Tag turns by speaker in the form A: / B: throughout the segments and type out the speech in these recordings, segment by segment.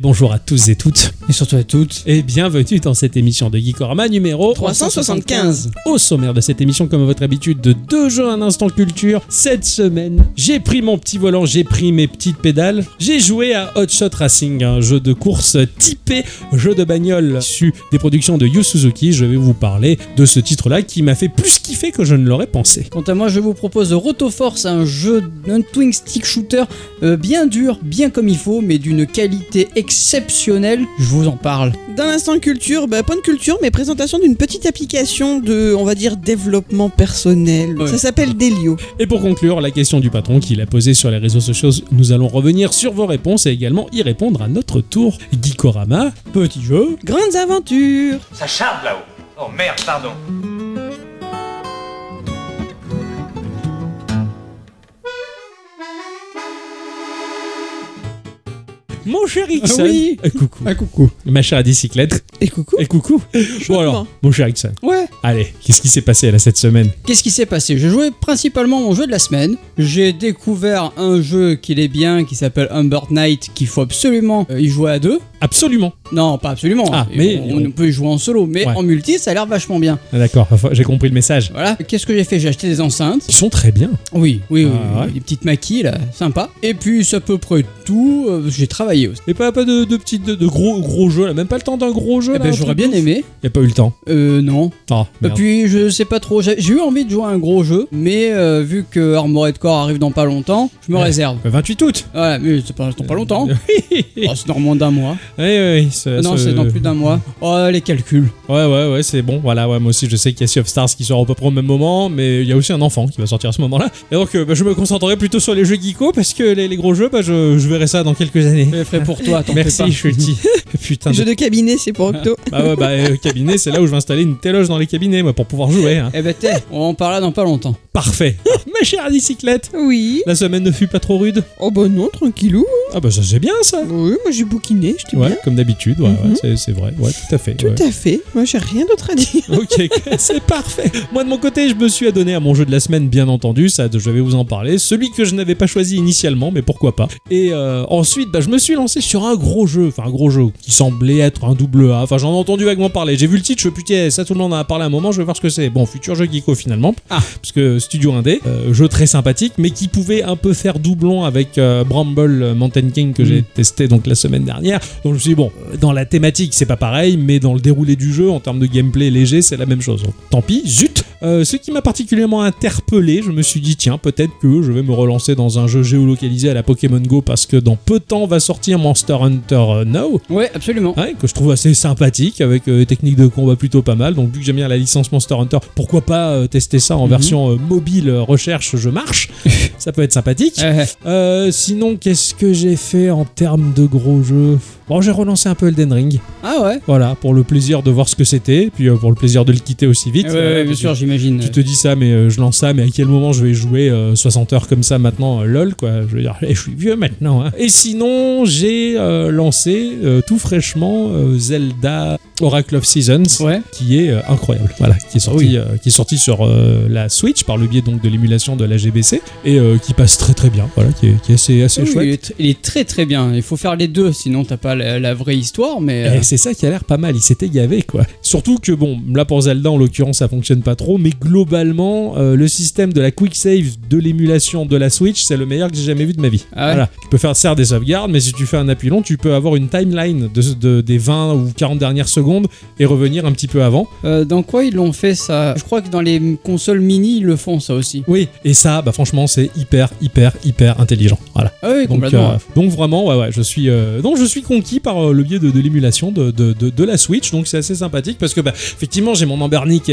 A: Bonjour à tous et toutes,
B: Et surtout à toutes.
A: et bienvenue dans cette émission de Geekorama numéro
B: 375.
A: Au sommaire de cette émission, comme à votre habitude, de deux jeux un instant culture, cette semaine, j'ai pris mon petit volant, j'ai pris mes petites pédales, j'ai joué à Hot Shot Racing, un jeu de course typé jeu de bagnole issu des productions de Yu Suzuki. Je vais vous parler de ce titre-là qui m'a fait plus kiffer que je ne l'aurais pensé.
B: Quant à moi, je vous propose Rotoforce, un jeu d'un twin stick shooter euh, bien dur, bien comme il faut, mais d'une qualité exceptionnelle. Je vous en parle.
C: Dans l'instant culture, bah, point de culture, mais présentation d'une petite application de, on va dire, développement personnel.
B: Ouais.
C: Ça s'appelle Delio.
A: Et pour conclure, la question du patron qu'il a posée sur les réseaux sociaux, nous allons revenir sur vos réponses et également y répondre à notre tour. Geekorama, petit jeu,
C: Grandes aventures
D: Ça charde là-haut. Oh merde, pardon.
A: mon cher Ixon.
B: Ah oui.
A: Euh, coucou.
B: coucou.
A: Ma chère bicyclette.
C: Et coucou
A: Et coucou. Bon alors, mon cher Ixon.
B: Ouais.
A: Allez, qu'est-ce qui s'est passé là cette semaine
B: Qu'est-ce qui s'est passé J'ai joué principalement mon jeu de la semaine. J'ai découvert un jeu qu'il est bien, qui s'appelle Humber Knight, qu'il faut absolument euh, y jouer à deux.
A: Absolument.
B: Non, pas absolument.
A: Ah,
B: Et
A: mais-
B: on, on peut y jouer en solo, mais
A: Ouais.
B: en multi, ça a l'air vachement bien.
A: Ah, D'accord, enfin, j'ai compris le message.
B: Voilà. Qu'est-ce que j'ai fait J'ai acheté des enceintes.
A: Ils sont très bien.
B: Oui, oui, oui,
A: Ah ouais.
B: oui, des petites maquilles là, sympa. Et puis c'est à peu près tout. euh, J'ai travaillé aussi.
A: Et pas, pas de, de petits, de, de gros gros jeux là, même pas le temps d'un gros jeu.
B: Eh
A: là,
B: ben,
A: un
B: j'aurais
A: truc
B: bien
A: ouf.
B: aimé.
A: Y a pas eu le temps.
B: Euh, non.
A: Ah,
B: Et
A: bah, merde.
B: puis je sais pas trop. J'ai j'ai eu envie de jouer à un gros jeu, mais euh, vu que Armored Core arrive dans pas longtemps, je me
A: Ouais.
B: réserve.
A: 28 Euh, août.
B: Voilà, mais c'est pas dans pas longtemps.
A: oui, oui,
B: Oh, c'est dans moins d'un mois.
A: oui. ça-
B: non,
A: ça-
B: c'est dans plus d'un mois. Oh, les calculs.
A: Ouais, ouais, ouais, c'est bon. Voilà, ouais, moi aussi, je sais qu'il y a Sea of Stars qui sort à peu près au même moment, mais il y a aussi un enfant qui va sortir à ce moment-là. Et donc, euh, bah, je me concentrerai plutôt sur les jeux geeko parce que les, les gros jeux, bah, je, je verrai ça dans quelques années.
B: Je les ferai pour toi, Euh, t'en fais pas.
A: Merci, je suis petit. Putain, de...
C: Jeu de cabinet, c'est pour Octo.
A: bah ouais, bah euh, cabinet, c'est là où je vais installer une téloge dans les cabinets, moi, pour pouvoir jouer. hein.
B: Eh ben, t'es, on en parlera dans pas longtemps.
A: Parfait. Ah, Ma chère bicyclette,
C: oui.
A: la semaine ne fut pas trop rude.
C: Oh bah non, tranquillou.
A: Ah bah ça c'est bien ça.
C: Oui, moi j'ai bouquiné, j'étais
A: Ouais,
C: bien.
A: comme d'habitude, ouais, ouais,
C: Mhm.
A: c'est- c'est vrai, ouais, tout à fait.
C: Tout
A: ouais.
C: à fait. Moi j'ai rien d'autre à dire.
A: Ok, c'est parfait. Moi de mon côté, je me suis adonné à mon jeu de la semaine, bien entendu. Ça, je vais vous en parler. Celui que je n'avais pas choisi initialement, mais pourquoi pas. Et euh, ensuite, bah, je me suis lancé sur un gros jeu, enfin un gros jeu qui semblait être un double A. Enfin, j'en ai entendu vaguement parler. J'ai vu le titre, je me suis dit, putain, ça tout le monde en a parlé à un moment. Je vais voir ce que c'est. Bon, futur jeu geeko finalement.
B: Ah.
A: parce que Studio Indé, euh, jeu très sympathique, mais qui pouvait un peu faire doublon avec euh, Bramble Mountain King que j'ai
B: Mm.
A: testé donc la semaine dernière. Donc je me suis dit, bon, euh, dans la thématique, c'est pas pareil, mais dans le déroulé du jeu, en termes de gameplay léger, c'est la même chose. Donc, tant pis, zut Euh, Ce qui m'a particulièrement interpellé, je me suis dit, tiens, peut-être que je vais me relancer dans un jeu géolocalisé à la Pokémon Go, parce que dans peu de temps va sortir Monster Hunter euh, Now,
B: Ouais, absolument.
A: Ouais, que je trouve assez sympathique, avec euh, technique de combat plutôt pas mal. Donc, vu que j'aime bien la licence Monster Hunter, pourquoi pas euh, tester ça en
B: Mhm.
A: version euh, mobile euh, recherche je marche Ça peut être sympathique.
B: Eh,
A: Euh, sinon, qu'est-ce que j'ai fait en termes de gros jeux Bon, j'ai relancé un peu Elden Ring.
B: Ah ouais.
A: Voilà, pour le plaisir de voir ce que c'était, puis euh, pour le plaisir de le quitter aussi vite.
B: Eh ouais,
A: Euh,
B: ouais, bien
A: parce que
B: sûr, j'imagine.
A: tu te dis ça, mais euh, je lance ça, mais à quel moment je vais jouer euh, 60 heures comme ça maintenant euh, LOL, quoi. Je veux dire, eh, je suis vieux maintenant. hein. Et sinon, j'ai euh, lancé euh, tout fraîchement euh, Zelda Oracle of Seasons.
B: Ouais.
A: Qui est euh, incroyable, voilà, qui est sorti,
B: Ah Oui.
A: euh, qui est sorti sur euh, la Switch par le biais donc de l'émulation de la GBC et euh, qui passe très très bien, voilà, qui est, qui est assez, assez
B: Ah Oui,
A: chouette.
B: Il est, tr- il est très très bien. Il faut faire les deux, sinon t'as pas la, la vraie histoire. Mais euh,
A: Eh, c'est ça qui a l'air pas mal, il s'était gavé quoi. Surtout que bon, là pour Zelda en l'occurrence ça fonctionne pas trop, mais globalement euh, le système de la quick save de l'émulation de la Switch c'est le meilleur que j'ai jamais vu de ma vie.
B: Ah ouais
A: Voilà, tu peux faire certes des sauvegardes, mais si tu fais un appui long, tu peux avoir une timeline de, de- des 20 ou 40 dernières secondes et revenir un petit peu avant.
B: euh, dans quoi ils l'ont fait ça Je crois que dans les consoles mini ils le font ça aussi.
A: Oui, et ça, bah franchement c'est hyper hyper hyper intelligent. Voilà.
B: Ah oui,
A: Donc,
B: complètement.
A: euh, donc vraiment, ouais, ouais, je suis, euh, donc je suis conquis par euh, le biais de, de l'émulation de, de, de- de la Switch. Donc c'est assez sympathique parce que, bah, effectivement, j'ai mon Ambernic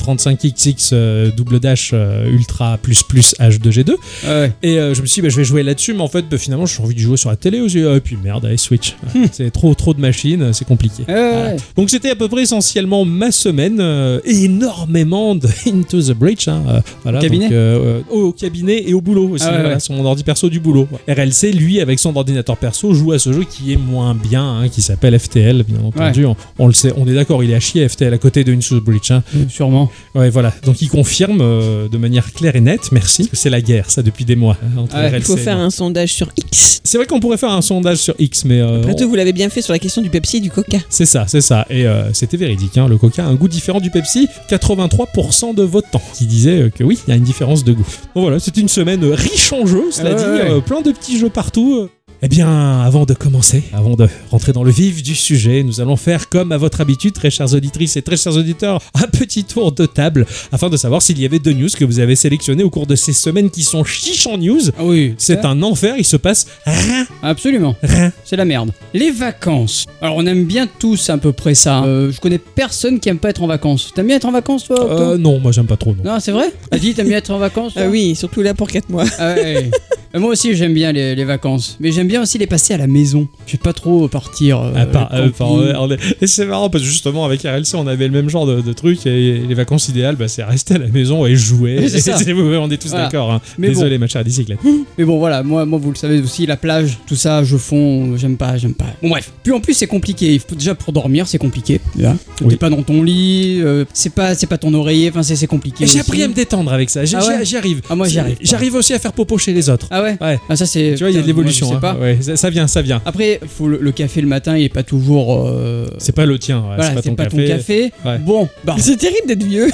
A: RG35XX euh, double dash euh, ultra plus plus H2G2
B: Ah ouais.
A: et euh, je me suis, dit, bah, je vais jouer là-dessus, mais en fait, bah, finalement, j'ai envie de jouer sur la télé aussi. Ah, et puis merde, allez Switch, Ouais, c'est trop trop de machines, euh, c'est compliqué.
B: Eh ouais,
A: Voilà.
B: ouais.
A: Donc c'était à peu près essentiellement ma semaine, euh, énormément de Into the Breach, hein, euh, voilà,
B: Au cabinet
A: donc, euh, euh, au cabinet et au boulot aussi,
B: Ah ouais,
A: voilà,
B: ouais.
A: sur mon ordi perso du boulot. RLC, lui, avec avec son ordinateur perso, joue à ce jeu qui est moins bien, hein, qui s'appelle FTL, bien entendu. On, on le sait, on est d'accord, il est à chier FTL à côté de Into the Breach. hein.
B: Sûrement.
A: Ouais, voilà. Donc il confirme euh, de manière claire et nette, merci, parce que c'est la guerre, ça, depuis des mois. hein, entre
B: Ouais,
A: RLC
C: Il faut
A: et
C: faire
A: moi.
C: un sondage sur X.
A: C'est vrai qu'on pourrait faire un sondage sur X, mais euh,
C: Après
A: on-
C: tout, vous l'avez bien fait sur la question du Pepsi et du Coca.
A: c'est ça, c'est ça. Et euh, c'était véridique. hein. Le Coca a un goût différent du Pepsi. 83% de votants qui disaient euh, que oui, il y a une différence de goût. Donc voilà, c'était une semaine euh, riche en jeux, cela
B: Ah Ouais,
A: dit,
B: ouais.
A: euh, plein de petits jeux partout. euh. Eh bien, avant de commencer, avant de rentrer dans le vif du sujet, nous allons faire comme à votre habitude, très chères auditrices et très chers auditeurs, un petit tour de table afin de savoir s'il y avait deux news que vous avez sélectionnées au cours de ces semaines qui sont chiches en news.
B: Ah oui,
A: C'est un enfer, il se passe rien
B: Absolument.
A: Rien.
B: C'est la merde. Les vacances. Alors on aime bien tous à peu près ça. hein. Euh, je connais personne qui aime pas être en vacances. T'aimes bien être en vacances toi Octo
A: Euh, non, moi j'aime pas trop. Non.
B: Non, c'est vrai T'as dit t'aimes bien être en vacances toi
C: Ah oui, surtout là pour 4 mois.
B: Ah ouais. Euh, Moi aussi j'aime bien les, les vacances, mais j'aime bien aussi les passer à la maison. Je vais pas trop partir. euh,
A: À part-
B: le
A: euh, enfin,
B: camping.
A: ouais, on est- et c'est marrant parce que justement avec RLC on avait le même genre de, de truc et les vacances idéales bah, c'est rester à la maison et jouer.
B: Mais c'est ça.
A: ouais, ouais, on est tous
B: Voilà.
A: d'accord. hein.
B: Mais
A: Désolé ma chère bicyclette.
B: Mais bon voilà, moi, moi vous le savez aussi, la plage, tout ça, je fonds, euh, j'aime pas, j'aime pas. Bon bref. Puis en plus c'est compliqué. Il faut- Déjà pour dormir c'est compliqué. Déjà.
A: Oui.
B: T'es pas dans ton lit, euh, c'est pas, c'est pas ton oreiller. Enfin c'est c'est compliqué.
A: J'ai
B: aussi.
A: appris à me détendre avec ça. J'ai-
B: Ah ouais
A: j'ai- J'y arrive.
B: Ah, moi, j'y arrive pas.
A: J'arrive aussi à faire popo chez les autres.
B: Ah ouais.
A: Ouais.
B: Ah ça c'est.
A: Tu vois il y a de
B: putain, moi,
A: l'évolution.
B: je sais
A: hein.
B: pas.
A: Ouais, ça, ça vient, ça vient.
B: Après, il faut le, le café le matin, il est pas toujours. euh,
A: C'est pas le tien. ouais,
B: voilà,
A: c'est pas, ton, café. Ouais.
B: Bon, bah.
C: C'est terrible d'être vieux.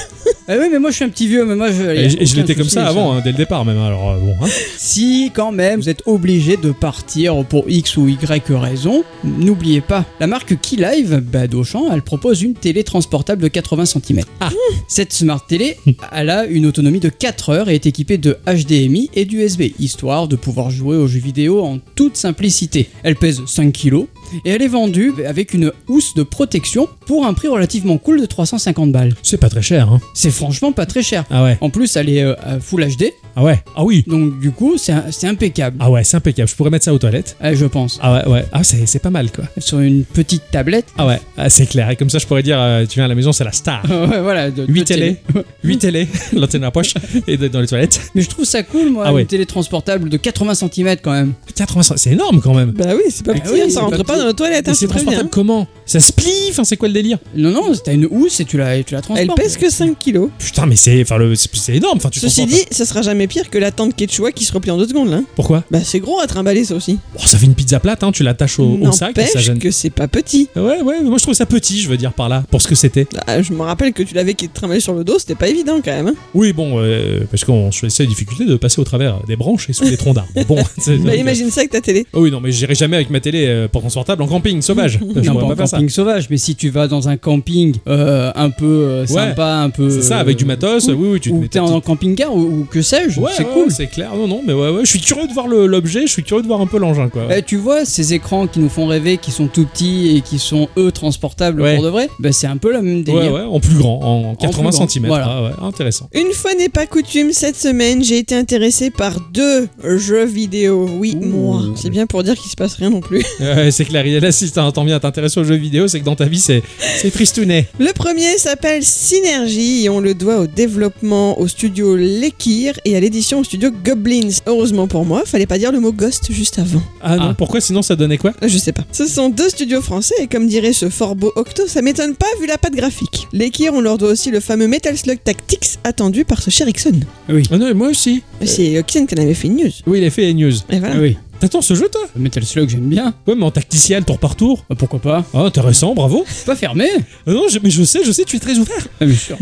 B: Ah oui, mais moi je suis un petit vieux, mais moi je. y
A: Et
B: a
A: je- et je
B: aucun
A: l'étais comme
B: souci
A: ça
B: avec
A: avant, hein, dès le départ même. Alors euh, bon. hein.
B: Si quand même vous êtes obligé de partir pour X ou Y raison, n'oubliez pas, la marque Key Live bah, d'Auchan, elle propose une télé transportable de 80 cm. Ah, cette smart télé, elle a une autonomie de 4 heures et est équipée de HDMI et d'USB, histoire de pouvoir jouer aux jeux vidéo en toute simplicité. Elle pèse 5 kg et elle est vendue avec une housse de protection pour un prix relativement cool de 350 balles.
A: C'est pas très cher. Hein.
B: C'est franchement pas très cher.
A: Ah ouais.
B: En plus, elle est euh, à Full HD,
A: Ah ouais. Ah oui.
B: donc du coup, c'est un- c'est impeccable.
A: Ah ouais, c'est impeccable. Je pourrais mettre ça aux toilettes.
B: Ouais, je pense.
A: Ah ouais, ouais. Ah c'est c'est pas mal quoi.
B: Sur une petite tablette.
A: Ah ouais, ah, c'est clair. Et comme ça, je pourrais dire, euh, tu viens à la maison, c'est la star.
B: Ouais, voilà, de, de
A: 8
B: télé.
A: télés, 8 télés, l'antenne à la poche et dans les toilettes.
B: Mais je trouve ça cool, moi,
A: Ah ouais.
B: une télé transportable de 80 cm quand même.
A: 85, c'est énorme quand même.
C: Bah oui, c'est pas
B: Ah
C: petit,
B: oui,
C: hein,
B: c'est
C: ça rentre
B: pas
C: pas,
B: petit.
C: dans nos toilettes.
A: Mais
C: hein,
A: c'est
C: je te préviens.
A: transportable comment Ça splie Enfin, c'est quoi le délire
B: Non, non, t'as une housse et tu la, et tu la
C: Elle
B: transportes.
C: pèse que 5 kilos.
A: Putain, mais c'est enfin, le- c'est- c'est énorme. Enfin, tu
C: Ceci
A: transportes-
C: dit, ça sera jamais pire que la tente Quechua qui se replie en deux secondes. Là.
A: Pourquoi
C: Bah c'est gros à trimballer ça aussi.
A: Oh, Ça fait une pizza plate, hein, tu l'attaches au, au sac et ça
C: N'empêche
A: gêne.
C: que c'est pas petit.
A: Ouais, ouais, moi je trouve ça petit, je veux dire, par là, pour ce que c'était.
C: Ah, je me rappelle que tu l'avais qui trimballé sur le dos, c'était pas évident quand même. hein.
A: Oui, bon, euh, parce qu'on se laissait la difficulté de passer au travers des branches et sous les troncs d'arbres. Bon, c'est-
C: Bah imagine ça avec ta télé.
A: Ah oui, non, mais j'irai jamais avec ma télé euh, pour transportable en camping sauvage. Je
B: Non,
A: pourrais
B: pas en
A: faire ça.
B: camping sauvage, mais si tu vas dans un camping euh, un peu euh, sympa, un peu.
A: C'est ça, avec du matos,
B: cool,
A: oui, oui, tu te
B: Ou
A: mets
B: t'es
A: ta
B: en camping-car ou, ou que sais-je,
A: Ouais,
B: c'est
A: ouais,
B: cool.
A: ouais, c'est clair. Non, non, mais ouais, ouais. Je suis curieux de voir le- l'objet, je suis curieux de voir un peu l'engin, quoi.
B: Eh, tu vois, ces écrans qui nous font rêver, qui sont tout petits et qui sont eux transportables
A: Ouais.
B: pour de vrai, bah, c'est un peu le même
A: Ouais,
B: délire.
A: ouais, en plus grand, en 80
B: plus grand,
A: cm.
B: voilà.
A: ouais, intéressant.
C: Une fois n'est pas coutume, cette semaine j'ai été intéressée par deux jeux vidéo. Oui,
B: Ouh.
C: moi. C'est bien pour dire qu'il se passe rien non plus.
A: Ouais, c'est clair, il est là, si t'en t'en viens à t'intéresser aux jeux vidéo, c'est que dans ta vie, c'est c'est tristounet.
C: Le premier s'appelle Synergie et on le doit au développement au studio Lekir et à l'édition au studio Goblins. Heureusement pour moi, fallait pas dire le mot ghost juste avant.
A: Ah non,
B: Ah.
A: pourquoi sinon ça donnait quoi
C: Euh, Je sais pas. Ce sont deux studios français et comme dirait ce fort beau Octo, ça m'étonne pas vu la patte graphique. Lekir, on leur doit aussi le fameux Metal Slug Tactics attendu par ce cher Ixon.
A: Ah non, mais moi aussi.
C: C'est Oxen qui en avait fait une news.
A: Oui, il a fait les news.
C: Et voilà.
B: Ah oui.
A: T'attends ce jeu, toi
B: Metal Slug, j'aime bien.
A: Ouais, mais en tacticiel, tour par tour.
B: Bah, Pourquoi pas
A: Ah, intéressant, bravo.
B: Pas fermé
A: Ah non, je- mais je sais, je sais, tu es très ouvert.
B: Ah, bien sûr.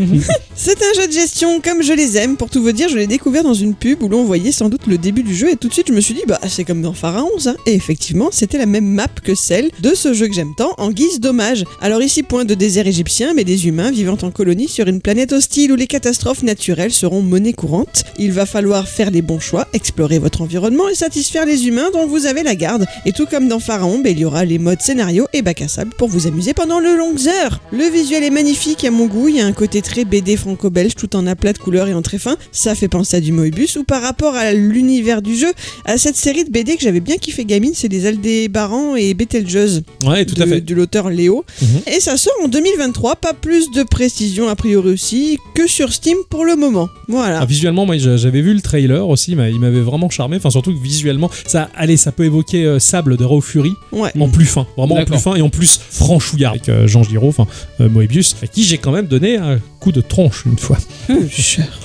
C: C'est un jeu de gestion comme je les aime. Pour tout vous dire, je l'ai découvert dans une pub où l'on voyait sans doute le début du jeu et tout de suite je me suis dit bah c'est comme dans Pharaon 11. hein. Et effectivement, c'était la même map que celle de ce jeu que j'aime tant en guise d'hommage. Alors ici point de désert égyptien, mais des humains vivant en colonie sur une planète hostile où les catastrophes naturelles seront monnaie courante. Il va falloir faire les bons choix, explorer votre environnement et satisfaire les humains dont vous avez la garde. Et tout comme dans Pharaon, ben, il y aura les modes scénario et bac à sable pour vous amuser pendant de longues heures. Le visuel est magnifique à mon goût, il y a un côté très BD franco-belge tout en aplat de couleurs et en très fin. Ça fait penser à du Moebius ou par rapport à l'univers du jeu, à cette série de BD que j'avais bien kiffé gamine, c'est les Aldébaran et Betelgeuse
A: Ouais, tout à
C: de-
A: fait.
C: de l'auteur Léo.
A: Mhm.
C: Et ça sort en 2023, pas plus de précision a priori aussi que sur Steam pour le moment. Voilà.
A: Ah, visuellement, moi j'a- j'avais vu le trailer aussi, mais il m'avait vraiment charmé. Enfin, surtout que visuellement, ça a allez, ça peut évoquer euh, Sable de Raw Fury
C: Ouais.
A: en plus fin, vraiment en
B: D'accord.
A: plus fin et en plus franchouillard avec euh, Jean Giraud, enfin euh, Moebius, à qui j'ai quand même donné un coup de tronche une fois.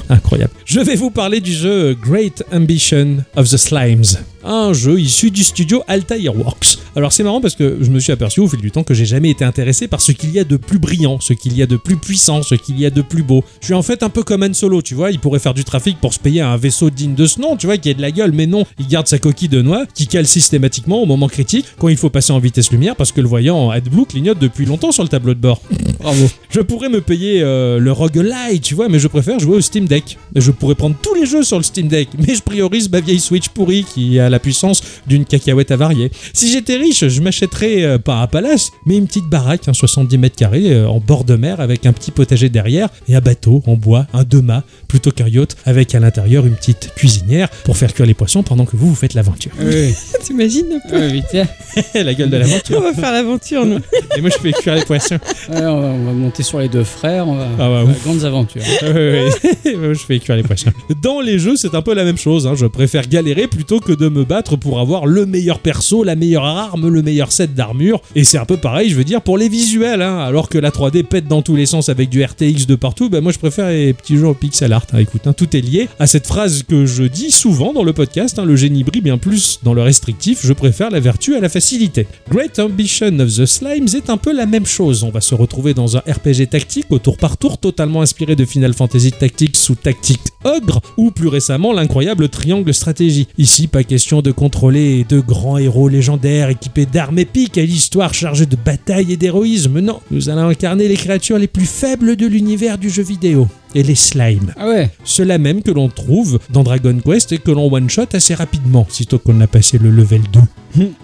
A: Incroyable. Je vais vous parler du jeu Great Ambition of the Slimes. Un jeu issu du studio Altair Works. Alors c'est marrant parce que je me suis aperçu au fil du temps que j'ai jamais été intéressé par ce qu'il y a de plus brillant, ce qu'il y a de plus puissant, ce qu'il y a de plus beau. Je suis en fait un peu comme Han Solo, tu vois, il pourrait faire du trafic pour se payer un vaisseau digne de ce nom, tu vois, qui a de la gueule, mais non, il garde sa coquille de noix qui cale systématiquement au moment critique quand il faut passer en vitesse lumière parce que le voyant AdBlue clignote depuis longtemps sur le tableau de bord.
B: Bravo.
A: Je pourrais me payer euh, le roguelite, tu vois, mais je préfère jouer au Steam Deck. Je pourrais prendre tous les jeux sur le Steam Deck, mais je priorise ma vieille Switch pourrie qui a la puissance d'une cacahuète avariée. Si j'étais riche, je m'achèterais euh, pas un palace, mais une petite baraque, un 70 mètres carrés, euh, en bord de mer avec un petit potager derrière et un bateau en bois, un deux-mâts, plutôt qu'un yacht, avec à l'intérieur une petite cuisinière pour faire cuire les poissons pendant que vous vous faites l'aventure.
B: Oui,
C: T'imagines un peu
B: oui, tiens.
A: la gueule de l'aventure.
C: On va faire l'aventure, nous.
A: Et moi, je fais cuire les poissons.
B: Ouais, on, va, on va monter sur les deux frères, on va.
A: Ah bah,
B: on va
A: ouf.
B: grandes aventures.
A: Ouais, ouais, ouais. je fais cuire les poissons. Dans les jeux, c'est un peu la même chose. hein. Je préfère galérer plutôt que de me battre pour avoir le meilleur perso, la meilleure arme, le meilleur set d'armure. Et c'est un peu pareil, je veux dire, pour les visuels. hein. Alors que la 3D pète dans tous les sens avec du RTX de partout, bah, moi je préfère les petits jeux au pixel art. hein. Écoute, hein, tout est lié à cette phrase que je dis souvent dans le podcast hein, le génie brille bien plus dans le restrictif. Je préfère la vertu à la facilité. Great Ambition of the Slimes est un peu la même chose. On va se retrouver dans un RPG tactique au tour par tour, totalement inspiré de Final Fantasy Tactics sous Tactics Ogre, ou plus récemment l'incroyable Triangle Stratégie. Ici, pas question de contrôler deux grands héros légendaires équipés d'armes épiques et l'histoire chargée de batailles et d'héroïsme. Non, nous allons incarner les créatures les plus faibles de l'univers du jeu vidéo. Et les slimes
B: Ah ouais,
A: ceux-là même que l'on trouve dans Dragon Quest et que l'on one-shot assez rapidement, sitôt qu'on a passé le level 2.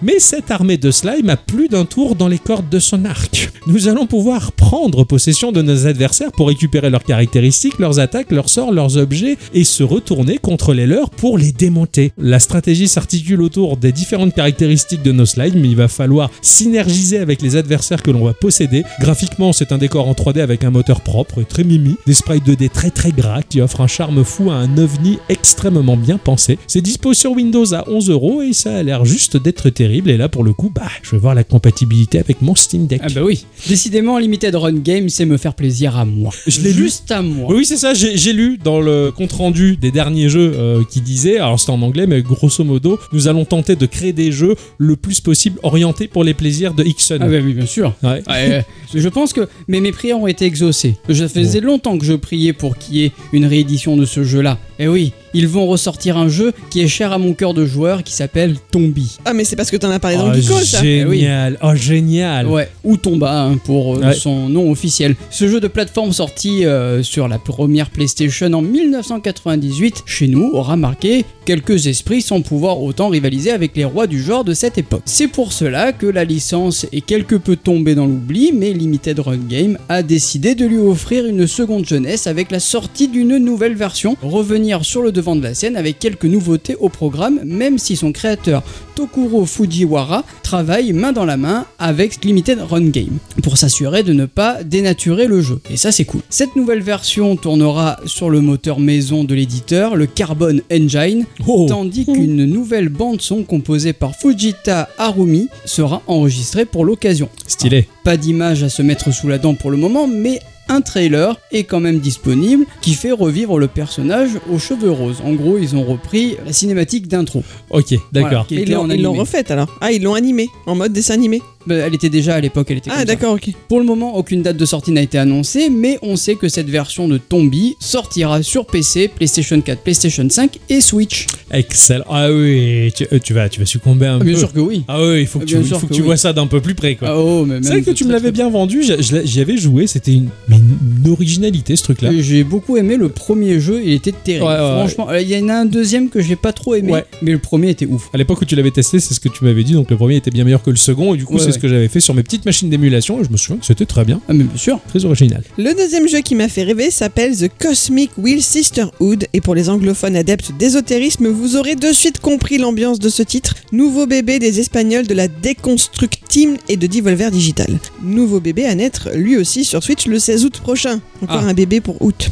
A: Mais cette armée de slime a plus d'un tour dans les cordes de son arc. Nous allons pouvoir prendre possession de nos adversaires pour récupérer leurs caractéristiques, leurs attaques, leurs sorts, leurs objets et se retourner contre les leurs pour les démonter. La stratégie s'articule autour des différentes caractéristiques de nos slimes, mais il va falloir synergiser avec les adversaires que l'on va posséder. Graphiquement, c'est un décor en 3D avec un moteur propre et très mimi, des sprites 2D très très gras qui offrent un charme fou à un ovni extrêmement bien pensé. C'est dispo sur Windows à 11 euros et ça a l'air juste d'être terrible. Et là, pour le coup, bah, je vais voir la compatibilité avec mon Steam Deck.
B: ah bah oui. Décidément, Limited Run Game, c'est me faire plaisir à moi.
A: Je l'ai lu.
B: Juste à moi.
A: Oui, oui, c'est ça, j'ai j'ai lu dans le compte-rendu des derniers jeux euh, qui disait, alors c'était en anglais, mais grosso modo, nous allons tenter de créer des jeux le plus possible orientés pour les plaisirs de Hickson.
B: Ah bah oui, bien sûr.
A: Ouais.
B: Ouais, euh, je pense que mais mes prières ont été exaucées. Je faisais longtemps que je priais pour qu'il y ait une réédition de ce jeu-là. Et oui, ils vont ressortir un jeu qui est cher à mon cœur de joueur qui s'appelle Tombi.
C: Ah, mais c'est parce que t'en as parlé dans
A: Oh,
C: le Geeko, ça.
B: Eh oui.
A: génial, oh génial.
B: Ouais, ou Tomba hein, pour euh,
A: Ouais.
B: son nom officiel. Ce jeu de plateforme sorti euh, sur la première PlayStation en 1998 chez nous aura marqué quelques esprits sans pouvoir autant rivaliser avec les rois du genre de cette époque. C'est pour cela que la licence est quelque peu tombée dans l'oubli, mais Limited Run Game a décidé de lui offrir une seconde jeunesse avec la sortie d'une nouvelle version, revenir sur le devant de la scène avec quelques nouveautés au programme, même si son créateur Tokuro Fujiwara travaille main dans la main avec Limited Run Game pour s'assurer de ne pas dénaturer le jeu. Et ça, c'est cool. Cette nouvelle version tournera sur le moteur maison de l'éditeur, le Carbon Engine,
A: Oh.
B: tandis qu'une nouvelle bande-son composée par Fujita Harumi sera enregistrée pour l'occasion.
A: Stylé.
B: Pas d'image à se mettre sous la dent pour le moment, mais un trailer est quand même disponible qui fait revivre le personnage aux cheveux roses. En gros, ils ont repris la cinématique d'intro.
A: Ok, d'accord.
B: Voilà, qui
C: Mais
B: était
C: Ils l'ont
B: en
C: ils l'ont
B: animé.
C: refaite alors. Ah, ils l'ont animé en mode dessin animé.
B: Bah, elle était déjà à l'époque, elle était comme
C: Ah,
B: ça.
C: d'accord, ok.
B: Pour le moment, aucune date de sortie n'a été annoncée, mais on sait que cette version de Tombi sortira sur PC, PlayStation 4, PlayStation 5 et Switch.
A: Excellent. Ah oui, tu, euh, tu vas, tu vas succomber un peu.
B: Bien sûr que oui.
A: Ah oui, il faut que tu,
B: Bien
A: il
B: sûr
A: faut que
B: que
A: tu
B: oui.
A: vois ça d'un peu plus près, quoi.
B: Ah oh, mais même
A: C'est vrai que
B: de
A: tu me
B: très,
A: l'avais
B: très-
A: bien vendu, je- je l'ai- j'y avais joué, c'était une, mais une, une originalité ce truc-là.
B: J'ai beaucoup aimé le premier jeu, il était terrible.
A: Ouais, ouais, ouais.
B: Franchement, euh, il y en a un deuxième que j'ai pas trop aimé,
A: Ouais.
B: mais le premier était ouf.
A: À l'époque où tu l'avais testé, c'est ce que tu m'avais dit, donc le premier était bien meilleur que le second, et du coup
B: Ouais,
A: c'est ce
B: ouais.
A: que j'avais fait sur mes petites machines d'émulation, et je me souviens que c'était très bien,
B: Ah mais bien sûr.
A: très original.
C: Le deuxième jeu qui m'a fait rêver s'appelle The Cosmic Wheel Sisterhood et pour les anglophones adeptes d'ésotérisme, vous aurez de suite compris l'ambiance de ce titre. Nouveau bébé des Espagnols de la Deconstruct Team et de Devolver Digital. Nouveau bébé à naître lui aussi sur Switch le 16 août prochain. Encore
B: Ah.
C: un bébé pour août.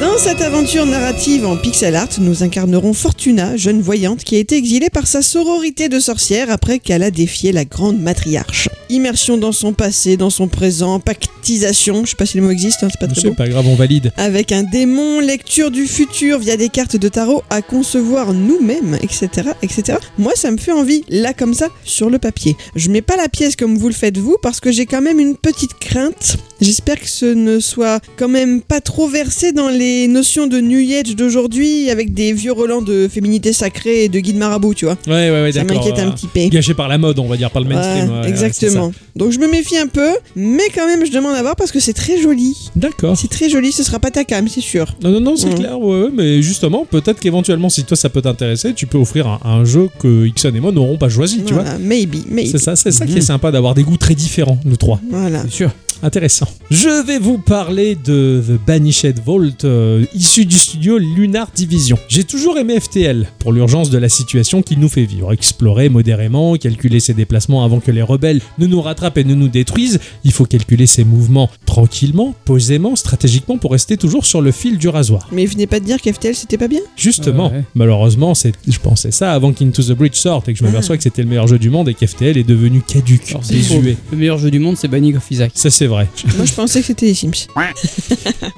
C: Dans cette aventure narrative en pixel art, nous incarnerons Fortuna, jeune voyante qui a été exilée par sa sororité de sorcières après qu'elle a défié la grande matriarche. Immersion dans son passé, dans son présent, pactisation, je sais pas si le mot existe, hein, c'est pas
B: Ah,
C: très
A: C'est
C: bon.
A: pas grave, on valide.
C: Avec un démon, lecture du futur via des cartes de tarot à concevoir nous-mêmes, etc., etc. Moi, ça me fait envie, là comme ça, sur le papier. Je mets pas la pièce comme vous le faites vous, parce que j'ai quand même une petite crainte. J'espère que ce ne soit quand même pas trop versé dans les notions de New Age d'aujourd'hui, avec des vieux relents de féminité sacrée et de guide marabout, tu vois.
A: Ouais, ouais, ouais,
C: Ça
A: d'accord.
C: m'inquiète un
A: euh,
C: petit peu.
A: Gâché par la mode, on va dire, par le mainstream.
C: Ouais,
A: ouais, ouais,
C: exactement. Donc je me méfie un peu, mais quand même je demande à voir parce que c'est très joli.
A: c'est ça. D'accord.
C: C'est très joli, ce sera pas ta cam, c'est sûr.
A: Non, non, non, c'est
C: Mhm.
A: clair, ouais, ouais, mais justement, peut-être qu'éventuellement, si toi ça peut t'intéresser, tu peux offrir un, un jeu que Ixon et moi n'auront pas choisi, tu vois.
C: Voilà, maybe, maybe.
A: C'est ça, c'est ça qui est
B: Mhm.
A: sympa d'avoir des goûts très différents, nous trois.
C: Voilà.
B: Bien sûr.
A: Intéressant. Je vais vous parler de The Banished Vault, euh, issu du studio Lunar Division. J'ai toujours aimé FTL, pour l'urgence de la situation qu'il nous fait vivre. Explorer modérément, calculer ses déplacements avant que les rebelles ne nous rattrapent et ne nous détruisent, il faut calculer ses mouvements tranquillement, posément, stratégiquement, pour rester toujours sur le fil du rasoir.
C: Mais venez pas de dire qu'FTL c'était pas bien.
A: Justement,
B: Ouais, ouais.
A: malheureusement, c'est, je pensais ça avant qu'Into the Bridge sorte et que je m'aperçois que c'était le meilleur jeu du monde et qu'FTL est devenu caduque,
B: Alors, c'est
A: désuet.
B: faux. Le meilleur jeu du monde, c'est Banning of Isaac.
A: Ça, c'est vrai.
C: Moi je pensais que c'était les Sims.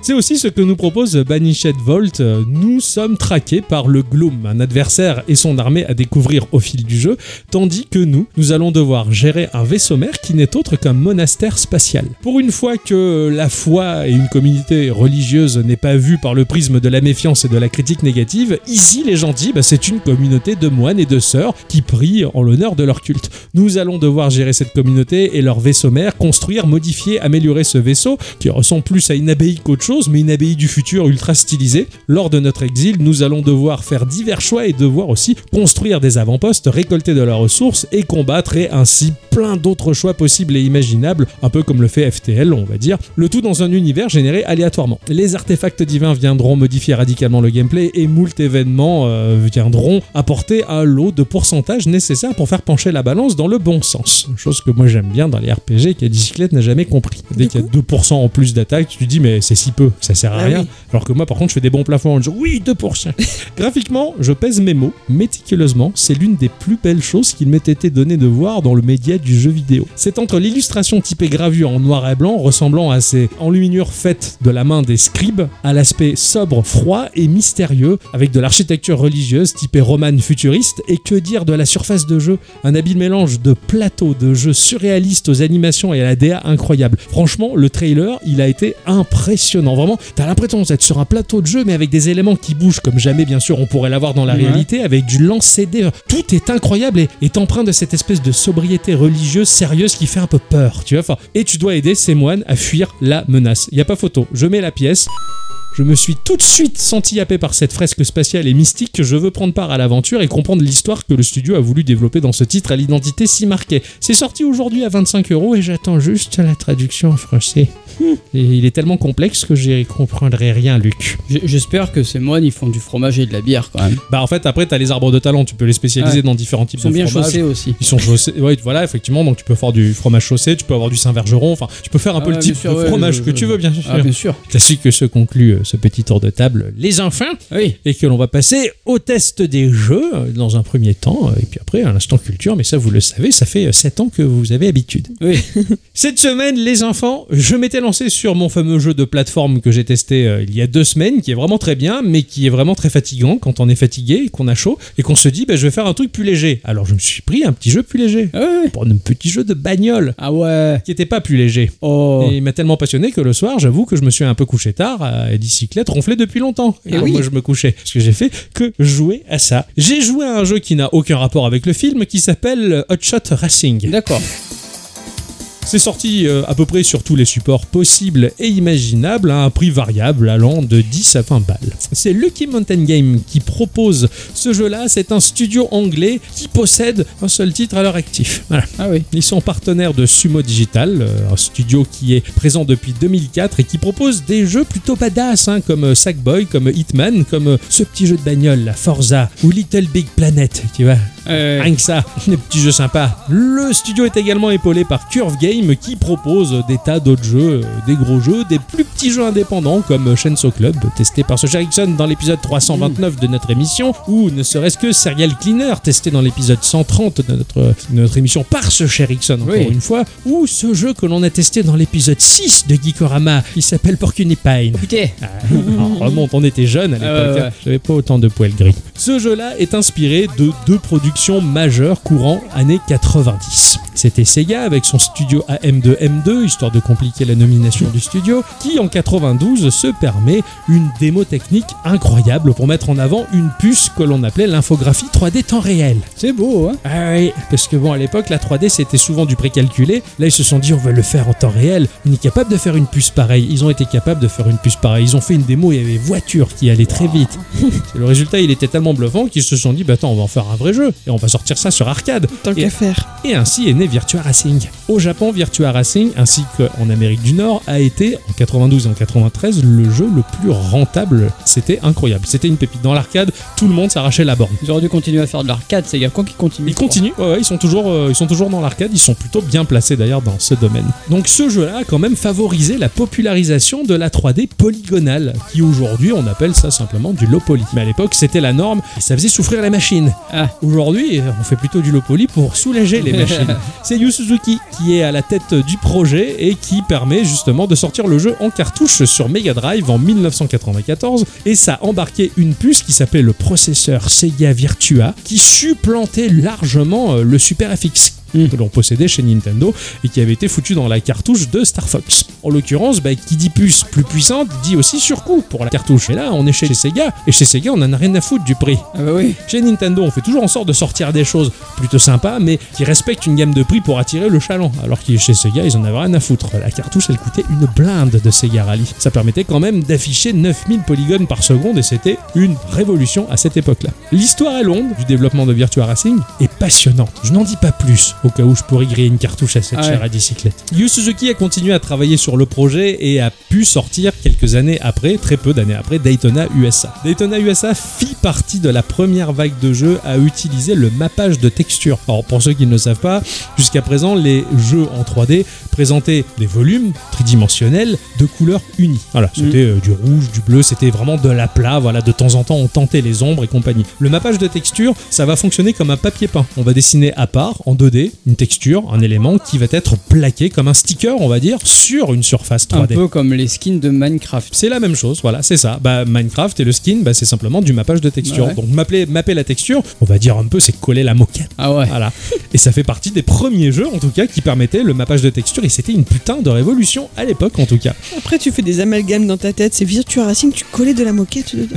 A: C'est aussi ce que nous propose Banished Vault. Euh, Nous sommes traqués par le Gloom, un adversaire et son armée à découvrir au fil du jeu, tandis que nous, nous allons devoir gérer un vaisseau mère qui n'est autre qu'un monastère spatial. Pour une fois que la foi et une communauté religieuse n'est pas vue par le prisme de la méfiance et de la critique négative, ici les gentils, bah, c'est une communauté de moines et de sœurs qui prient en l'honneur de leur culte. Nous allons devoir gérer cette communauté et leur vaisseau mère, construire, modifier, améliorer ce vaisseau qui ressemble plus à une abbaye qu'autre chose, mais une abbaye du futur ultra stylisée. Lors de notre exil, nous allons devoir faire divers choix et devoir aussi construire des avant-postes, récolter de la ressource et combattre et ainsi plein d'autres choix possibles et imaginables, un peu comme le fait FTL, on va dire. Le tout dans un univers généré aléatoirement. Les artefacts divins viendront modifier radicalement le gameplay et moult événements euh, viendront apporter un lot de pourcentage nécessaire pour faire pencher la balance dans le bon sens. Chose que moi j'aime bien dans les RPG que Dicyclette n'a jamais compris. Dès
C: Du
A: qu'il y a 2% en plus d'attaque, tu te dis mais c'est si peu, ça sert à
C: Ah
A: rien.
C: oui.
A: Alors que moi par contre je fais des bons plafonds en disant oui 2%. Graphiquement, je pèse mes mots méticuleusement. C'est l'une des plus belles choses qu'il m'ait été donné de voir dans le média du jeu vidéo. C'est entre l'illustration typée gravure en noir et blanc, ressemblant à ces enluminures faites de la main des scribes, à l'aspect sobre, froid et mystérieux, avec de l'architecture religieuse typée romane futuriste, et que dire de la surface de jeu un habile mélange de plateaux, de jeux surréalistes aux animations et à la DA incroyable. Franchement, le trailer, il a été impressionnant. Vraiment, t'as l'impression d'être sur un plateau de jeu, mais avec des éléments qui bougent comme jamais, bien sûr, on pourrait l'avoir dans la
B: Ouais.
A: réalité, avec du lancer dé Tout est incroyable et est empreint de cette espèce de sobriété religieuse sérieuse qui fait un peu peur, tu vois. Enfin, et tu dois aider ces moines à fuir la menace. Y a pas photo. Je mets la pièce. Je me suis tout de suite senti happé par cette fresque spatiale et mystique que je veux prendre part à l'aventure et comprendre l'histoire que le studio a voulu développer dans ce titre à l'identité si marquée. C'est sorti aujourd'hui à 25 euros et j'attends juste la traduction en français. Et il est tellement complexe que j'y comprendrai rien, Luc.
B: J- J'espère que ces moines, ils font du fromage et de la bière quand même.
A: Bah en fait, après, t'as les arbres de talent, tu peux les spécialiser
B: Ouais.
A: dans différents types
B: Ils sont
A: de
B: bien
A: fromages.
B: chaussés aussi.
A: Ils sont chaussés, ouais, voilà, effectivement, donc tu peux faire du fromage chaussé, tu peux avoir du Saint-Vergeron, enfin, tu peux faire un peu
B: Ah
A: le
B: ouais,
A: type
B: bien sûr,
A: de
B: ouais,
A: fromage
B: je-
A: que tu veux, bien sûr.
B: Ah, bien sûr.
A: C'est ainsi que se conclut euh, ce petit tour de table, les enfants.
B: Oui.
A: et que l'on va passer au test des jeux euh, dans un premier temps, euh, et puis après à l'instant culture, mais ça vous le savez, ça fait 7 ans que vous avez habitude.
B: Oui.
A: Cette semaine, les enfants, je m'étais lancé sur mon fameux jeu de plateforme que j'ai testé euh, il y a deux semaines, qui est vraiment très bien, mais qui est vraiment très fatigant quand on est fatigué, qu'on a chaud, et qu'on se dit, bah, je vais faire un truc plus léger. Alors je me suis pris un petit jeu plus léger,
B: Ah ouais.
A: pour un petit jeu de bagnole,
B: Ah ouais.
A: qui n'était pas plus léger.
B: Oh.
A: Et il m'a tellement passionné que le soir, j'avoue que je me suis un peu couché tard euh, et bicyclette ronflait depuis longtemps. Et
B: Ah
A: donc,
B: oui.
A: moi, je me couchais. Ce que j'ai fait que jouer à ça. J'ai joué à un jeu qui n'a aucun rapport avec le film qui s'appelle Hot Shot Racing.
B: D'accord.
A: C'est sorti euh, à peu près sur tous les supports possibles et imaginables à un prix variable allant de 10 à 20 balles. C'est Lucky Mountain Game qui propose ce jeu-là. C'est un studio anglais qui possède un seul titre à leur actif. Voilà.
B: Ah oui.
A: Ils sont partenaires de Sumo Digital, euh, un studio qui est présent depuis 2004 et qui propose des jeux plutôt badass, hein, comme euh, Sackboy, comme Hitman, comme euh, ce petit jeu de bagnole, la Forza, ou Little Big Planet, tu vois.
B: Euh,
A: Rien que ça, des petits jeux sympas. Le studio est également épaulé par Curve Game qui propose des tas d'autres jeux, euh, des gros jeux, des plus petits jeux indépendants comme Shenso Club, testé par Sacha Erickson dans l'épisode 329 de notre émission, ou ne serait-ce que Serial Cleaner, testé dans l'épisode 130 de notre, de notre émission par ce cher Erickson encore
B: Oui.
A: une fois, ou ce jeu que l'on a testé dans l'épisode 6 de Geekorama qui s'appelle Porcunipine.
B: putain.
A: Ah, on remonte, on était jeunes à
B: Ah
A: l'époque.
B: ouais,
A: hein.
B: ouais.
A: J'avais pas autant de poils gris. Ce jeu-là est inspiré de deux productions majeures courant années 90. C'était Sega avec son studio AM2M2, histoire de compliquer la nomination du studio, qui en 92 se permet une démo technique incroyable pour mettre en avant une puce que l'on appelait l'infographie 3D temps réel.
B: C'est beau, hein
A: Ah oui, parce que bon, à l'époque, la 3D, c'était souvent du précalculé. Là, ils se sont dit, on veut le faire en temps réel. On est capable de faire une puce pareille. Ils ont été capables de faire une puce pareille. Ils ont fait une démo, il y avait voiture qui allait très vite. Et le résultat, il était tellement bluffant qu'ils se sont dit, bah attends, on va en faire un vrai jeu. Et on va sortir ça sur arcade.
C: Tant
A: Et-
C: qu'à faire.
A: Et ainsi est né Virtua Racing. Au Japon, Virtua Racing, ainsi qu'en Amérique du Nord, a été, en 92 et en 93, le jeu le plus rentable. C'était incroyable. C'était une pépite. Dans l'arcade, tout le monde s'arrachait la borne.
B: Ils auraient dû continuer à faire de l'arcade, ces gars. Quand qu'ils continuent
A: Ils continuent, ouais, ouais, ils, sont toujours, euh, ils sont toujours dans l'arcade, ils sont plutôt bien placés d'ailleurs dans ce domaine. Donc ce jeu-là a quand même favorisé la popularisation de la 3D polygonale, qui aujourd'hui on appelle ça simplement du low poly. Mais à l'époque c'était la norme et ça faisait souffrir les machines.
B: Ah.
A: Aujourd'hui on fait plutôt du low poly pour soulager les machines. C'est Yu Suzuki qui est à la tête du projet et qui permet justement de sortir le jeu en cartouche sur Mega Drive en 1994 et ça embarquait une puce qui s'appelait le processeur Sega Virtua qui supplantait largement euh, le Super FX
B: Mm.
A: que l'on possédait chez Nintendo et qui avait été foutu dans la cartouche de Star Fox. En l'occurrence, bah, qui dit puce plus puissante dit aussi surcoût pour la cartouche. Et là, on est chez Sega et chez Sega, on en a rien à foutre du prix.
B: Ah bah oui.
A: Chez Nintendo, on fait toujours en sorte de sortir des choses plutôt sympas, mais qui respectent une gamme de prix pour attirer le chaland. Alors que chez Sega, ils en avaient rien à foutre. La cartouche, elle coûtait une blinde de Sega Rally. Ça permettait quand même d'afficher 9000 polygones par seconde et c'était une révolution à cette époque-là. L'histoire est longue du développement de Virtua Racing est passionnante. Je n'en dis pas plus, au cas où je pourrais griller une cartouche à cette
B: Ah ouais.
A: chère à bicyclette. Yu Suzuki a continué à travailler sur le projet et a pu sortir quelques années après, très peu d'années après, Daytona USA. Daytona USA fit partie de la première vague de jeux à utiliser le mappage de textures. Alors pour ceux qui ne le savent pas, jusqu'à présent les jeux en 3D présentaient des volumes tridimensionnels de couleurs unies.
B: Mm.
A: Voilà, c'était euh, du rouge, du bleu, c'était vraiment de la plat, voilà, de temps en temps on tentait les ombres et compagnie. Le mappage de texture, ça va fonctionner comme un papier peint. On va dessiner à part, en 2D, une texture, un élément qui va être plaqué comme un sticker, on va dire, sur une surface
B: Un
A: 3D.
B: peu comme les skins de Minecraft.
A: C'est la même chose, voilà, c'est ça. Bah, Minecraft et le skin, bah, c'est simplement du mappage de texture.
B: Ouais.
A: Donc mapper, mapper la texture, on va dire un peu, c'est coller la moquette.
B: Ah ouais.
A: Voilà. Et ça fait partie des premiers jeux, en tout cas, qui permettaient le mappage de texture. Et c'était une putain de révolution à l'époque, en tout cas.
C: Après, tu fais des amalgames dans ta tête. C'est Virtua Racing, tu collais de la moquette dedans.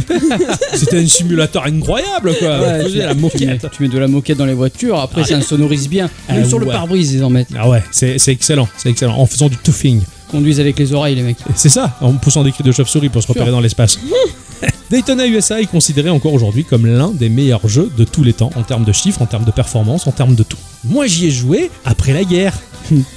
A: C'était un simulateur incroyable, quoi.
B: Ouais,
A: Vous faisiez la
B: tu- tu,
A: moquette.
B: mets, tu mets de la moquette dans les voitures, après ça insonorise bien.
A: Ah,
B: Même sur le
A: ouais.
B: pare-brise, ils en mettent.
A: Ah ouais, c'est c'est excellent, c'est excellent. En faisant du toughing.
B: Ils conduisent avec les oreilles, les mecs.
A: C'est ça, en poussant des cris de chauve-souris pour se repérer
B: Sûr.
A: dans l'espace. Daytona USA est considéré encore aujourd'hui comme l'un des meilleurs jeux de tous les temps, en termes de chiffres, en termes de performance, en termes de tout. Moi j'y ai joué après la guerre.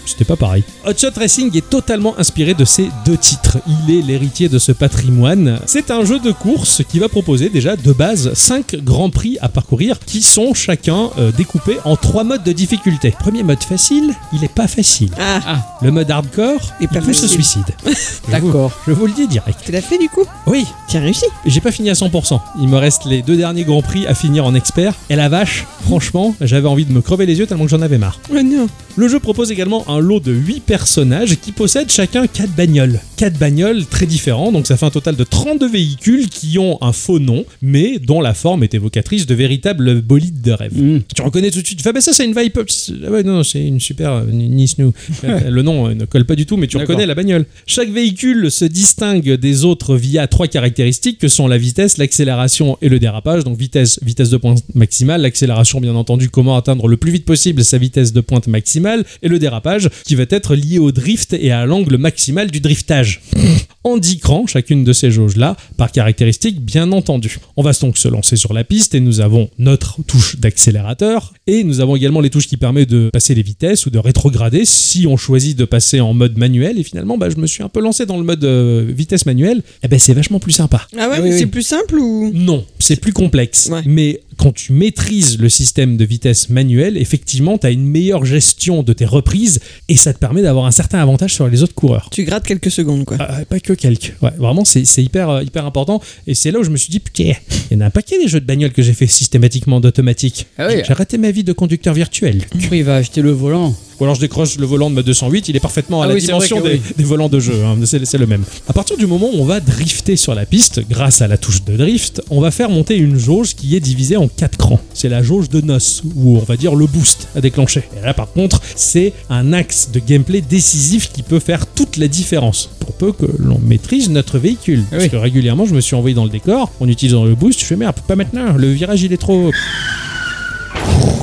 A: C'était pas pareil. Hot Shot Racing est totalement inspiré de ces deux titres. Il est l'héritier de ce patrimoine. C'est un jeu de course qui va proposer déjà de base 5 grands prix à parcourir qui sont chacun euh, découpés en trois modes de difficulté. Premier mode facile, il est pas facile.
C: Ah,
A: Le mode hardcore,
C: Et
A: et
C: pas
A: il pousse au
C: facile.
A: suicide. Je vous-
B: D'accord.
A: je vous le dis direct.
C: tu l'as fait du coup
A: Oui,
C: Tu as réussi
A: j'ai pas fini à 100%. Il me reste les deux derniers grands prix à finir en expert. Et la vache, franchement, j'avais envie de me crever les yeux tellement que j'en avais marre.
C: Oh non.
A: Le jeu propose également un lot de 8 personnages qui possèdent chacun 4 bagnoles. 4 bagnoles très différents, donc ça fait un total de 32 véhicules qui ont un faux nom, mais dont la forme est évocatrice de véritables bolides de rêve.
B: Mm.
A: Tu reconnais tout de suite. Tu fais, Ah ben ça, c'est une Viper. Ah ouais, non, non, c'est une super euh, une Nice New. Euh, Le nom euh, ne colle pas du tout, mais tu
B: D'accord.
A: reconnais la bagnole. Chaque véhicule se distingue des autres via trois caractéristiques que sont la vitesse, l'accélération et le dérapage. Donc vitesse, vitesse de pointe maximale, l'accélération bien entendu, comment atteindre le plus vite possible sa vitesse de pointe maximale et le dérapage qui va être lié au drift et à l'angle maximal du driftage en 10 crans chacune de ces jauges-là, par caractéristique bien entendu. On va donc se lancer sur la piste et nous avons notre touche d'accélérateur et nous avons également les touches qui permettent de passer les vitesses ou de rétrograder si on choisit de passer en mode manuel et finalement bah, je me suis un peu lancé dans le mode euh, vitesse manuelle, eh ben, c'est vachement plus sympa.
C: Ah ouais,
B: Oui,
C: mais
B: oui.
C: c'est plus simple ou
A: Non, c'est plus complexe.
C: Ouais.
A: Mais quand tu maîtrises le système de vitesse manuelle, effectivement, tu as une meilleure gestion de tes reprises et ça te permet d'avoir un certain avantage sur les autres coureurs.
C: Tu grattes quelques secondes, quoi.
A: Ah, pas que quelques. Ouais, vraiment, c'est c'est hyper, euh, hyper important. Et c'est là où je me suis dit, putain, il y en a un paquet des jeux de bagnole que j'ai fait systématiquement d'automatique.
B: Ah oui.
A: J'ai raté ma vie de conducteur virtuel.
B: Après, il va acheter le volant.
A: Ou alors je décroche le volant de ma 208, il est parfaitement à
B: Ah
A: la
B: oui, c'est
A: dimension
B: vrai
A: des,
B: que
A: des volants de jeu. hein, c'est c'est le même. À partir du moment où on va drifter sur la piste, grâce à la touche de drift, on va faire monter une jauge qui est divisée en quatre crans. C'est la jauge de noces, ou on va dire le boost à déclencher. Et là par contre, c'est un axe de gameplay décisif qui peut faire toute la différence, pour peu que l'on maîtrise notre véhicule.
B: Ah
A: Parce
B: oui.
A: que régulièrement, je me suis envoyé dans le décor, en utilisant le boost, je fais merde, pas maintenant, le virage il est trop...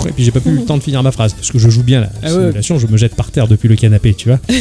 A: Et puis j'ai pas pu le temps de finir ma phrase, parce que je joue bien la
B: Ah ouais.
A: simulation, je me jette par terre depuis le canapé, tu vois. Pour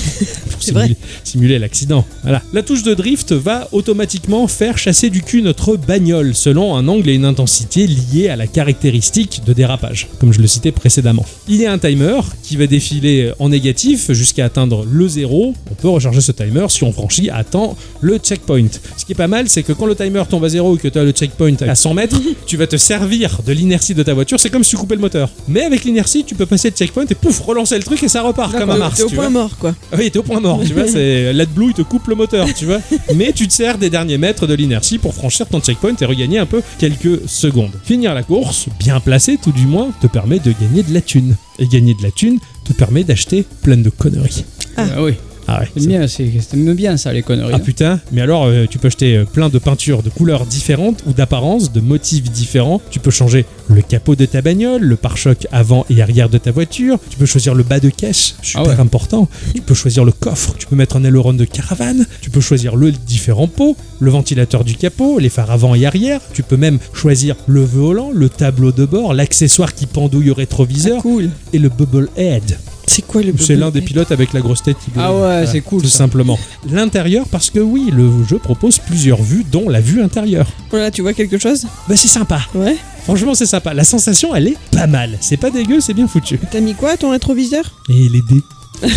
C: C'est vrai.
A: simuler, simuler l'accident. Voilà. La touche de drift va automatiquement faire chasser du cul notre bagnole, selon un angle et une intensité liés à la caractéristique de dérapage, comme je le citais précédemment. Il y a un timer qui va défiler en négatif jusqu'à atteindre le zéro. On peut recharger ce timer si on franchit à temps le checkpoint. Ce qui est pas mal, c'est que quand le timer tombe à zéro et que tu as le checkpoint à 100 mètres, tu vas te servir de l'inertie de ta voiture. C'est comme si tu coupais le moteur. Mais avec l'inertie, tu peux passer le checkpoint et pouf, relancer le truc et ça repart comme un
C: T'es-
A: Mars.
C: T'es au
A: tu vois.
C: point mort, quoi.
A: Ah Oui, t'es au point mort, tu vois, c'est l'AdBlue, il te coupe le moteur, tu vois. Mais tu te sers des derniers mètres de l'inertie pour franchir ton checkpoint et regagner un peu quelques secondes. Finir la course, bien placé tout du moins, te permet de gagner de la thune. Et gagner de la thune te permet d'acheter plein de conneries.
C: Ah.
B: Ah oui,
A: Ah ouais.
B: c'est
A: c'est-
B: bien, c'est- c'est même bien ça, les conneries. hein.
A: Ah putain, mais alors euh, tu peux acheter euh, plein de peintures de couleurs différentes ou d'apparences, de motifs différents. Tu peux changer le capot de ta bagnole, le pare-choc avant et arrière de ta voiture. Tu peux choisir le bas de caisse, super
B: Ah ouais.
A: important. Tu peux choisir le coffre, tu peux mettre un aileron de caravane. Tu peux choisir le différent pot, le ventilateur du capot, les phares avant et arrière. Tu peux même choisir le volant, le tableau de bord, l'accessoire qui pendouille au
B: Ah,
A: rétroviseur
C: Cool.
A: et le bubble head.
C: C'est quoi le
A: C'est
C: bubble
A: l'un des
C: head
A: pilotes avec la grosse tête qui
B: Ah ouais, c'est cool,
A: Tout
B: ça.
A: simplement. L'intérieur, parce que oui, le jeu propose plusieurs vues, dont la vue intérieure.
C: Oh là, tu vois quelque chose
A: Bah, c'est sympa.
C: Ouais.
A: Franchement, c'est sympa. La sensation, elle est pas mal. C'est pas dégueu, c'est bien foutu.
C: T'as mis quoi à ton rétroviseur
A: Et les dés.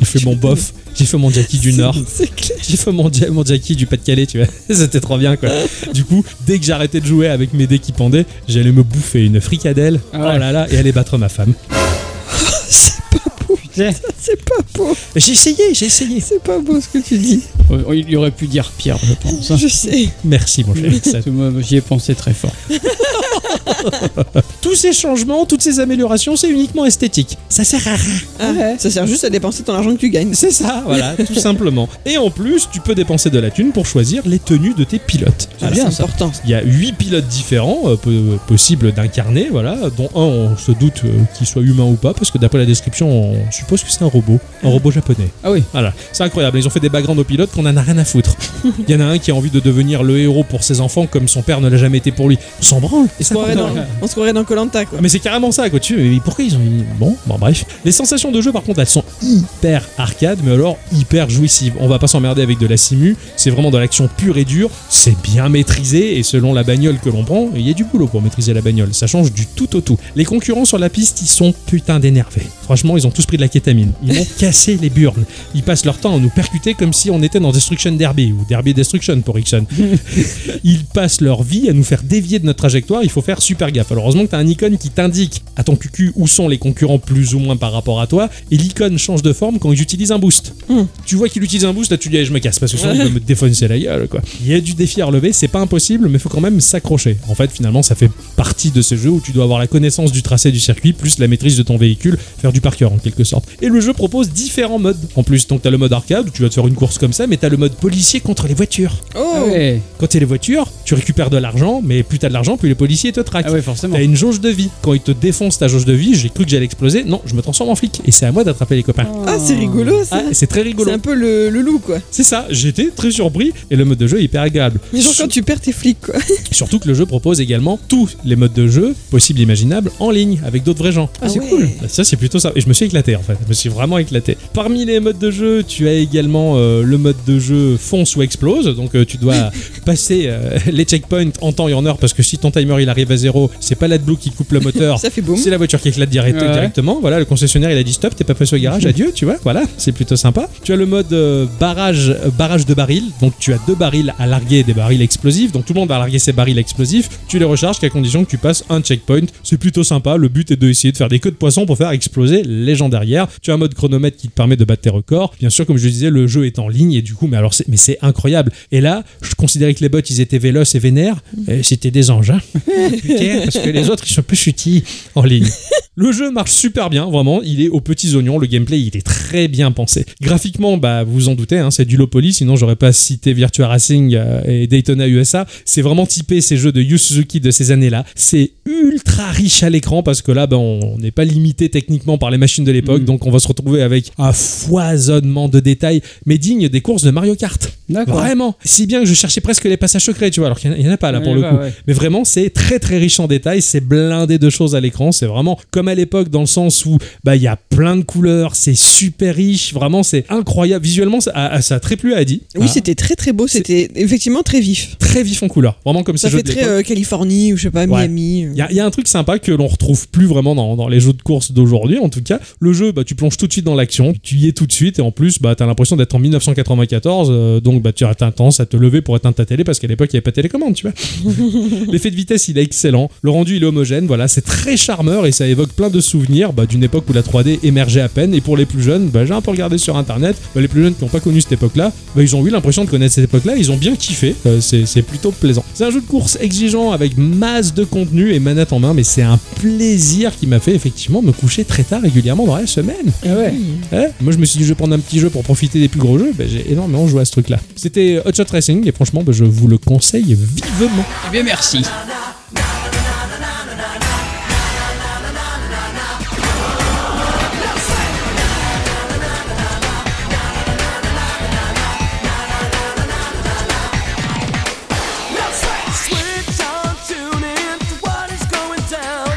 A: J'ai fait mon bof. J'ai fait mon Jackie du Nord.
C: C'est clair.
A: J'ai fait mon, ja- mon Jackie du Pas-de-Calais, tu vois. C'était trop bien, quoi. Du coup, dès que j'arrêtais de jouer avec mes dés qui pendaient, j'allais me bouffer une fricadelle.
B: Ah ouais.
A: Oh là là, et aller battre ma femme.
C: C'est pas beau.
B: Putain.
C: C'est pas beau.
A: J'ai essayé, j'ai essayé.
C: C'est pas beau ce que tu dis.
B: Oh, Il aurait pu dire pire, je pense. hein.
C: Je sais.
A: Merci, mon cher. Ça
B: Parce que moi, J'y ai pensé très fort.
A: Tous ces changements, toutes ces améliorations, c'est uniquement esthétique. Ça sert à rien.
C: Ah,
B: Ouais.
C: Ça sert juste à dépenser ton argent que tu gagnes.
A: C'est ça, voilà, tout simplement. Et en plus, tu peux dépenser de la thune pour choisir les tenues de tes pilotes.
B: Ah, bien,
C: C'est
B: ça.
C: important.
A: Il y a huit pilotes différents euh, peu- euh, possibles d'incarner, voilà, dont un on se doute euh, qu'il soit humain ou pas, parce que d'après la description, on suppose que c'est un robot, un robot japonais.
B: Ah oui.
A: Voilà, c'est incroyable. Ils ont fait des backgrounds aux pilotes qu'on en a rien à foutre. Il y en a un qui a envie de devenir le héros pour ses enfants comme son père ne l'a jamais été pour lui. On s'en branle.
C: On se croirait dans- On se croirait dans Colanta, quoi.
A: Ah, Mais c'est carrément ça, quoi. Tu mais pourquoi ils ont mis. Bon, bon, bref. Les sensations de jeu, par contre, elles sont hyper arcade, mais alors hyper jouissives. On va pas s'emmerder avec de la simu. C'est vraiment de l'action pure et dure. C'est bien maîtrisé, et selon la bagnole que l'on prend, il y a du boulot pour maîtriser la bagnole. Ça change du tout au tout. Les concurrents sur la piste, ils sont putain d'énervés. Franchement, ils ont tous pris de la kétamine. Ils m'ont cassé les burnes. Ils passent leur temps à nous percuter comme si on était dans Destruction Derby, ou Derby Destruction pour Ixon. Ils passent leur vie à nous faire dévier de notre trajectoire, il faut faire super gaffe. Alors heureusement que t'as un icône qui t'indique à ton cucu où sont les concurrents plus ou moins par rapport à toi, et l'icône change de forme quand ils utilisent un boost.
C: Hmm.
A: Tu vois qu'il utilise un boost, là tu dis allez, je me casse parce que sinon il va me défoncer la gueule quoi. Il y a du défi à relever, c'est pas impossible, mais faut quand même s'accrocher. En fait finalement ça fait partie de ces jeux où tu dois avoir la connaissance du tracé du circuit, plus la maîtrise de ton véhicule, faire du parkour en quelque sorte. Et le jeu propose différents modes. En plus, donc t'as le mode arcade où tu vas te faire une course comme ça, mais t'as le mode policier contre les voitures.
B: Ah
C: Oh
B: ouais.
A: Quand t'es les voitures, tu récupères de l'argent, mais plus t'as de l'argent, plus les policiers te traquent.
B: Ah ouais, forcément.
A: T'as une jauge de vie. Quand ils te défoncent ta jauge de vie, j'ai cru que j'allais exploser. Non, je me transforme en flic. Et c'est à moi d'attraper les copains.
C: Ah, c'est rigolo, ça.
A: Ah, et c'est très rigolo.
C: C'est un peu le, le loup, quoi.
A: C'est ça, j'étais très surpris et le mode de jeu est hyper agréable.
C: Mais genre quand tu perds tes flics, quoi.
A: Surtout que le jeu propose également tous les modes de jeu possibles et imaginables en ligne avec d'autres vrais gens.
C: Ah, c'est
A: Ouais.
C: cool.
A: Ça c'est plutôt ça. Et je me suis éclaté en fait. Je me suis vraiment éclaté. Parmi les modes de jeu, tu as également euh, le mode de jeu fonce ou explose. Donc euh, tu dois passer euh, les checkpoints en temps et en heure parce que si ton timer il arrive à zéro, c'est pas l'AdBlue qui coupe le moteur.
C: Ça fait boum.
A: C'est la voiture qui éclate direct-
B: Ouais.
A: directement. Voilà, le concessionnaire il a dit stop, t'es pas passé au garage, adieu, tu vois. Voilà, c'est plutôt sympa. Tu as le mode euh, barrage, euh, barrage de barils. Donc tu as deux barils à larguer et des barils explosifs. Donc tout le monde va larguer ses barils explosifs. Tu les recharges qu'à condition que tu passes un checkpoint. C'est plutôt sympa. Le but est d'essayer de faire des queues de poisson pour faire exploser les gens derrière. Tu as un mode chronomètre qui te permet de battre tes records. Bien sûr, comme je le disais, le jeu est en ligne et du coup, mais alors c'est, mais c'est incroyable. Et là, je considérais que les bots, ils étaient véloces et vénères. Et c'était des anges. hein. Putain, parce que les autres, ils sont plus chutis en ligne. Le jeu marche super bien, vraiment. Il est aux petits oignons. Le gameplay, il est très bien pensé. Graphiquement, bah, vous vous en doutez, hein, c'est du low poly. Sinon, j'aurais pas cité Virtua Racing euh, et Daytona USA. C'est vraiment typé ces jeux de Yu Suzuki de ces années-là. C'est ultra riche à l'écran parce que là, bah, on n'est pas limité techniquement par les machines de l'époque.
B: Mhm.
A: Donc, on va se retrouver avec un foisonnement de détails, mais digne des courses de Mario Kart.
B: D'accord.
A: Vraiment. Si bien que je cherchais presque les passages secrets, tu vois, alors qu'il n'y en a pas là pour
B: Ouais,
A: le
B: bah
A: coup.
B: ouais.
A: Mais vraiment, c'est très très riche en détails, c'est blindé de choses à l'écran, c'est vraiment comme à l'époque dans le sens où bah il y a plein de couleurs, c'est super riche, vraiment c'est incroyable visuellement ça a, ça a très plu à Adi.
C: Oui,
A: Ah,
C: c'était très très beau, c'était effectivement très vif.
A: très vif en couleurs, vraiment comme ces
C: Ça
A: jeux
C: fait
A: de
C: très
A: l'époque.
C: euh, Californie ou je sais pas,
A: Ouais.
C: Miami. euh.
A: Il y, a- il y a un truc sympa que l'on retrouve plus vraiment dans, dans les jeux de course d'aujourd'hui, en tout cas. Le jeu, bah, tu plonges tout de suite dans l'action, tu y es tout de suite, et en plus, bah, tu as l'impression d'être en 1994, euh, donc bah, tu as un temps à te lever pour éteindre ta télé, parce qu'à l'époque, il n'y avait pas de télécommande, tu vois. L'effet de vitesse, il est excellent. Le rendu, il est homogène. Voilà, c'est très charmeur et ça évoque plein de souvenirs bah, d'une époque où la 3D émergeait à peine. Et pour les plus jeunes, bah, j'ai un peu regardé sur internet. bah, les plus jeunes qui n'ont pas connu cette époque-là, bah, ils ont eu l'impression de connaître cette époque-là. Ils ont bien kiffé. Euh, c'est c'est plutôt plaisant. C'est un jeu de course exigeant avec masse de contenu et manette en main, mais c'est un plaisir qui m'a fait effectivement me coucher très tard régulièrement dans la semaine.
B: Ah ouais.
A: Hein Moi, je me suis dit, je vais prendre un petit jeu pour profiter des plus gros jeux. Bah, j'ai énormément joué à ce truc-là. C'était euh, Hot Shot Racing et franchement, bah, je vous le conseille vivement.
B: Eh bien, merci.
E: Switch on, tune in to what is going down.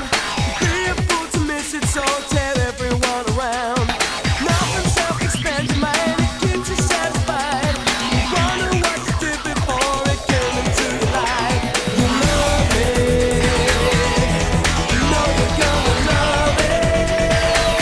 E: Be a fool to miss it, so tell everyone around. Nothing self-explanatory, it keeps you satisfied. Wonder what you did before it came into your life. You love it, you know you're gonna love it.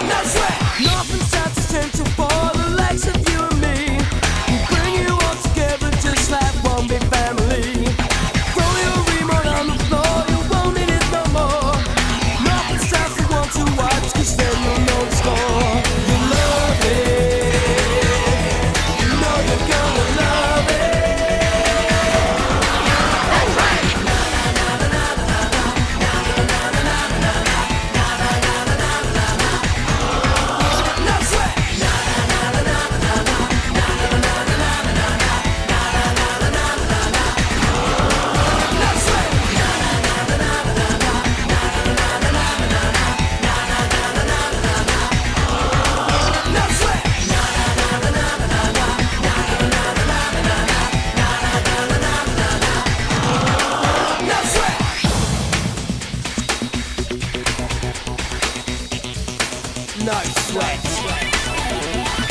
E: Nothing sounds essential for the likes of you and me. We bring you all together just like one big family. Throw your remote on the floor, you won't need it no more. Nothing sounds the one to watch, cause then you'll know the score. You love it. You know you're gonna love it. No sweat.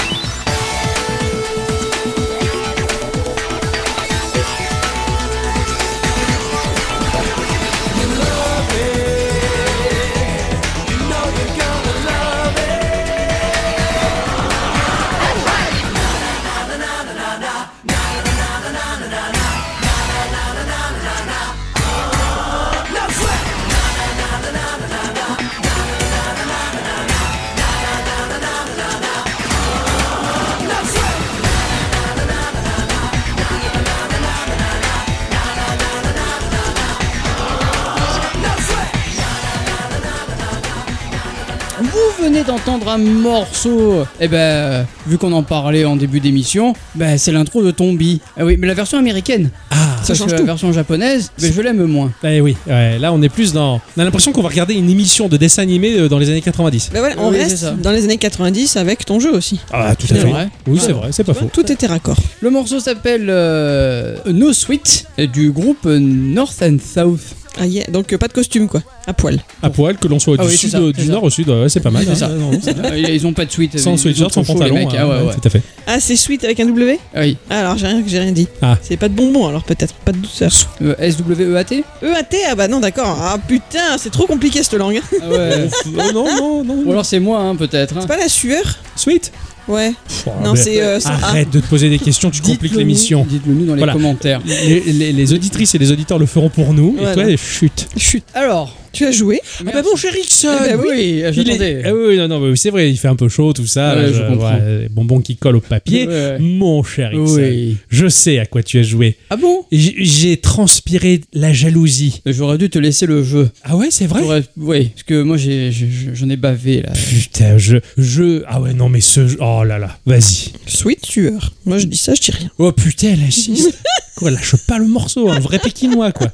B: Vous venez d'entendre un morceau. Eh ben, euh, vu qu'on en parlait en début d'émission, ben, c'est l'intro de Tombi. Ah oui, mais la version américaine.
A: Ah,
B: Ça change La version japonaise, ben, je l'aime moins.
A: Eh oui, ouais, là on est plus dans. On a l'impression qu'on va regarder une émission de dessin animé euh, dans les années 90.
C: Bah voilà, on
B: Oui, c'est
C: reste
B: ça.
C: dans les années 90 avec ton jeu aussi.
A: Ah, tout
B: C'est vrai.
A: Oui, c'est vrai, c'est pas faux.
C: Tout était raccord.
B: Le morceau s'appelle euh, No Sweet du groupe euh, North and South.
C: Ah, yeah. Donc, euh, pas de costume, quoi. À poil.
A: À poil, que l'on soit
B: Ah
A: du,
B: oui, c'est
A: sud,
B: ça,
A: euh,
B: c'est
A: du
B: ça.
A: nord au sud, ouais, c'est pas mal.
B: C'est
A: hein.
B: ça.
A: Ouais, non, non, c'est-
B: Ah, Ils ont pas de suite.
A: sans
B: ils ont
A: sweatshirt,
B: trop
A: sans
B: chaud, les
A: pantalon.
B: mecs.
A: hein,
B: Ah ouais,
A: ouais,
B: ouais.
A: Tout à fait.
C: Ah, c'est sweet avec un W
B: Ah oui.
C: Ah, alors, j'ai rien, j'ai rien dit.
A: Ah.
C: C'est pas de bonbons, alors, peut-être. Pas de douceur.
B: Euh, SWEAT
C: EAT Ah, bah non, d'accord. Ah, putain, c'est trop compliqué cette langue. hein.
B: Ah ouais.
A: Oh, non, non, non.
B: Ou alors c'est moi, hein, peut-être. hein.
C: C'est pas la sueur
A: Sweet.
C: Ouais.
A: Pff, oh,
C: non,
A: mais-
C: c'est. euh, sans-
A: Arrête de te poser des questions, tu compliques
B: Dites-le-nous-
A: l'émission.
B: Dites-le nous dans les
A: Voilà.
B: commentaires.
A: Les, les- les auditrices et les auditeurs le feront pour nous.
C: Voilà.
A: Et toi, eh, chute.
C: Ah, chut.
B: Alors.
C: Tu as joué
A: Ah bah bon, chéri,
B: Eh ben oui,
A: Il est-
B: j'attendais.
A: Ah oui, non, non, mais c'est vrai, il fait un peu chaud, tout ça.
B: Ouais,
A: là,
B: je comprends.
A: ouais, les bonbons qui collent au papier.
B: Ouais, ouais.
A: Mon cher Ixon,
B: Oui.
A: je sais à quoi tu as joué.
B: Ah bon
A: J- J'ai transpiré la jalousie.
B: J'aurais dû te laisser le jeu.
A: Ah ouais, c'est vrai
B: J'aurais- Oui, parce que moi j'ai- j'ai- j'en ai bavé là.
A: Putain, je, je. Ah ouais, non, mais ce. jeu- Oh là là, vas-y.
C: Sweet sueur. Moi, je dis ça, je dis rien.
A: Oh putain, la six. quoi, lâche pas le morceau, un vrai pékinois, quoi.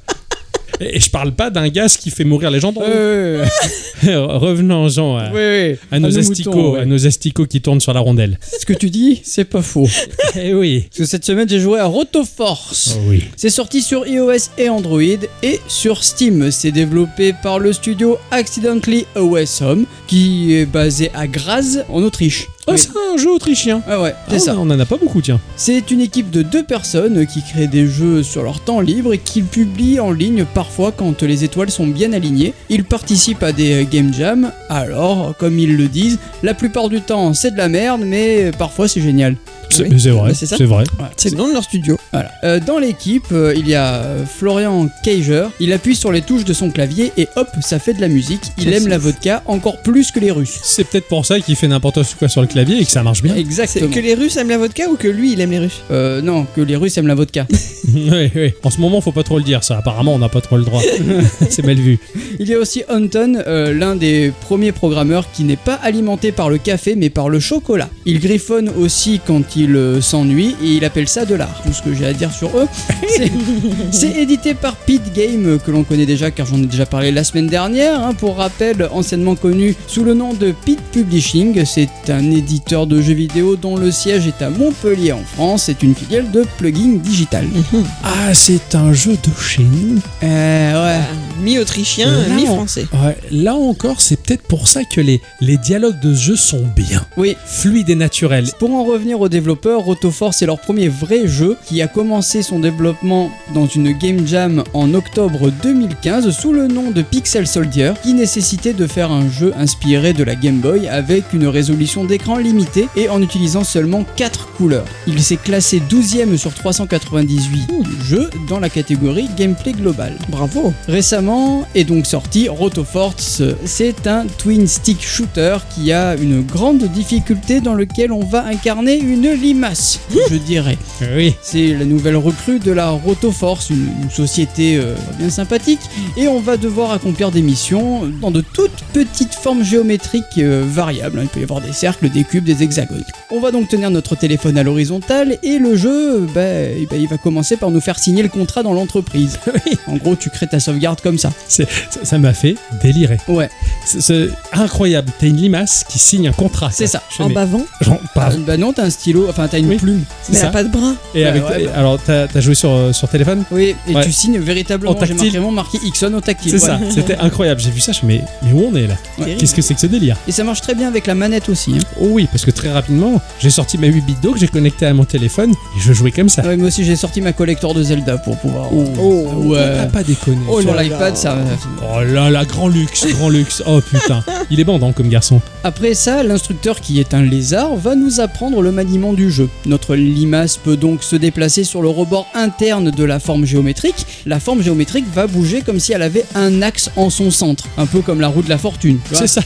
A: Et je parle pas d'un gaz qui fait mourir les gens dans le-
B: Euh,
A: Revenons-en à,
B: ouais, ouais.
A: à nos asticots,
B: moutons, ouais.
A: à nos asticots qui tournent sur la rondelle.
B: Ce que tu dis, c'est pas faux.
A: eh oui.
B: Parce que cette semaine j'ai joué à Rotoforce.
A: Oh oui.
B: C'est sorti sur iOS et Android et sur Steam. C'est développé par le studio Accidentally Awesome qui est basé à Graz en Autriche.
A: Oh,
B: Oui.
A: c'est un jeu autrichien.
B: Ah ouais, c'est
A: Ah,
B: ça.
A: On en a pas beaucoup, tiens.
B: C'est une équipe de deux personnes qui créent des jeux sur leur temps libre et qu'ils publient en ligne parfois quand les étoiles sont bien alignées. Ils participent à des euh, game jams, alors, comme ils le disent, la plupart du temps c'est de la merde, mais parfois c'est génial.
A: C'est
C: oui.
A: c'est vrai,
C: Bah, c'est ça.
A: c'est vrai.
C: C'est le nom de leur studio.
B: Voilà. Euh, dans l'équipe, euh, il y a euh, Florian Keijer. Il appuie sur les touches de son clavier et hop, ça fait de la musique. Il aime la vodka encore plus que les Russes.
A: C'est peut-être pour ça qu'il fait n'importe quoi sur le clavier et que ça marche bien.
B: Exactement.
C: C'est que les Russes aiment la vodka ou que lui, il aime les Russes
B: Euh, non, que les Russes aiment la vodka.
A: Oui, oui. En ce moment, faut pas trop le dire, ça. Apparemment, on n'a pas trop le droit. c'est mal vu.
B: Il y a aussi Anton, euh, l'un des premiers programmeurs qui n'est pas alimenté par le café mais par le chocolat. Il griffonne aussi quand il euh, s'ennuie et il appelle ça de l'art. Tout ce que j'ai à dire sur eux. C'est- C'est édité par Pete Game euh, que l'on connaît déjà car j'en ai déjà parlé la semaine dernière. hein. pour rappel, anciennement connu sous le nom de Pete Publishing, c'est un éditeur de jeux vidéo dont le siège est à Montpellier en France. C'est une filiale de Plugin Digital.
A: Ah, c'est un jeu de chez nous.
B: Euh, ouais.
C: Mi-autrichien,
A: Non.
C: mi-français.
A: Ouais, là encore, c'est peut-être pour ça que les, les dialogues de ce jeu sont bien.
B: Oui,
A: Fluides et naturels.
B: Pour en revenir aux développeurs, Rotoforce est leur premier vrai jeu qui a commencé son développement dans une game jam en octobre 2015 sous le nom de Pixel Soldier qui nécessitait de faire un jeu inspiré de la Game Boy avec une résolution d'écran limitée et en utilisant seulement 4 couleurs. Il s'est classé 12ème sur 398 jeux dans la catégorie gameplay global.
C: Bravo.
B: Récemment est donc sorti Rotoforce. C'est un twin stick shooter qui a une grande difficulté dans lequel on va incarner une limace, je dirais.
A: Oui.
B: C'est la nouvelle recrue de la Rotoforce, une, une société euh, bien sympathique, et on va devoir accomplir des missions dans de toutes petites formes géométriques euh, variables. Il peut y avoir des cercles, des cubes, des hexagones. On va donc tenir notre téléphone à l'horizontale et le jeu, euh, bah, eh ben, il va commencer par nous faire signer le contrat dans l'entreprise. En gros, tu crées ta sauvegarde comme ça.
A: Ça- Ça m'a fait délirer.
B: Ouais.
A: C'est- C'est incroyable. T'as une limace qui signe un contrat.
B: C'est ça.
A: Je
C: En
A: mets-
C: bavant,
A: Genre, paf,
B: Euh, Bah non, t'as un stylo, enfin t'as une
A: Ah. Oui.
B: plume.
A: c'est
C: mais elle a
A: ça.
C: pas de bras.
A: Et avec,
B: Ouais, ouais, bah.
A: Alors, t'as t'as joué sur, euh, sur téléphone
B: Oui, et
A: Ouais.
B: tu signes véritablement.
A: En
B: J'ai
A: tactile.
B: marqué, marqué Ixon au tactile.
A: C'est
B: voilà.
A: ça, c'était incroyable. J'ai vu ça, je me suis dit, mais, mais où on est là
C: Terrible.
A: Qu'est-ce que c'est que ce délire
B: Et ça marche très bien avec la manette aussi. hein.
A: Oh oui, parce que très rapidement, j'ai sorti ma 8 bits d'eau que j'ai connectée à mon téléphone et je jouais comme ça.
B: Ouais, Ah moi aussi j'ai sorti ma collector de Zelda pour pouvoir. euh,
A: Oh,
B: ouais.
A: t'as pas déconné.
B: Oh, sur
A: là
B: l'iPad, ça.
A: oh là là, grand luxe, grand luxe. Oh putain, il est bandant comme garçon.
B: Après ça, l'instructeur qui est un lézard va nous apprendre le maniement du jeu. Notre limace peut donc se déplacer sur le rebord interne de la forme géométrique. La forme géométrique va bouger comme si elle avait un axe en son centre, un peu comme la roue de la fortune. tu vois.
A: C'est ça,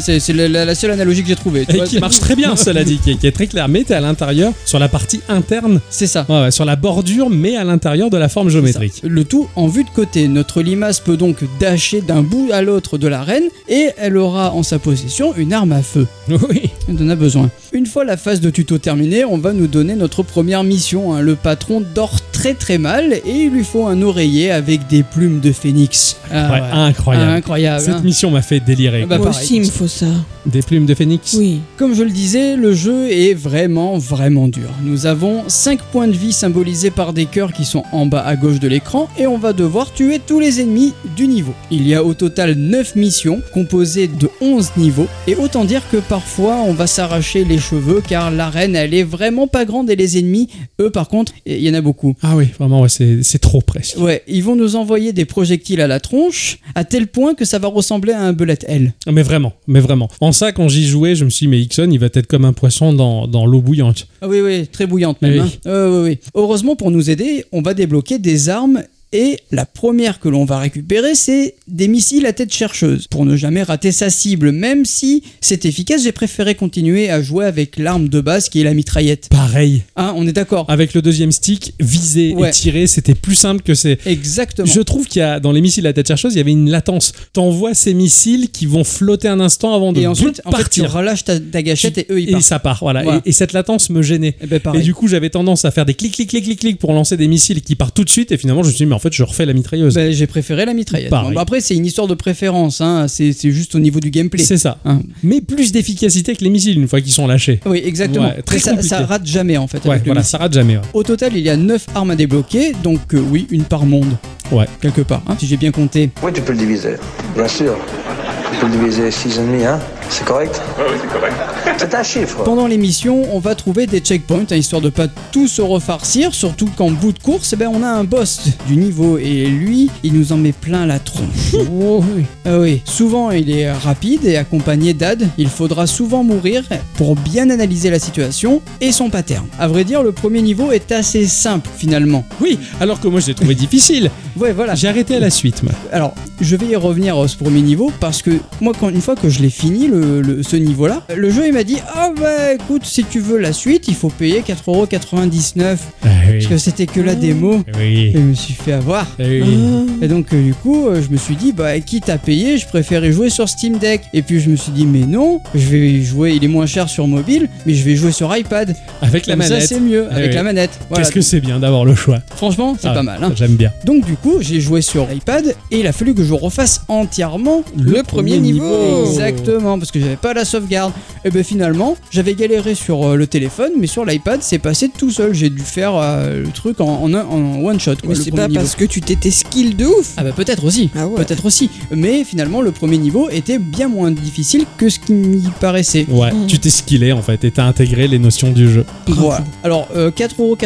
B: C'est c'est la, la- la seule analogie que j'ai trouvée. tu
A: et
B: vois.
A: qui marche très bien, cela dit, qui est, qui est très clair. Mais t'es à l'intérieur, sur la partie interne,
B: C'est ça.
A: ouais, ouais, sur la bordure, mais à l'intérieur de la forme géométrique.
B: Le tout en vue de côté. Notre limace peut donc dasher d'un bout à l'autre de l'arène et elle aura en sa possession une arme à feu.
A: Oui.
B: On en a besoin. Une fois la phase de tuto terminée, on va nous donner notre première mission. hein. Le patron dort très très mal et il lui faut un oreiller avec des plumes de phénix. Ah
A: Ouais,
B: ouais.
A: Incroyable.
B: Ah, incroyable,
A: Cette
B: hein.
A: mission m'a fait délirer.
B: Ah bah,
C: Moi
B: pareil.
C: aussi, il me faut ça.
A: Des plumes de phénix
F: Oui.
B: Comme je le disais, le jeu est vraiment vraiment dur. Nous avons 5 points de vie symbolisés par des cœurs qui sont en bas à gauche de l'écran et on va devoir tuer tous les ennemis du niveau. Il y a au total 9 missions composées de 11 niveaux et autant dire que parfois on va s'arracher les cheveux car l'arène elle est vraiment pas grande et les ennemis, eux par contre, il y en a beaucoup.
A: Ah oui, vraiment, ouais, c'est c'est trop presque.
B: Ouais, ils vont nous envoyer des projectiles à la tronche à tel point que ça va ressembler à un bullet L.
A: Ah, Mais vraiment, mais vraiment. En ça, quand j'y jouais, je me suis dit, mais Ixon, il va être comme un poisson dans, dans l'eau bouillante.
B: Ah oui, oui, très bouillante même.
A: Oui.
B: hein. Euh, oui, oui. Heureusement, pour nous aider, on va débloquer des armes. Et la première que l'on va récupérer, c'est des missiles à tête chercheuse. Pour ne jamais rater sa cible, même si c'est efficace, j'ai préféré continuer à jouer avec l'arme de base qui est la mitraillette.
A: Pareil.
B: Hein, on est d'accord
A: Avec le deuxième stick, viser et
B: Ouais.
A: tirer, c'était plus simple que c'est.
B: Exactement.
A: Ah. Je trouve qu'il y a dans les missiles à tête chercheuse, il y avait une latence. T'envoies ces missiles qui vont flotter un instant avant de
B: Et ensuite, en fait, tu
A: partir.
B: relâches ta, ta gâchette et eux, ils
A: et
B: partent.
A: ça part, voilà.
B: Voilà.
A: Et, et cette latence me gênait.
B: Eh ben,
A: Et
B: pareil.
A: du coup, j'avais tendance à faire des clics, clics, clics, clics, clics pour lancer des missiles qui partent tout de suite. Et finalement, je me suis dit, mais en fait, je refais la mitrailleuse.
B: Ben, j'ai préféré la mitraillette.
A: Pareil.
B: Bon, après, c'est une histoire de préférence. hein. C'est c'est juste au niveau du gameplay.
A: C'est ça.
B: Hein.
A: Mais plus d'efficacité que les missiles une fois qu'ils sont lâchés.
B: Oui, exactement.
A: Ouais, très
B: Et ça,
A: compliqué.
B: ça rate jamais en fait.
A: Ouais,
B: Ah, avec le
A: voilà, ça rate jamais. ouais.
B: Au total, il y a 9 armes à débloquer, donc euh, oui, une par monde.
A: Ouais.
B: Quelque part, hein, si j'ai bien compté.
G: Oui, tu peux le diviser. Bien sûr. Tu peux le diviser 6 ennemis, hein C'est correct Oui, oui, c'est correct. C'est un chiffre.
B: Pendant les missions, on va trouver des checkpoints, hein, histoire de pas tout se refarcir, surtout qu'en bout de course, eh ben, on a un boss du niveau, et lui, il nous en met plein la tronche.
A: Oh, oui.
B: Ah oui, souvent il est rapide et accompagné d'ad, il faudra souvent mourir pour bien analyser la situation et son pattern. À vrai dire, le premier niveau est assez simple finalement.
A: Oui, alors que moi, je l'ai trouvé difficile.
B: Ouais, voilà.
A: J'ai arrêté à la suite, moi.
B: Alors, je vais y revenir euh, ce premier niveau parce que moi, quand, une fois que je l'ai fini, le, le- ce niveau-là, le jeu il m'a dit Ah bah écoute, si tu veux la suite, il faut payer 4,99€
A: Ah oui.
B: parce que c'était que la démo.
A: Oui.
B: Et je me suis fait avoir.
A: Ah oui.
B: Et donc, euh, du coup, euh, je me suis dit Bah, quitte à payer, je préférais jouer sur Steam Deck. Et puis, je me suis dit Mais non, je vais y jouer, il est moins cher sur mobile, mais je vais jouer sur iPad.
A: Avec la
B: Comme
A: manette.
B: Ça, c'est mieux,
A: Eh
B: avec
A: oui.
B: la manette. Voilà.
A: Qu'est-ce que c'est bien d'avoir le choix.
B: Franchement, c'est
A: Ah,
B: pas mal. Hein.
A: J'aime bien.
B: Donc du coup, j'ai joué sur iPad et il a fallu que je refasse entièrement
A: Le
B: le,
A: premier
B: premier niveau.
A: niveau.
B: Exactement, parce que j'avais pas la sauvegarde. Et ben finalement, j'avais galéré sur euh, le téléphone, mais sur l'iPad, c'est passé tout seul. J'ai dû faire euh, le truc en, en un- en one shot. Quoi,
C: Mais
B: le
C: c'est
B: premier
C: pas
B: niveau.
C: parce que tu t'étais skill de ouf.
B: Ah bah peut-être aussi.
C: Ah ouais.
B: Peut-être aussi. Mais finalement, le premier niveau était bien moins difficile que ce qui m'y paraissait.
A: Ouais,
C: Mm.
A: tu t'es skillé en fait et t'as intégré les notions du jeu.
B: Voilà. Alors, euh,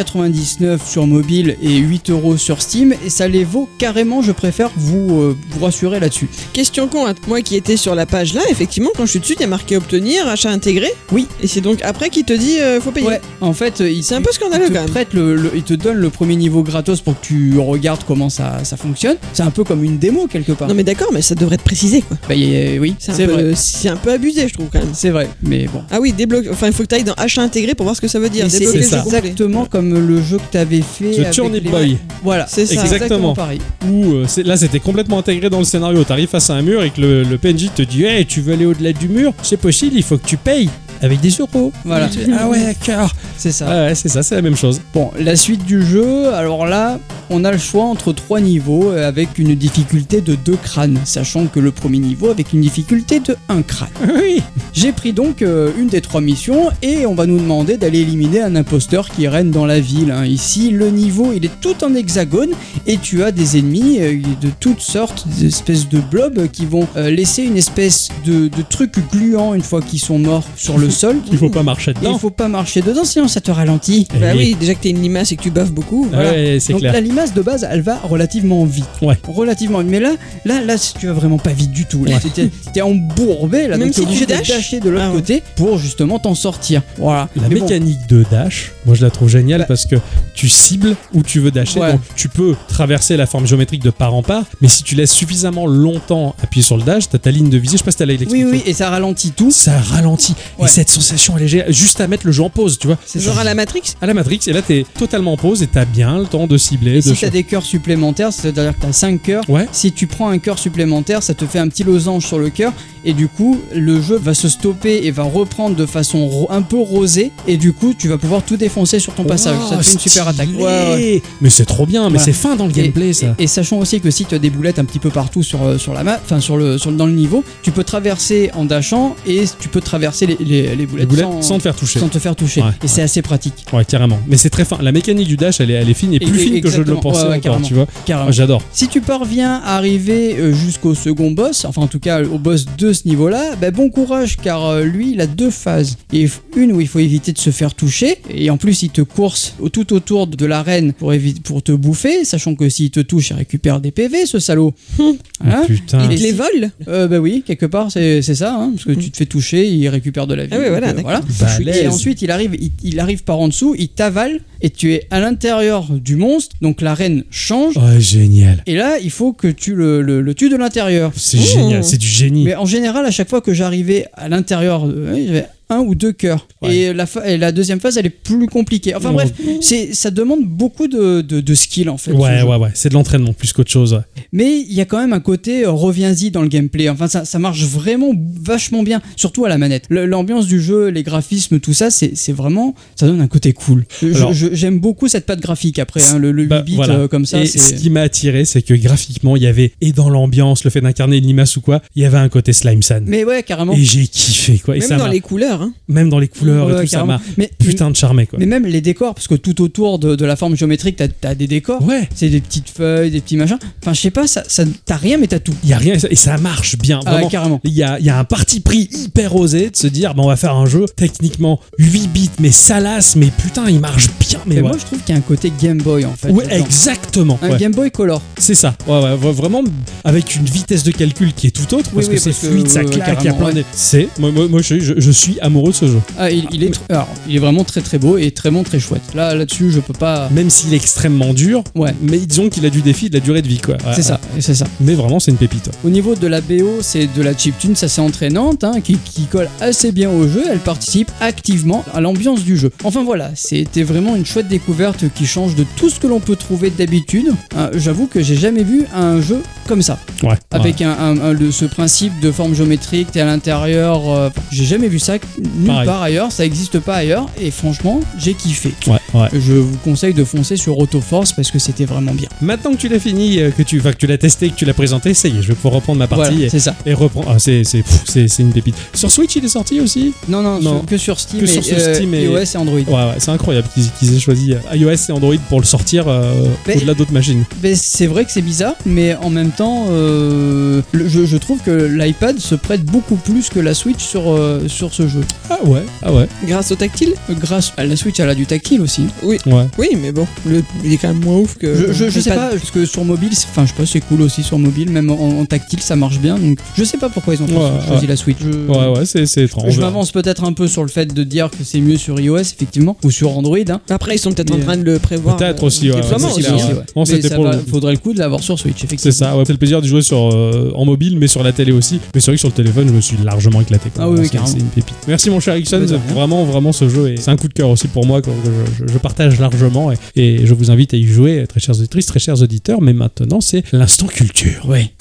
B: 4,99€ sur mobile et 8€ sur Steam, et ça les vaut carrément, je préfère vous, euh, vous rassurer là-dessus.
C: Question con, hein. moi qui étais sur la page là, effectivement, quand je suis dessus, il y a marqué obtenir, achat intégré.
B: Oui.
C: Et c'est donc après qu'il te dit euh, faut payer.
B: Ouais, en fait, euh, il,
C: C'est un peu
B: il
C: scandaleux
B: te
C: quand même.
B: prête le, le- il te donne le premier niveau gratos pour que tu regardes comment ça, ça fonctionne. C'est un peu comme une démo quelque part.
C: Non mais d'accord, mais ça devrait être précisé quoi.
B: Bah, y- euh, oui,
C: C'est un,
B: c'est
C: peu-
B: vrai.
C: c'est un peu abusé, je trouve quand même.
B: C'est vrai, mais bon.
C: Ah oui, débloque. Enfin, il faut que tu ailles dans achat intégré pour voir ce que ça veut dire.
B: Et C'est
C: Débloquer le jeu
A: ça.
C: complet.
B: exactement comme le jeu que t'avais fait.
A: The
B: avec
A: Turnip
B: les-
A: Boy,
B: Voilà.
C: C'est ça.
A: Exact. Exactement.
B: pareil.
A: où euh, c'est- là c'était complètement intégré dans le scénario. T'arrives face à un mur et que le, le PNJ te dit Hey, tu veux aller au-delà du mur C'est possible, il faut que tu payes avec des euros.
B: Voilà.
A: Tu fais, Ah ouais, d'accord.
B: C'est ça.
A: Ah ouais, c'est ça, c'est la même chose.
B: Bon, la suite du jeu, alors là, on a le choix entre trois niveaux euh, avec une difficulté de deux crânes, sachant que le premier niveau avec une difficulté de un crâne.
A: Oui.
B: J'ai pris donc euh, une des trois missions et on va nous demander d'aller éliminer un imposteur qui règne dans la ville. hein. Ici, le niveau il est tout en hexagone et tu as des ennemis euh, de toutes sortes, des espèces de blobs qui vont euh, laisser une espèce de, de truc gluant une fois qu'ils sont morts sur le sol.
A: Il faut pas marcher
B: Et Mm. il
A: dedans.
B: faut pas marcher dedans sinon ça te ralentit.
A: Eh
C: Bah oui, déjà que t'es une limace et que tu baves beaucoup. bah,
A: Ah
C: voilà.
A: ouais, c'est
B: Donc
A: clair.
B: la limace de base, elle va relativement vite.
A: Ouais.
B: Relativement vite. Mais là, là, là, si tu vas vraiment pas vite du tout. Là, T'es- t'es- t'es embourbé, là,
C: Même
B: donc t'es
C: si
B: obligé
C: tu
B: de
C: dashes
B: dasher de l'autre
C: Ah ouais.
B: côté pour justement t'en sortir. Voilà.
A: La
B: Mais bon,
A: mécanique de dash, moi je la trouve géniale
B: Bah-
A: parce que tu cibles où tu veux dasher,
B: Ouais.
A: donc tu peux traverser la forme géométrique de part en part, mais si tu laisses suffisamment longtemps appuyer sur le dash, t'as ta ligne de visée, je sais pas si t'as la
B: Oui, oui, et ça ralentit tout.
A: ça ralentit. Et
B: Ouais.
A: cette sensation est légère, juste à mettre le jeu en pause, tu vois.
B: C'est
C: Genre à la Matrix.
A: À la Matrix, et là t'es totalement en pause et t'as bien le temps de cibler.
B: Et
A: de
B: si t'as des cœurs supplémentaires, c'est-à-dire que t'as 5 cœurs,
A: Ouais.
B: si tu prends un cœur supplémentaire, ça te fait un petit losange sur le cœur Et du coup, le jeu va se stopper et va reprendre de façon ro- un peu rosée. Et du coup, tu vas pouvoir tout défoncer sur ton passage.
A: Oh,
B: ça te fait une super attaque.
A: stylé.
B: Ouais, ouais.
A: Mais c'est trop bien, mais
B: Voilà.
A: c'est fin dans le
B: Et-
A: gameplay ça.
B: Et, et sachant aussi que si tu as des boulettes un petit peu partout sur, euh, sur la map, enfin sur le, sur, dans le niveau, tu peux traverser en dashant et tu peux traverser les, les- les
A: Les
B: boulettes,
A: boulettes
B: sans,
A: sans te faire toucher.
B: sans te faire toucher.
A: Ouais,
B: et c'est assez pratique,
A: Ouais, carrément. Mais c'est très fin. La mécanique du dash, elle est, elle est fine et
B: Et-
A: plus fine que je ne le
B: exactement.
A: pensais
B: Ouais, ouais,
A: encore, tu vois.
B: carrément.
A: Ah, J'adore.
B: Si tu parviens à arriver euh, jusqu'au second boss, enfin en tout cas au boss de ce niveau-là, bah, bon courage car euh, lui il a deux phases. Et f- une où il faut éviter de se faire toucher et en plus il te course au- tout autour de l'arène pour, évi- pour te bouffer, sachant que s'il te touche il récupère des PV ce salaud. Hein Voilà.
A: Putain.
B: Et
C: Hein Il te les
B: si-
C: vole
B: Euh, bah oui, quelque part c'est c'est ça, hein, parce que tu te fais toucher, il récupère de la vie.
C: Ah oui, voilà,
B: donc, euh,
C: d'accord.
B: Et
A: Balèze.
B: ensuite, il arrive, il, il arrive par en dessous, il t'avale et tu es à l'intérieur du monstre. Donc la reine change.
A: Oh, génial.
B: Et là, il faut que tu le, le, le tues de l'intérieur.
A: C'est
C: Mmh.
A: génial, c'est du génie.
B: Mais en général, à chaque fois que j'arrivais à l'intérieur, euh, oui, j'avais un ou deux cœurs.
A: Ouais.
B: Et, la fa- et la deuxième phase, elle est plus compliquée. Enfin
A: Oh.
B: bref, c'est ça demande beaucoup de, de, de skill en fait. ce
A: Ouais,
B: jeu.
A: ouais, ouais, c'est de l'entraînement plus qu'autre chose. ouais.
B: Mais il y a quand même un côté euh, reviens-y dans le gameplay. Enfin, ça, ça marche vraiment vachement bien, surtout à la manette. Le- L'ambiance du jeu, les graphismes, tout ça, c'est c'est vraiment. Ça donne un côté cool. Je-
A: Alors-
B: je- J'aime beaucoup cette patte graphique après, hein, le, 8
A: Bah,
B: bit
A: voilà.
B: comme ça.
A: et
B: c'est-
A: ce qui m'a attiré, c'est que graphiquement, il y avait, et dans l'ambiance, le fait d'incarner une limace ou quoi, il y avait un côté Slime San.
B: Mais ouais, carrément.
A: Et j'ai kiffé, quoi. Et
C: Même
A: ça
C: dans
A: m'a-
C: les couleurs. hein.
A: Même dans les couleurs
B: Ouais,
A: et tout, ça
B: carrément.
A: m'a
B: Mais,
A: putain de charmé, quoi.
B: mais même les décors, parce que tout autour de, de la forme géométrique, t'as as des décors.
A: Ouais,
B: C'est des petites feuilles, des petits machins. Enfin, je sais pas, ça, ça- t'as rien, mais t'as tout.
A: il y a rien, et ça- et ça marche bien,
B: Ah,
A: vraiment.
B: carrément.
A: Il y, a, il y a un parti pris hyper osé de se dire bah, on va faire un jeu techniquement 8 bits mais salace mais putain il marche bien mais,
B: Mais
A: ouais.
B: moi, je trouve qu'il y a un côté Game Boy en fait.
A: Ouais,
B: dedans.
A: exactement
B: un
A: ouais.
B: Game Boy Color.
A: c'est ça ouais, ouais, ouais, vraiment avec une vitesse de calcul qui est tout autre parce
B: oui,
A: que c'est
B: parce que,
A: fluide ça
B: ouais,
A: claque il y a
B: carrément,
A: plein
B: ouais.
A: de- c'est moi, moi, moi, je, je- je suis amoureux de ce jeu
B: Ah, il, il est, tr- alors, il est vraiment très très beau et très bon, très chouette. Là, là-dessus, je peux pas.
A: même s'il est extrêmement dur
B: Ouais.
A: mais disons qu'il a du défi de la durée de vie quoi Ouais,
B: C'est ça, et c'est ça.
A: ouais. mais vraiment c'est une pépite ouais.
B: Au niveau de la BO, c'est de la chiptune, ça c'est entraînante, hein, qui, qui colle assez bien au jeu, elle participe activement à l'ambiance du jeu. Enfin voilà, c'était vraiment une chouette découverte qui change de tout ce que l'on peut trouver d'habitude. Hein, J'avoue que j'ai jamais vu un jeu comme ça,
A: Ouais, ouais.
B: avec un, un- un- le- ce principe de forme géométrique, t'es à l'intérieur, euh, j'ai jamais vu ça nulle
A: Pareil.
B: part ailleurs, ça existe pas ailleurs, et franchement, j'ai kiffé.
A: Ouais, ouais.
B: Je vous conseille de foncer sur Autoforce parce que c'était vraiment bien.
A: Maintenant que tu l'as fini, euh, que tu, enfin, que tu l'as testé, que tu l'as présenté, ça y est, je vais pouvoir reprendre ma partie
B: Voilà,
A: et-
B: c'est ça.
A: et, reprendre. Ah, c'est, c'est, pff, c'est, c'est une pépite. Sur Switch, il est sorti aussi
B: Non, non,
A: Non.
B: sur- que sur Steam,
A: Que
B: et, euh,
A: sur ce Steam et-
B: iOS et Android.
A: Ouais, ouais, c'est incroyable qu'ils, qu'ils aient choisi euh, iOS et Android pour le sortir euh,
B: Mais-
A: au-delà d'autres machines.
B: Ben, c'est vrai que c'est bizarre, mais en même temps, euh, le- je, je trouve que l'iPad se prête beaucoup plus que la Switch sur, euh, sur ce jeu.
A: Ah ouais, ah ouais,
C: Grâce au tactile
B: Euh, Grâce à la Switch, elle a du tactile aussi.
A: ouais.
C: Oui, mais bon, le- il est quand même moins ouf que.
B: Je, je, je
C: que
B: sais pas, parce que sur mobile, c'est- enfin, je sais pas, c'est cool aussi sur mobile, même en, en tactile, ça marche bien. Donc, je sais pas pourquoi ils ont
A: Ouais,
B: choisi
A: ouais.
B: la Switch. Je-
A: Ouais, ouais, c'est, c'est étrange.
B: Je m'avance peut-être un peu sur le fait de dire que c'est mieux sur iOS, effectivement, ou sur Android. hein.
C: Après, ils sont peut-être en
B: Mais,
C: train de le prévoir.
A: Peut-être
C: euh,
A: aussi, ouais,
C: le déploiement
A: Ah, c'est
B: aussi,
A: clair,
C: aussi.
A: ouais.
B: ouais.
A: Non,
B: Mais
A: c'était
B: ça
A: pour
B: va-
A: le-
B: faudrait le coup de l'avoir sur Switch,
A: C'est
B: effectivement.
A: ça, ouais. C'est le plaisir de jouer sur, euh, en mobile, mais sur la télé aussi. Mais c'est vrai que sur le téléphone, je me suis largement éclaté. quoi.
B: Ah oui, oui,
A: c'est,
B: carrément.
A: c'est une pépite. Merci mon cher Ixon,
B: Bah, de rien.
A: vraiment, vraiment ce jeu. est- c'est un coup de cœur aussi pour moi, quoi, que je, je- je partage largement et, et je vous invite à y jouer, très chères auditrices, très chers auditeurs. Mais maintenant, c'est l'instant culture.
B: Ouais.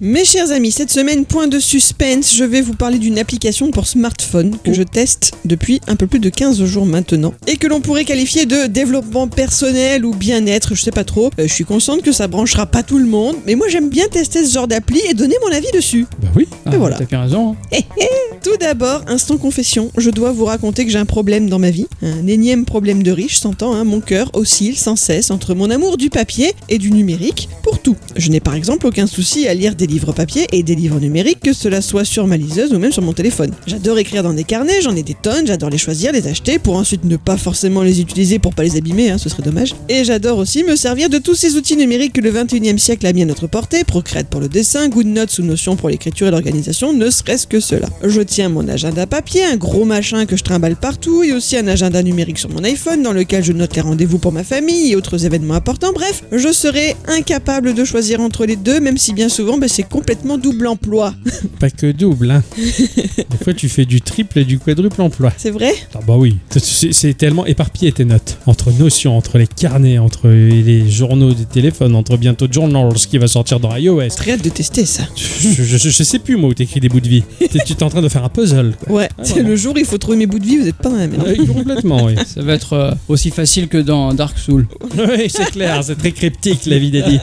C: Mes chers amis, cette semaine, point de suspense, je vais vous parler d'une application pour smartphone que je teste depuis un peu plus de 15 jours maintenant et que l'on pourrait qualifier de développement personnel ou bien-être, je sais pas trop. Euh, je suis consciente que ça branchera pas tout le monde, mais moi j'aime bien tester ce genre d'appli et donner mon avis dessus.
A: Bah oui.
B: Ah,
C: voilà.
B: T'as bien raison. hein.
C: Tout d'abord, instant confession, je dois vous raconter que j'ai un problème dans ma vie, un énième problème de riche, s'entend, hein, mon cœur oscille sans cesse entre mon amour du papier et du numérique pour tout. Je n'ai par exemple aucun souci à lire des livres papier et des livres numériques, que cela soit sur ma liseuse ou même sur mon téléphone. J'adore écrire dans des carnets, j'en ai des tonnes, j'adore les choisir, les acheter pour ensuite ne pas forcément les utiliser pour pas les abîmer, hein, ce serait dommage. Et j'adore aussi me servir de tous ces outils numériques que le 21e siècle a mis à notre portée, Procreate pour le dessin, GoodNotes ou Notion pour l'écriture et l'organisation, ne serait-ce que cela. Je tiens tiens mon agenda papier, un gros machin que je trimballe partout, et aussi un agenda numérique sur mon iPhone dans lequel je note les rendez-vous pour ma famille et autres événements importants. Bref, je serais incapable de choisir entre les deux, même si bien souvent bah, c'est complètement double emploi.
A: Pas que double, hein. Des fois, tu fais du triple et du quadruple emploi.
C: C'est vrai
A: Ah bah oui, c'est c'est tellement éparpillé tes notes. Entre notions, entre les carnets, entre les journaux des téléphones, entre bientôt Journals qui va sortir dans iOS.
C: Très hâte de tester ça.
A: Je, je- je- je sais plus moi où t'écris des bouts de vie. T'es- Tu t'es en train de faire un puzzle. quoi.
C: Ouais,
A: vraiment.
C: le jour où il faut trouver mes bouts de vie, vous êtes pas dans la merde.
A: Euh, complètement, oui.
B: Ça va être euh, aussi facile que dans Dark Souls.
A: Oui, c'est clair, c'est très cryptique la vie d'Eddie.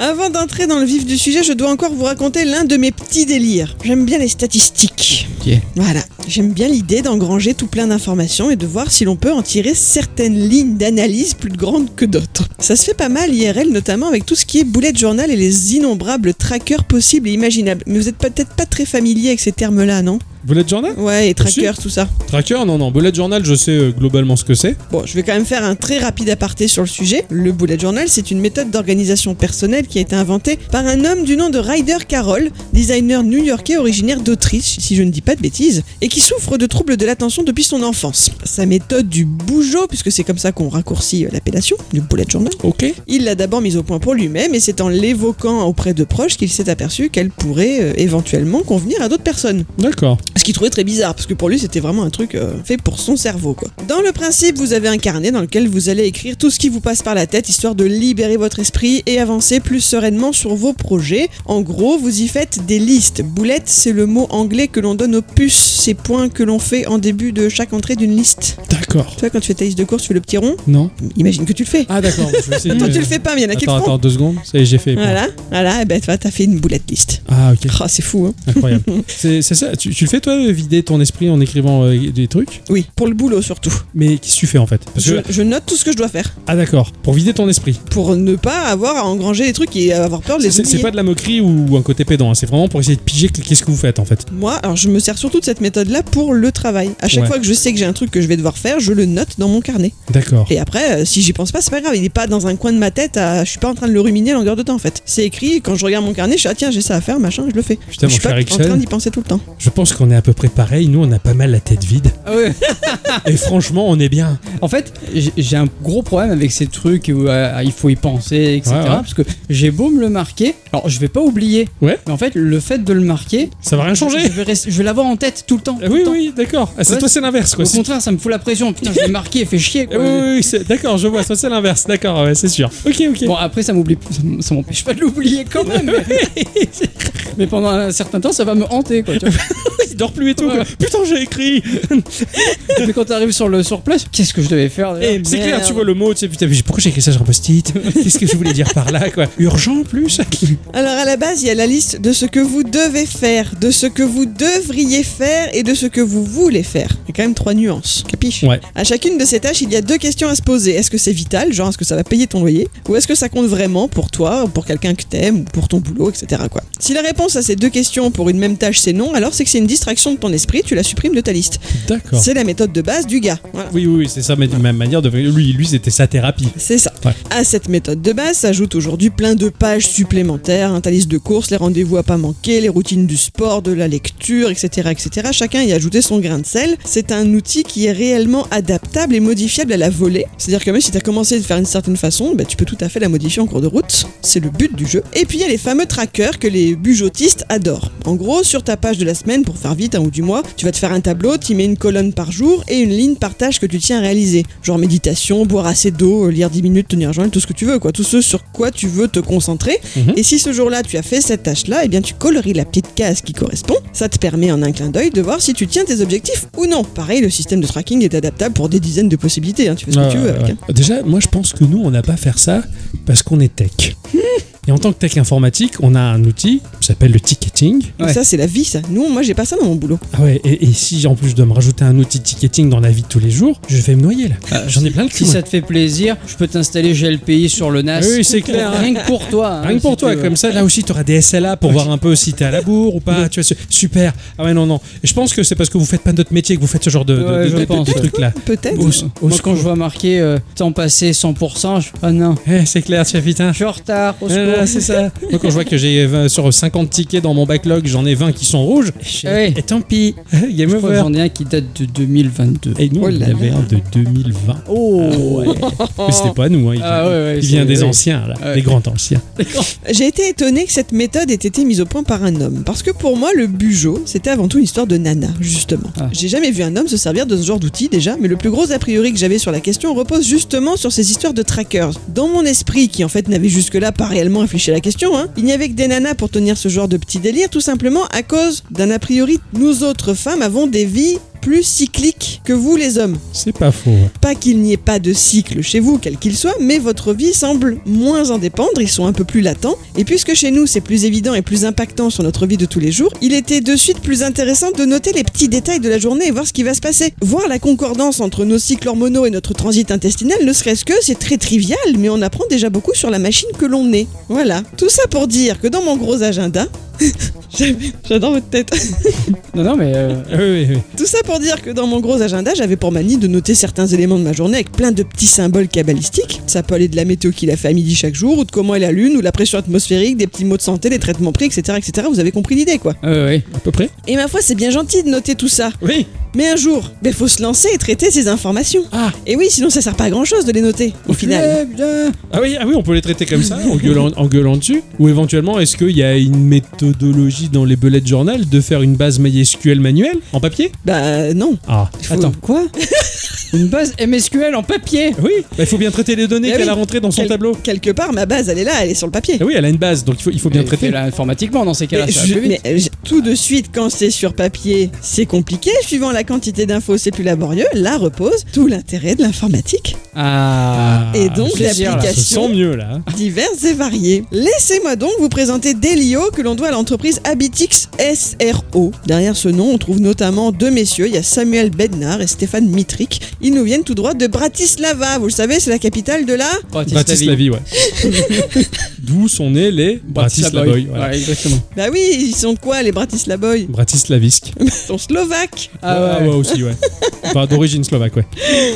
C: Avant d'entrer dans le vif du sujet, je dois encore vous raconter l'un de mes petits délires. J'aime bien les statistiques.
B: Ok.
C: Voilà, j'aime bien l'idée d'engranger tout plein d'informations et de voir si l'on peut en tirer certaines lignes d'analyse plus grandes que d'autres. Ça se fait pas mal IRL, notamment avec tout ce qui est bullet journal et les innombrables trackers possibles et imaginables. Mais vous êtes peut-être pas très familier avec ces termes-là, non
A: Bullet journal
C: Ouais, et
A: Bien sûr.
C: trackers, tout ça.
A: Tracker Non, non. Bullet journal, je sais euh, globalement ce que c'est.
C: Bon, je vais quand même faire un très rapide aparté sur le sujet. Le bullet journal, c'est une méthode d'organisation personnelle qui a été inventée par un homme du nom de Ryder Carroll, designer new-yorkais originaire d'Autriche, si je ne dis pas de bêtises, et qui souffre de troubles de l'attention depuis son enfance. Sa méthode du bougeot, puisque c'est comme ça qu'on raccourcit euh, l'appellation du bullet journal,
A: Ok.
C: il l'a d'abord mise au point pour lui-même et c'est en l'évoquant auprès de proches qu'il s'est aperçu qu'elle pourrait euh, éventuellement convenir à d'autres personnes.
A: D'accord.
C: Ce qu'il trouvait très bizarre, parce que pour lui, c'était vraiment un truc euh, fait pour son cerveau, quoi. Dans le principe, vous avez un carnet dans lequel vous allez écrire tout ce qui vous passe par la tête, histoire de libérer votre esprit et avancer plus sereinement sur vos projets. En gros, vous y faites des listes. Boulette, c'est le mot anglais que l'on donne aux puces, ces points que l'on fait en début de chaque entrée d'une liste.
A: D'accord.
C: Tu vois, quand tu fais ta liste de course, tu fais le petit rond.
A: Non
C: Imagine que tu le fais.
A: Ah d'accord. je vais essayer
C: Toi,
A: de-
C: tu le fais pas, mais il y en a qui le
A: Attends,
C: font.
A: attends, deux secondes. Ça y est, j'ai fait.
C: Voilà, voilà, et ben, tu vois, t'as fait une boulette liste.
A: Ah ok.
C: Ah, c'est fou, hein.
A: Incroyable. c'est c'est ça. Tu, tu le fais toi, euh, vider ton esprit en écrivant euh, des trucs
C: Oui, pour le boulot surtout.
A: Mais qu'est-ce que tu fais en fait Parce
C: Je-
A: que
C: je note tout ce que je dois faire.
A: ah d'accord. Pour vider ton esprit.
C: pour ne pas avoir à engranger les trucs et avoir peur de les
A: C'est c'est
C: oublier.
A: pas de la moquerie ou un côté pédant. hein. C'est vraiment pour essayer de piger que- qu'est-ce que vous faites en fait.
C: Moi, alors je me sers surtout de cette méthode-là pour le travail. À chaque
A: Ouais.
C: fois que je sais que j'ai un truc que je vais devoir faire, je le note dans mon carnet.
A: D'accord.
C: Et après, euh, si j'y pense pas, c'est pas grave. Il est pas dans un coin de ma tête. à- Je suis pas en train de le ruminer à longueur de temps en fait. C'est écrit. Quand je regarde mon carnet, je suis ah tiens j'ai ça à faire, machin, je le fais.
A: Putain,
C: je
A: mon cher
C: suis pas en train
A: Ixon,
C: d'y penser tout le temps.
A: je pense qu'on est à peu près pareil. Nous, on a pas mal la tête vide.
B: Ah ouais.
A: Et franchement, on est bien.
B: En fait, j'ai- j'ai un gros problème avec ces trucs où euh, il faut y penser, etc.
A: Ouais, ouais.
B: Parce que j'ai beau me le marquer, alors je vais pas oublier.
A: Ouais.
B: Mais en fait, le fait de le marquer,
A: Ça va rien changer.
B: je vais, rest- je vais l'avoir en tête tout le temps.
A: Ah
B: tout
A: Oui,
B: le temps.
A: oui, d'accord. Ah, c'est
B: Ouais,
A: toi, c'est l'inverse, quoi.
B: Au
A: C'est-
B: contraire, ça me fout la pression. Putain, je l'ai marqué, fait chier.
A: Ah
B: Quoi.
A: oui, oui, oui, c'est- d'accord, je vois. Toi, c'est l'inverse. D'accord, ouais, c'est sûr. Ok, ok.
B: Bon, après, ça m'oublie, ça m- ça m'empêche pas de l'oublier quand même. mais- mais pendant un certain temps, ça va me hanter. Quoi, tu vois.
A: Il dort plus et tout. quoi.
B: Ouais.
A: Putain, j'ai écrit.
B: mais quand t'arrives sur le sur place, qu'est-ce que je devais faire
A: Eh, c'est clair, tu vois le mot, tu sais, putain, mais pourquoi j'ai écrit ça sur un post-it Qu'est-ce que je voulais dire par là, quoi Urgent en plus
C: Alors à la base, il y a la liste de ce que vous devez faire, de ce que vous devriez faire et de ce que vous voulez faire. Il y a quand même trois nuances. Capiche
A: Ouais.
C: À chacune de ces tâches, il y a deux questions à se poser. Est-ce que c'est vital, genre est-ce que ça va payer ton loyer Ou est-ce que ça compte vraiment pour toi, ou pour quelqu'un que t'aimes, ou pour ton boulot, etc. Quoi. Si la réponse à ces deux questions pour une même tâche c'est non, alors c'est que c'est une distraction de ton esprit, tu la supprimes de ta liste.
A: D'accord.
C: C'est la méthode de base du gars. Voilà.
A: Oui, oui, oui, c'est ça, mais de même manière de. Lui, lui c'était sa thérapie.
C: C'est ça.
A: Ouais.
C: À cette méthode de base s'ajoutent aujourd'hui plein de pages supplémentaires, hein, ta liste de courses, les rendez-vous à pas manquer, les routines du sport, de la lecture, etc., etc. Chacun y a ajouté son grain de sel. C'est un outil qui est réellement adaptable et modifiable à la volée. C'est-à-dire que même si t'as commencé de faire une certaine façon, bah, tu peux tout à fait la modifier en cours de route. C'est le but du jeu. Et puis il y a les fameux trackers que les bujotistes adorent. En gros, sur ta page de la semaine, pour faire vite, hein, ou du mois, tu vas te faire un tableau, tu mets une colonne par jour et une ligne par tâche que tu tiens à réaliser. Genre méditation, boire assez d'eau, euh, lire 10 minutes, tenir journal, tout ce que tu veux, quoi. Tout ce sur quoi tu veux te concentrer.
A: Mhm.
C: Et si ce jour-là, tu as fait cette tâche-là, eh bien tu colories la petite case qui correspond. Ça te permet en un clin d'œil de voir si tu tiens tes objectifs ou non. Pareil, le système de tracking est adaptable pour des dizaines de possibilités. hein. Tu fais ce que
A: Ouais,
C: tu veux
A: ouais,
C: avec.
A: Ah, ouais.
C: hein.
A: Déjà, moi, je pense que nous, on n'a pas à faire ça parce qu'on est tech. Et en tant que tech informatique, on a un outil qui s'appelle le ticketing.
B: Ouais.
C: Ça, c'est la vie, ça. Nous, moi, j'ai pas ça dans mon boulot.
A: Ah ouais, et, et si en plus je dois me rajouter un outil de ticketing dans la vie de tous les jours, je vais me noyer là. J'en ai plein le cul.
B: Ah, Si
A: moi.
B: ça te fait plaisir, je peux t'installer GLPI sur le NAS.
A: Ah oui, c'est clair, hein.
B: Rien que pour toi. hein,
A: Rien que pour
B: si
A: toi,
B: tu veux. Ah,
A: comme ça, là aussi, tu auras des SLA pour voir un peu si t'es à la bourre ou pas. tu vois, ce- super. Ah ouais, non, non. Et je pense que c'est parce que vous faites pas notre métier que vous faites ce genre de, de-
B: Ouais,
A: de-
B: je
A: de- de-
B: pense,
A: de
B: ouais.
A: truc là.
C: Peut-être.
A: Au- au
B: Moi,
A: secours.
B: quand je vois marqué euh, temps passé 100%, je. Oh non,
A: Eh, c'est clair, tu vois, putain.
B: je suis en retard. Au
A: Eh,
B: secours.
A: Voilà, c'est ça. Moi, quand je vois que j'ai 20 sur 50 tickets dans mon backlog, j'en ai 20 qui sont rouges.
B: Ouais.
A: Et tant pis. Game
B: Eh, Je crois que
A: over.
B: J'en ai un qui date de 2022.
A: Et nous,
B: Oh
A: on
B: là
A: avait
B: là.
A: un de 2020.
B: Oh ouais.
A: Ah Mais c'était pas nous. Hein. Il,
B: Ah ouais, ouais,
A: il vient
B: c'est-
A: des
B: ouais.
A: anciens, là.
B: Ouais.
A: Des grands anciens.
C: J'ai été étonné que cette méthode ait été mise au point par un homme, parce que pour moi, le bugeot, c'était avant tout une histoire de nana, justement.
B: Ah.
C: J'ai jamais vu un homme se servir de ce genre d'outil déjà, mais le plus gros a priori que j'avais sur la question repose justement sur ces histoires de trackers. Dans mon esprit, qui en fait n'avait jusque-là pas réellement réfléchi à la question, hein, il n'y avait que des nanas pour tenir ce genre de petit délire, tout simplement à cause d'un a priori, nous autres femmes avons des vies plus cycliques que vous les hommes.
A: C'est pas faux. ouais.
C: Pas qu'il n'y ait pas de cycle chez vous, quel qu'il soit, mais votre vie semble moins en dépendre, ils sont un peu plus latents. Et puisque chez nous c'est plus évident et plus impactant sur notre vie de tous les jours, il était de suite plus intéressant de noter les petits détails de la journée et voir ce qui va se passer. Voir la concordance entre nos cycles hormonaux et notre transit intestinal, ne serait-ce que c'est très trivial, mais on apprend déjà beaucoup sur la machine que l'on est. Voilà. Tout ça pour dire que dans mon gros agenda. J'adore votre tête.
B: Non, non, mais. euh,
A: Ah oui, oui, oui.
C: Tout ça pour dire que dans mon gros agenda, j'avais pour manie de noter certains éléments de ma journée avec plein de petits symboles cabalistiques. Ça peut aller de la météo qu'il a fait à midi chaque jour, ou de comment est la lune, ou la pression atmosphérique, des petits mots de santé, des traitements pris, etc. etc. Vous avez compris l'idée, quoi.
B: ah ouais, ouais.
A: À peu près
C: Et ma foi, c'est bien gentil de noter tout ça.
A: Oui.
C: Mais un jour, ben faut se lancer et traiter ces informations.
A: Ah.
C: Et oui, sinon ça sert pas à grand chose de les noter, au final.
B: Ouais, bien.
A: Ah oui, ah oui, on peut les traiter comme ça, en gueulant, en gueulant dessus. Ou éventuellement, est-ce qu'il y a une méthodologie dans les bullet journal de faire une base MySQL manuelle en papier
C: Bah non.
A: Ah.
C: Il faut-
B: Attends, quoi Une base MSQL en papier
A: Oui, bah, il faut bien traiter les données
C: Eh
A: qu'elle
C: oui.
A: a rentrées dans son
C: Quel-
A: tableau.
C: Quelque part, ma base, elle est là, elle est sur le papier.
A: Ah oui, elle a une base, donc il faut, il faut bien
B: Mais
A: traiter.
B: fais-la informatiquement dans ces cas-là,
C: Mais,
B: Ah, ça va
C: je-
B: plus vite.
C: mais, euh, j'ai- tout de suite, quand c'est sur papier, c'est compliqué. Suivant la quantité d'infos, c'est plus laborieux. Là repose tout l'intérêt de l'informatique,
B: Ah.
C: Et donc,
A: je veux dire, là,
C: l'application-
A: se sent mieux là. hein.
C: diverses et variées. Laissez-moi donc vous présenter Delio que l'on doit à l'entreprise Habitix SRO. Derrière ce nom, on trouve notamment deux messieurs, il y a Samuel Bednar et Stéphane Mitric. Ils nous viennent tout droit de Bratislava. Vous le savez, c'est la capitale de la...
A: Bratislavie, ouais. D'où sont nés les Bratislavoy. voilà.
B: Ouais, exactement.
C: Bah oui, ils sont de quoi les Bratislavoy
A: Bratislavisk.
C: Ils sont slovaques.
B: Ah ouais,
A: aussi, ouais. Enfin, d'origine slovaque, ouais.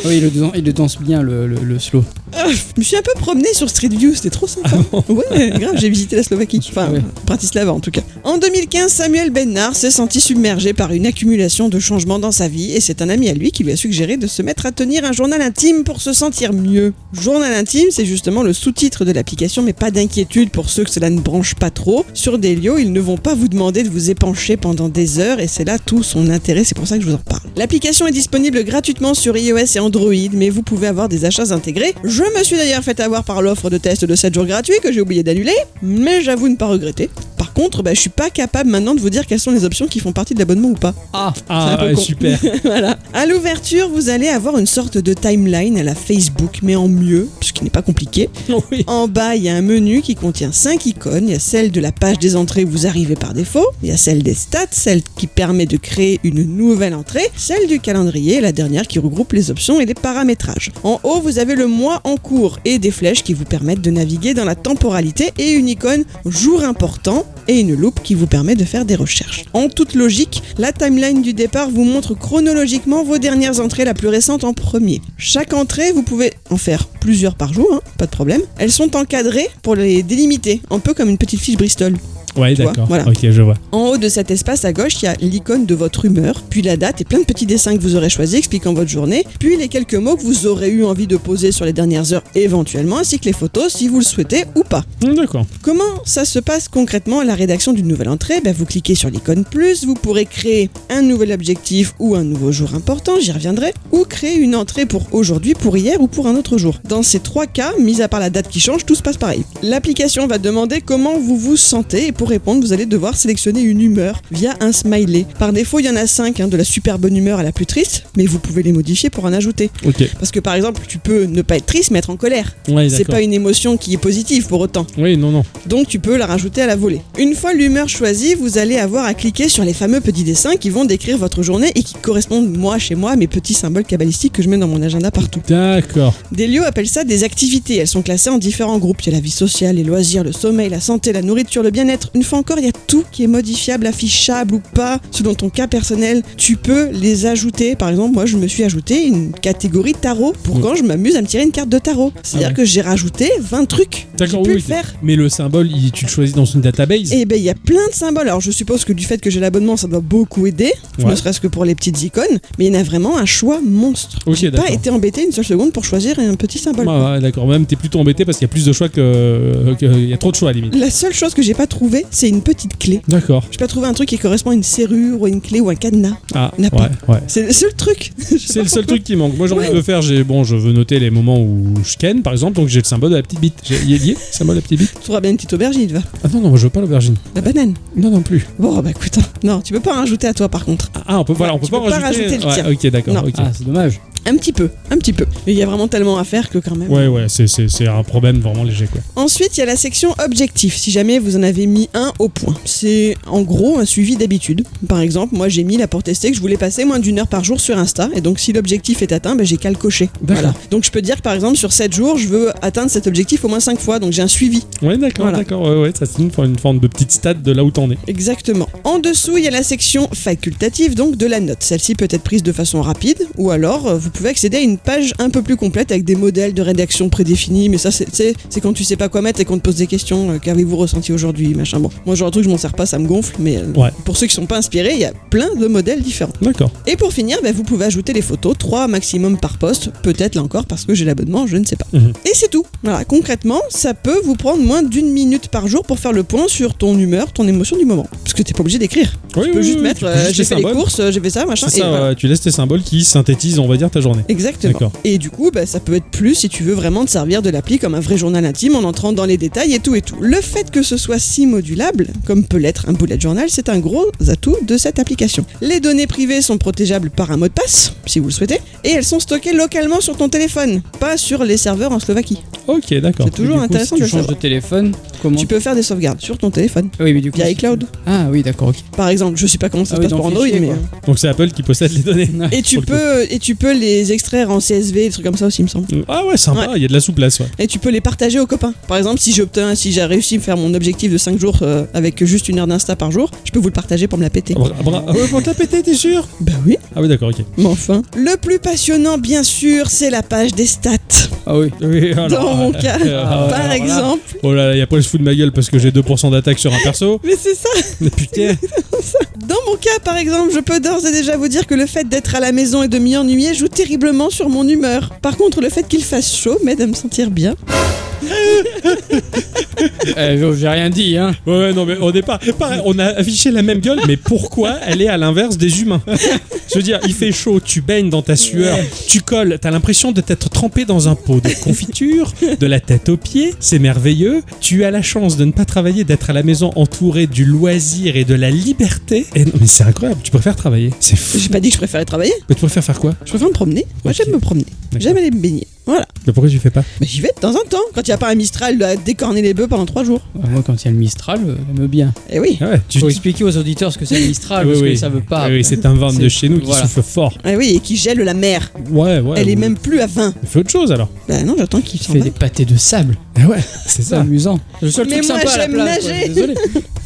B: Oui, il le danse, il le danse bien le, le, le slow.
C: Euh, Je me suis un peu promené sur Street View, c'était trop sympa. ouais, grave, j'ai visité la Slovaquie. Enfin,
B: Ouais.
C: Bratislava en tout cas. En 2015, Samuel Bennard s'est senti submergé par une accumulation de changements dans sa vie et c'est un ami à lui qui lui a suggéré de se mettre à tenir un journal intime pour se sentir mieux. Journal intime, c'est justement le sous-titre de l'application, mais pas d'inquiétude pour ceux que cela ne branche pas trop. Sur Delio, ils ne vont pas vous demander de vous épancher pendant des heures et c'est là tout son intérêt, c'est pour ça que je vous en parle. L'application est disponible gratuitement sur iOS et Android, mais vous pouvez avoir des achats intégrés. Je me suis d'ailleurs fait avoir par l'offre de test de 7 jours gratuits que j'ai oublié d'annuler, mais j'avoue ne pas regretter. Par contre, bah, je suis pas capable maintenant de vous dire quelles sont les options qui font partie de l'abonnement ou pas.
B: Ah
A: Ah,
C: peu
A: ouais,
C: con.
A: super.
C: Voilà. À l'ouverture, vous allez avoir une sorte de timeline à la Facebook, mais en mieux, ce qui n'est pas compliqué.
A: oui.
C: En bas, il y a un menu qui contient 5 icônes. Il y a celle de la page des entrées où vous arrivez par défaut. Il y a celle des stats, celle qui permet de créer une nouvelle entrée. Celle du calendrier, et la dernière qui regroupe les options et les paramétrages. En haut, vous avez le mois en cours et des flèches qui vous permettent de naviguer dans la temporalité et une icône jour important et une loupe qui vous permet de faire des recherches. En toute logique, la timeline du départ vous montre chronologiquement vos dernières entrées, la plus récente en premier. Chaque entrée, vous pouvez en faire plusieurs par jour, hein, pas de problème. Elles sont encadrées pour les délimiter, un peu comme une petite fiche Bristol.
A: Ouais,
C: Tu vois,
A: d'accord.
C: voilà.
A: Ok, je vois.
C: En haut de cet espace à gauche, il y a l'icône de votre humeur, puis la date et plein de petits dessins que vous aurez choisis expliquant votre journée, puis les quelques mots que vous aurez eu envie de poser sur les dernières heures éventuellement, ainsi que les photos si vous le souhaitez ou pas.
A: Hum, D'accord.
C: Comment ça se passe concrètement à la rédaction d'une nouvelle entrée Ben, Vous cliquez sur l'icône plus, vous pourrez créer un nouvel objectif ou un nouveau jour important, j'y reviendrai, ou créer une entrée pour aujourd'hui, pour hier ou pour un autre jour. Dans ces trois cas, mis à part la date qui change, tout se passe pareil. L'application va demander comment vous vous sentez et pour répondre, vous allez devoir sélectionner une humeur via un smiley. Par défaut, il y en a 5, de la super bonne humeur à la plus triste, mais vous pouvez les modifier pour en ajouter.
A: Ok.
C: Parce que par exemple, tu peux ne pas être triste mais être en colère.
A: Ouais,
C: C'est
A: Ah d'accord.
C: pas une émotion qui est positive pour autant.
A: Oui, non, non.
C: Donc tu peux la rajouter à la volée. Une fois l'humeur choisie, vous allez avoir à cliquer sur les fameux petits dessins qui vont décrire votre journée et qui correspondent moi chez moi à mes petits symboles cabalistiques que je mets dans mon agenda partout.
A: D'accord.
C: Delio a appelle ça des activités. Elles sont classées en différents groupes. Il y a la vie sociale, les loisirs, le sommeil, la santé, la nourriture, le bien-être. Une fois encore, il y a tout qui est modifiable, affichable ou pas, selon ton cas personnel. Tu peux les ajouter. Par exemple, moi, je me suis ajouté une catégorie tarot pour
A: Oui.
C: quand je m'amuse à me tirer une carte de tarot. C'est-à-dire
A: Mm. Ah ouais.
C: que j'ai rajouté 20 trucs. J'ai
A: D'accord,
C: pu
A: oui,
C: le
A: oui.
C: faire.
A: Mais le symbole, il- tu le choisis dans une database.
C: Et ben il y a plein de symboles. Alors je suppose que du fait que j'ai l'abonnement, ça doit beaucoup aider,
A: Ouais.
C: ne serait-ce que pour les petites icônes. Mais il y en a vraiment un choix monstre.
A: Ok,
C: j'ai pas
A: d'accord.
C: été embêté une seule seconde pour choisir un petit symbole.
A: Ouais, Ah, ouais, d'accord, même t'es plutôt embêté parce qu'il y a plus de choix que. que- il y a trop de choix à la limite.
C: La seule chose que j'ai pas trouvé, c'est une petite clé.
A: D'accord.
C: J'ai pas trouvé un truc qui correspond à une serrure ou à une clé ou à un cadenas.
A: Ah,
C: N'a
A: ouais,
C: pas.
A: ouais.
C: C'est le seul truc.
A: C'est le seul truc qui manque. Moi, j'ai envie de le faire. J'ai bon, je veux noter les moments où je ken, par exemple. Donc, j'ai le symbole de la petite bite. J'ai- Il est lié, le symbole de la petite bite.
C: Tu trouveras bien une petite aubergine, va.
A: Ah non, non, moi, je veux pas l'aubergine.
C: La banane.
A: Non, non plus.
C: Bon bah écoute, hein. non, tu peux pas en rajouter à toi par contre.
A: Ah, on peut, voilà, on peut
C: tu
A: pas
C: peux pas
A: rajouter.
C: rajouter le
A: Ouais,
C: tien.
A: ok, d'accord.
C: Non.
A: ok.
B: Ah, c'est dommage.
C: Un petit peu, un petit peu. Mais il y a vraiment tellement à faire que quand même.
A: Ouais, ouais, c'est- c'est c'est un problème vraiment léger, quoi.
C: Ensuite, il y a la section objectif, si jamais vous en avez mis un au point. C'est en gros un suivi d'habitude. Par exemple, moi j'ai mis là pour tester que je voulais passer moins d'une heure par jour sur Insta, et donc si l'objectif est atteint, ben, j'ai qu'à le cocher.
A: D'accord.
C: Voilà. Donc je peux dire que par exemple sur 7 jours, je veux atteindre cet objectif au moins 5 fois, donc j'ai un suivi.
A: Ouais, d'accord,
C: Voilà.
A: d'accord. Ouais, ouais, ça c'est une, une forme de petite stat de là où t'en es.
C: Exactement. En dessous, il y a la section facultative, donc de la note. Celle-ci peut être prise de façon rapide, ou alors euh, vous pouvez accéder à une page un peu plus complète avec des modèles de rédaction prédéfinis, mais ça, c'est- c'est c'est quand tu sais pas quoi mettre et qu'on te pose des questions. euh, Qu'avez-vous ressenti aujourd'hui Machin. Bon, moi, ce genre de truc, je m'en sers pas, ça me gonfle, mais euh,
A: Ouais.
C: pour ceux qui sont pas inspirés, il y a plein de modèles différents.
A: D'accord.
C: Et pour finir, bah, vous pouvez ajouter les photos, 3 maximum par poste, peut-être là encore parce que j'ai l'abonnement, je ne sais pas.
A: Mhm.
C: Et c'est tout. Voilà, concrètement, ça peut vous prendre moins d'une minute par jour pour faire le point sur ton humeur, ton émotion du moment. Parce que t'es pas obligé d'écrire.
A: Oui,
C: Tu peux juste mettre euh, j'ai fait les
A: symboles.
C: courses, euh, j'ai fait ça, machin.
A: C'est
C: et
A: ça,
C: voilà.
A: ouais, tu laisses tes symboles qui synthétisent, on va dire, ta journée.
C: Exactement.
A: D'accord.
C: Et du coup, bah, ça peut être plus si tu veux vraiment te servir de l'appli comme un vrai journal intime en entrant dans les détails et tout et tout. Le fait que ce soit si modulable, comme peut l'être un bullet journal, c'est un gros atout de cette application. Les données privées sont protégeables par un mot de passe, si vous le souhaitez, et elles sont stockées localement sur ton téléphone, pas sur les serveurs en Slovaquie.
A: Ok, d'accord.
C: C'est toujours
B: Du coup,
C: intéressant
B: si
C: de
B: tu
C: le
B: changes
C: savoir.
B: de téléphone, comment
C: Tu peux faire des sauvegardes sur ton téléphone,
B: Oui, mais du coup,
C: via
B: si-
C: iCloud,
B: Ah oui, d'accord, ok.
C: par exemple. Je sais pas comment ça
B: Ah
C: se
B: oui,
C: passe
B: dans
C: pour
B: le
C: Android,
B: fichier,
C: mais.
B: quoi.
C: euh,
A: Donc, c'est Apple qui possède les données.
C: Et tu,
A: Sur le coup.
C: peux, et tu peux les extraire en CSV, des trucs comme ça aussi, il me semble.
A: Ah ouais, sympa, il y a de la souplesse, ouais.
C: Et tu peux les partager aux copains. Par exemple, si j'obtiens, si j'ai réussi à me faire mon objectif de 5 jours euh, avec juste une heure d'insta par jour, je peux vous le partager pour me la péter.
A: Bra- bra- ah ouais, pour te la péter, t'es sûr
C: Bah oui,
A: Ah oui, d'accord, ok.
C: mais enfin. Le plus passionnant, bien sûr, c'est la page des stats.
B: Ah oui.
A: Oui, alors,
C: Dans mon
A: euh,
C: cas,
A: euh, alors
C: par
A: là-
C: exemple.
A: Oh là là, y a pas le fou de ma gueule parce que j'ai 2% d'attaque sur un perso.
C: Mais c'est ça.
A: Mais putain,
C: Dans mon cas, par exemple, je peux d'ores et déjà vous dire que le fait d'être à la maison et de m'y ennuyer joue terriblement sur mon humeur. Par contre, le fait qu'il fasse chaud m'aide à me sentir bien.
B: Euh, J'ai rien dit, hein.
A: Ouais, ouais, non, mais au départ, pareil, on a affiché la même gueule, mais pourquoi elle est à l'inverse des humains Je veux dire, il fait chaud, tu baignes dans ta sueur, tu colles, t'as l'impression de t'être trempé dans un pot de confiture, de la tête aux pieds, c'est merveilleux. Tu as la chance de ne pas travailler, d'être à la maison entouré du loisir et de la liberté. Et non, mais c'est incroyable, tu préfères travailler. C'est fou.
C: J'ai pas dit que je préférais travailler,
A: Mais tu préfères faire quoi
C: je préfère me promener. Moi,
A: Ok.
C: j'aime me promener. J'aime aller me baigner. Voilà.
A: Mais pourquoi tu fais pas
C: Mais j'y vais de temps en temps, quand il n'y a pas un Mistral à décorner les bœufs pendant 3 jours.
B: Ouais, Bah, Moi, quand il y a le Mistral, euh, j'aime bien.
C: Eh oui.
A: Ah ouais, tu
B: Faut expliquer aux auditeurs ce que c'est le Mistral, parce que ça veut pas.
A: Oui, oui, c'est un vent de
B: C'est-
A: chez nous qui
B: voilà.
A: souffle fort.
C: Ah oui, et qui gèle la mer.
A: Ouais, ouais.
C: Elle est
A: ou-
C: même plus à 20.
A: Fais autre chose alors.
C: Bah non, j'attends qu'il
B: Tu
C: s'en
B: fais
C: va.
B: des pâtés de sable.
A: Ah ouais, c'est
B: C'est
A: ça.
B: amusant. Le seul
C: Mais
B: truc
C: moi,
B: sympa à la
C: j'aime
B: plage. quoi.
C: nager.
B: Désolé.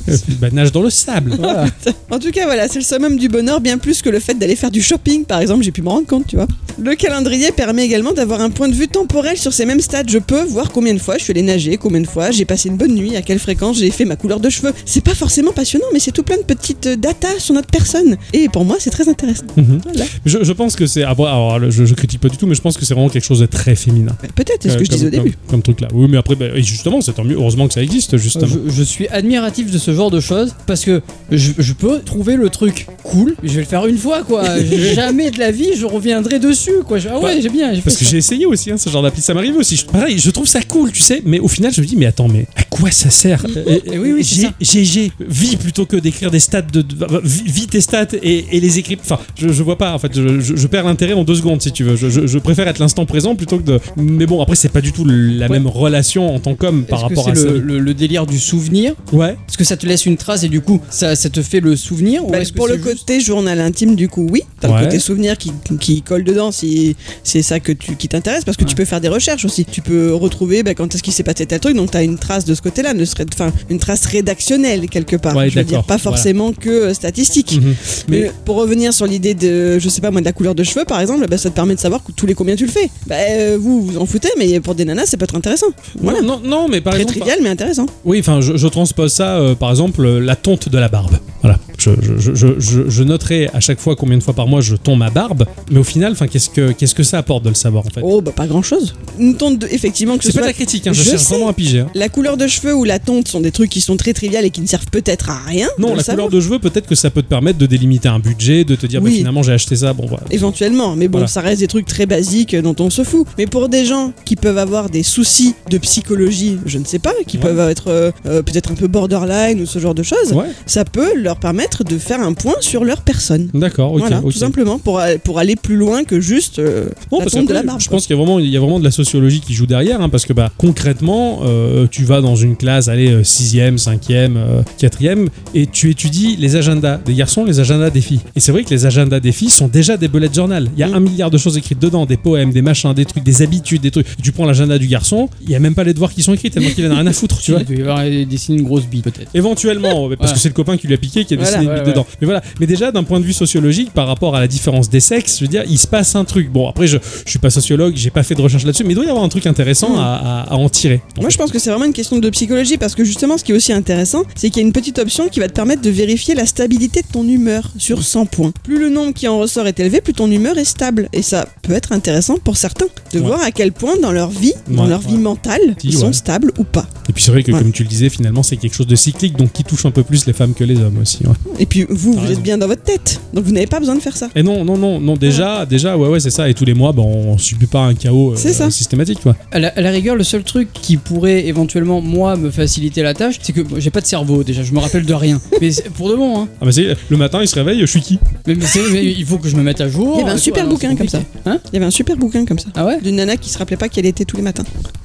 A: Euh, bah, nage dans le sable.
B: Voilà.
C: En tout cas, voilà, c'est le summum du bonheur, bien plus que le fait d'aller faire du shopping, par exemple, j'ai pu me rendre compte, tu vois. Le calendrier permet également d'avoir un point de vue temporel sur ces mêmes stades. Je peux voir combien de fois je suis allé nager, combien de fois j'ai passé une bonne nuit, à quelle fréquence j'ai fait ma couleur de cheveux. C'est pas forcément passionnant, mais c'est tout plein de petites euh, datas sur notre personne. Et pour moi, c'est très intéressant.
A: Mhm.
C: Voilà.
A: Je, je pense que c'est. ah, bon, alors, le- je, je critique pas du tout, mais je pense que c'est vraiment quelque chose de très féminin.
C: Bah, Peut-être, c'est ce
A: Euh,
C: que je
A: comme-
C: disais au
A: comme-
C: début.
A: Comme, truc là. Oui, mais après, bah, et justement, c'est tant mieux. Heureusement que ça existe, justement.
B: Je, je suis admiratif de ce genre de choses parce que je, je peux trouver le truc cool, mais je vais le faire une fois quoi. Jamais de la vie je reviendrai dessus quoi. Je- ah ouais,
A: Bah,
B: j'ai bien. j'ai
A: Parce
B: fait
A: que
B: ça.
A: j'ai essayé aussi hein, ce genre d'appli, ça m'arrive aussi. Je- pareil, je trouve ça cool, tu sais, mais au final, je me dis, mais attends, mais à quoi ça sert
B: Eh oui, oui, c'est
A: G-
B: ça.
A: GG, vis plutôt que d'écrire des stats, de, de- vis vis tes stats et, et les écrire. Enfin, je, je vois pas, en fait, je, je- je perds l'intérêt en deux secondes si tu veux. Je, je- je préfère être l'instant présent plutôt que de. Mais bon, après, c'est pas du tout la
B: Ouais.
A: même relation en tant qu'homme par
B: Est-ce que
A: rapport
B: c'est
A: à ça.
B: le, le- le délire du souvenir
A: Ouais.
B: Est-ce que ça te laisse une trace et du coup ça, ça te fait le souvenir ou
C: Bah,
B: est-ce que
C: pour le
B: c'est juste-
C: côté journal intime, du coup, oui. T'as
A: Ouais.
C: le côté souvenir qui, qui colle dedans si c'est ça que tu, qui t'intéresse, parce que tu peux faire des recherches aussi. Tu peux retrouver bah, quand est-ce qu'il s'est passé tel truc, donc t'as une trace de ce côté-là, ne serait, enfin, une trace rédactionnelle quelque part.
A: Ouais,
C: je veux dire,
A: d'accord,
C: pas forcément que euh, statistique.
A: Mhm.
C: Mais,
A: Mais-
C: pour revenir sur l'idée de, je sais pas moi, de la couleur de cheveux par exemple, bah, ça te permet de savoir tous les combien tu le fais. Bah, euh, vous vous en foutez, mais pour des nanas, ça peut être intéressant. Voilà.
A: Non, non, non, mais par
C: Très
A: exemple.
C: trivial, mais intéressant.
A: Oui, enfin, je, je transpose ça, euh, par exemple, euh, la tonte de la barbe. Voilà. Je, je, je- je- je- je noterai à chaque fois combien de fois par mois je tombe ma barbe, mais au final, enfin, qu'est-ce que, qu'est-ce que ça apporte de le savoir, en fait
C: Oh, bah pas grand chose. Une tonte, de- effectivement, que ce
A: C'est pas
C: soit
A: de la critique, hein, je,
C: Je
A: cherche
C: sais.
A: vraiment à piger. hein.
C: La couleur de cheveux ou la tonte sont des trucs qui sont très triviales et qui ne servent peut-être à rien.
A: Non,
C: de le
A: la
C: savoir.
A: couleur de cheveux, peut-être que ça peut te permettre de délimiter un budget, de te dire, bah,
C: Oui.
A: finalement, j'ai acheté ça, bon, voilà.
C: Éventuellement, mais bon,
A: Voilà.
C: ça reste des trucs très basiques dont on se fout. Mais pour des gens qui peuvent avoir des soucis de psychologie, je ne sais pas, qui
A: Ouais.
C: peuvent être euh, euh, peut-être un peu borderline ou ce genre de choses,
A: Ouais,
C: ça peut leur permettre de faire un point sur leur personne.
A: d'accord, ok.
C: voilà,
A: ok.
C: tout simplement pour, a- pour aller plus loin que juste euh,
A: Non, Oh,
C: la
A: parce
C: tonte de
A: qu'après,
C: la barbe.
A: Je pense qu'il y a vraiment, il y a vraiment de la sociologie qui joue derrière, hein, parce que bah concrètement, euh, tu vas dans une classe, allez 6 e 5 e 4 e et tu étudies les agendas des garçons, les agendas des filles. Et c'est vrai que les agendas des filles sont déjà des bullet journal. Il y a
C: Mm.
A: un milliard de choses écrites dedans, des poèmes, des machins, des trucs, des habitudes, des trucs. Tu prends l'agenda du garçon, il y a même pas les devoirs qui sont écrits, tellement qu'il en a rien à foutre, tu vois.
B: Il doit y avoir euh, dessiner une grosse bite peut-être.
A: Éventuellement, parce
B: Ouais.
A: que c'est le copain qui lui a piqué qui a
B: Voilà.
A: dessiné une
B: Ouais,
A: bite
B: ouais.
A: dedans. Mais voilà. Mais déjà, d'un point de vue sociologique, par rapport à la différence des sexes, je veux dire, il se passe un truc. Bon, après, je, je suis pas sociologue, j'ai pas fait de recherche là-dessus, mais il doit y avoir un truc intéressant
C: Mm.
A: à, à- à en tirer.
C: Moi, je pense que c'est vraiment une question de psychologie parce que justement, ce qui est aussi intéressant, c'est qu'il y a une petite option qui va te permettre de vérifier la stabilité de ton humeur sur 100 points. Plus le nombre qui en ressort est élevé, plus ton humeur est stable. Et ça peut être intéressant pour certains de
A: Ouais.
C: voir à quel point dans leur vie, dans
A: Ouais,
C: leur vie
A: ouais.
C: mentale,
A: Si,
C: ils sont
A: ouais.
C: stables ou pas.
A: Et puis c'est vrai que,
C: Ouais.
A: comme tu le disais, finalement, c'est quelque chose de cyclique, donc qui touche un peu plus les femmes que les hommes aussi. ouais.
C: Et puis vous,
A: T'as
C: vous
A: raison.
C: êtes bien dans votre tête, donc vous n'avez pas besoin de faire ça.
A: Et non, non, non, non, déjà, déjà, ouais, ouais, c'est ça. Et tous les mois, ben, on subit pas un chaos euh,
C: C'est ça.
A: systématique, quoi.
B: À la, à la rigueur, le seul truc qui pourrait éventuellement moi me faciliter la tâche, c'est que bon, j'ai pas de cerveau déjà, je me rappelle de rien. Mais c'est- pour de bon, hein.
A: Ah, bah, c'est le matin, il se réveille, je suis qui
B: Mais, mais c'est- mais il faut que je me mette à jour.
C: Il y avait un
B: et tout,
C: Eh ben, super
B: alors c'est
C: bouquin comme
B: compliqué. Hein
C: Il y avait un super bouquin comme ça.
B: Ah ouais
C: D'une nana qui se rappelait pas qu'elle était tous les matins.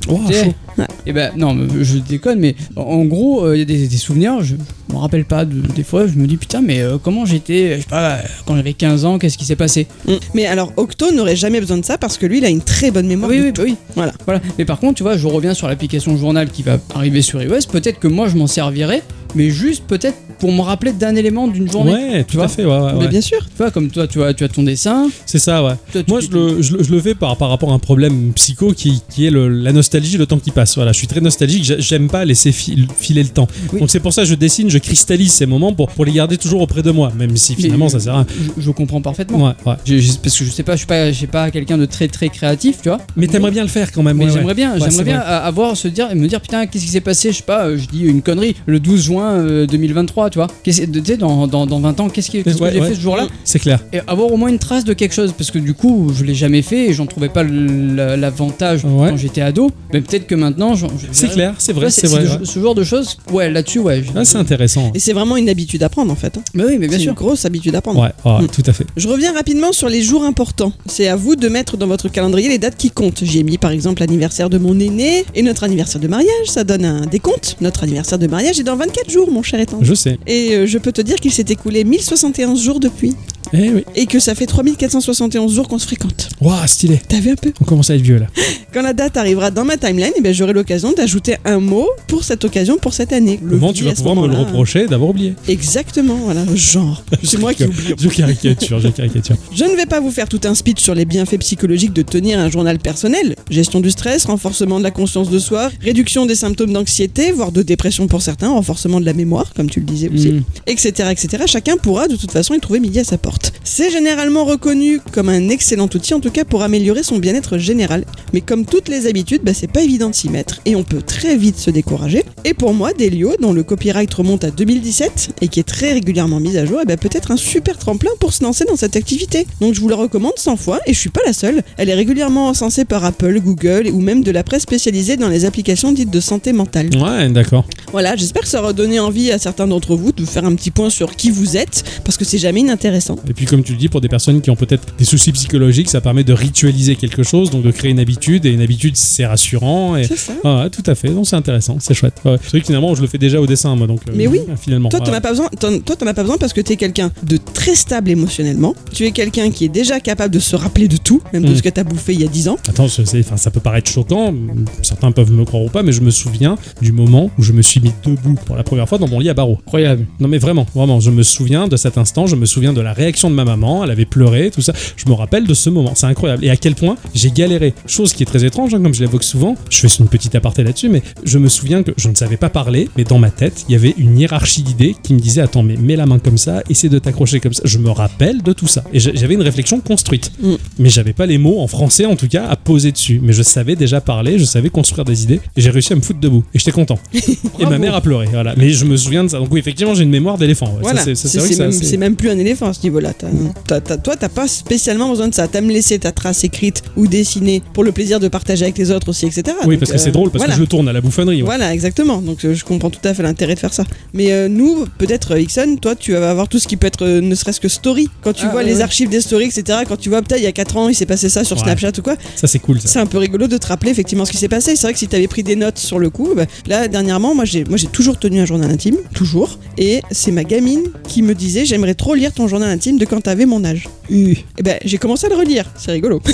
A: Wow, chaud.
C: Oh, Ouais.
B: Et ben non, mais je déconne, mais en- en gros, euh, il y a des, des souvenirs, je m'en rappelle pas. de- des fois, je me dis putain, mais euh, comment j'étais, je sais pas, euh, quand j'avais 15 ans, qu'est-ce qui s'est passé
C: Mm. Mais alors, Octo n'aurait jamais besoin de ça parce que lui, il a une très bonne mémoire. de tout.
B: oui.
C: Voilà.
B: Voilà. Mais par contre, tu vois, je reviens sur l'application journal qui va arriver sur iOS. Peut-être que moi, je m'en servirai, mais juste peut-être pour me rappeler d'un élément d'une journée.
A: Ouais, tout à
B: vois
A: fait, ouais, ouais,
C: Mais
A: ouais.
C: bien sûr.
B: Tu vois, comme toi, tu as, tu as ton dessin.
A: C'est ça, ouais.
B: toi, tu-
A: Moi, je le, je le- je le fais par, par rapport à un problème psycho qui, qui est le- la nostalgie, le temps qui passe. Voilà, je suis très nostalgique, j'a- j'aime pas laisser fil- filer le temps.
B: Oui.
A: Donc c'est pour ça que je dessine, je cristallise ces moments pour, pour les garder toujours auprès de moi, même si
B: Mais-
A: finalement ça sert à rien.
B: Je, je comprends parfaitement.
A: Ouais, ouais.
B: Je- je- parce que je sais pas, je suis pas, je suis pas quelqu'un de très très créatif, tu vois.
A: Mais t'aimerais bien le faire quand même.
B: Mais
A: ouais,
B: j'aimerais
A: ouais.
B: bien,
A: Ouais,
B: j'aimerais
A: c'est
B: bien a- avoir se dire et me dire putain qu'est-ce qui s'est passé, je sais pas, euh, je dis une connerie, le 12 juin euh, 2023, tu vois. Qu'est-ce- Tu sais dans, dans, dans 20 ans, qu'est-ce qui- qu'est-ce que
A: Ouais,
B: j'ai
A: ouais.
B: fait ce jour-là
A: C'est clair.
B: Et avoir au moins une trace de quelque chose parce que du coup, je l'ai jamais fait et j'en trouvais pas le- la- l'avantage
A: Ouais.
B: quand j'étais ado, mais peut-être que maintenant j'en- je-
A: C'est clair, c'est
B: Tu vois,
A: vrai, c'est vrai.
B: le-
A: ouais.
B: Ce genre de choses, ouais, là-dessus, ouais. je-
A: Ah, c'est intéressant.
C: Et c'est vraiment une habitude à prendre en fait. hein.
B: mais oui, mais bien
C: C'est
B: sûr.
C: une grosse habitude à prendre.
A: Ouais, ouais,
B: hmm.
C: Mm.
A: tout à fait.
C: Je reviens rapidement sur les jours importants. C'est à vous de mettre dans votre calendrier les dates qui comptent. J'ai mis par exemple l'anniversaire de mon aîné et notre anniversaire de mariage, ça donne un décompte. Notre anniversaire de mariage est dans 24 jours, mon cher étant.
A: Je sais.
C: Et euh, je peux te dire qu'il s'est écoulé 1071 jours depuis
A: Eh oui.
C: et que ça fait 3471 jours qu'on se fréquente.
A: Waouh, stylé.
C: T'as vu un peu
A: On commence à être vieux là.
C: Quand la date arrivera dans ma timeline, eh ben, j'aurai l'occasion d'ajouter un mot pour cette occasion, pour cette année.
A: Le vent,
C: dis
A: tu vas
C: à ce
A: pouvoir me le
C: moment-là, hein.
A: reprocher d'avoir oublié.
C: Exactement, voilà, genre. C'est moi qui oublie.
A: Je caricature, je caricature.
C: Je ne vais pas vous faire tout un speech sur les bienfaits psychologiques de tenir un journal personnel. Gestion du stress, renforcement de la conscience de soi, réduction des symptômes d'anxiété, voire de dépression pour certains, renforcement de la mémoire, comme tu le disais aussi,
B: Mm.
C: etc., etc. Chacun pourra de toute façon y trouver midi à sa porte. C'est généralement reconnu comme un excellent outil, en tout cas pour améliorer son bien-être général. Mais comme toutes les habitudes, bah, c'est pas évident de s'y mettre et on peut très vite se décourager. Et pour moi, Delio, dont le copyright remonte à 2017 et qui est très régulièrement mis à jour, est bah, peut-être un super tremplin pour se lancer dans cette activité. Donc je vous le recommande 100 fois et je suis pas la seule. Elle est régulièrement encensée par Apple, Google ou même de la presse spécialisée dans les applications dites de santé mentale.
A: Ouais, d'accord.
C: Voilà, j'espère que ça aura donné envie à certains d'entre vous de faire un petit point sur qui vous êtes, parce que c'est jamais inintéressant.
A: Et puis, comme tu le dis, pour des personnes qui ont peut-être des soucis psychologiques, ça permet de ritualiser quelque chose, donc de créer une habitude. Et une habitude, c'est rassurant. Et...
C: C'est ça.
A: Ah, ouais, tout à fait. Donc, c'est intéressant, c'est chouette. Ouais. C'est vrai que finalement, je le fais déjà au dessin, moi. Donc, euh,
C: Mais oui.
A: Finalement.
C: Toi, t'en
A: ouais.
C: as pas besoin. t'en- Toi, t'en as pas besoin parce que t'es quelqu'un de très stable émotionnellement. Tu es quelqu'un qui est déjà capable de se rappeler de tout, même de
A: Mm.
C: ce que t'as bouffé il y a 10 ans.
A: Attends, je sais, enfin, ça peut paraître choquant, certains peuvent me croire ou pas, mais je me souviens du moment où je me suis mis debout pour la première fois dans mon lit à barreaux.
B: Incroyable.
A: Non mais vraiment, vraiment, je me souviens de cet instant, je me souviens de la réaction de ma maman, elle avait pleuré, tout ça. Je me rappelle de ce moment, c'est incroyable. Et à quel point j'ai galéré. Chose qui est très étrange, hein, comme je l'évoque souvent, je fais une petite aparté là-dessus, mais je me souviens que je ne savais pas parler, mais dans ma tête, il y avait une hiérarchie d'idées qui me disait attends, mais mets la main comme ça, essaie de t'accrocher comme ça. Je me rappelle de tout ça. Et j'a- j'avais une réflexion construite.
C: Mm.
A: Mais j'avais pas les mots, en français en tout cas, à poser dessus. Mais je savais déjà parler, je savais construire des idées, et j'ai réussi à me foutre debout. Et j'étais content. et ma mère a pleuré, voilà. Mais je me souviens de ça. Donc oui, effectivement, j'ai une mémoire d'éléphant. ouais. Ça,
C: Voilà,
A: c'est-
C: c'est
A: ça, c'est vrai que
C: c'est
A: ça,
C: même,
A: c'est-
C: c'est même plus un éléphant à ce niveau-là. T'as- t'as- t'as- toi, t'as pas spécialement besoin de ça. T'as me laissé ta trace écrite ou dessinée pour le plaisir de partager avec les autres aussi, etc.
A: Oui,
C: Donc,
A: parce que
C: euh,
A: c'est drôle, parce
C: voilà.
A: que je le tourne à la bouffonnerie. ouais.
C: Voilà, exactement. Donc euh, je comprends tout à fait l'intérêt de faire ça. Mais euh, nous, peut-être, euh, Ixon, toi, tu vas avoir tout ce qui peut être euh, ne serait-ce que story. Quand tu
B: Ah,
C: vois
B: ouais,
C: les
B: ouais.
C: archives des stories, etc., quand tu vois, putain, il y a 4 ans, il s'est passé ça sur
A: Ouais.
C: Snapchat ou quoi,
A: Ça, c'est cool, ça.
C: c'est un peu rigolo de te rappeler effectivement ce qui s'est passé. C'est vrai que si t'avais pris des notes sur le coup, bah, là, dernièrement, moi, j'ai moi, j'ai toujours tenu un journal intime, toujours. Et c'est ma gamine qui me disait, j'aimerais trop lire ton journal intime de quand t'avais mon âge. Et ben, j'ai commencé à le relire. C'est rigolo.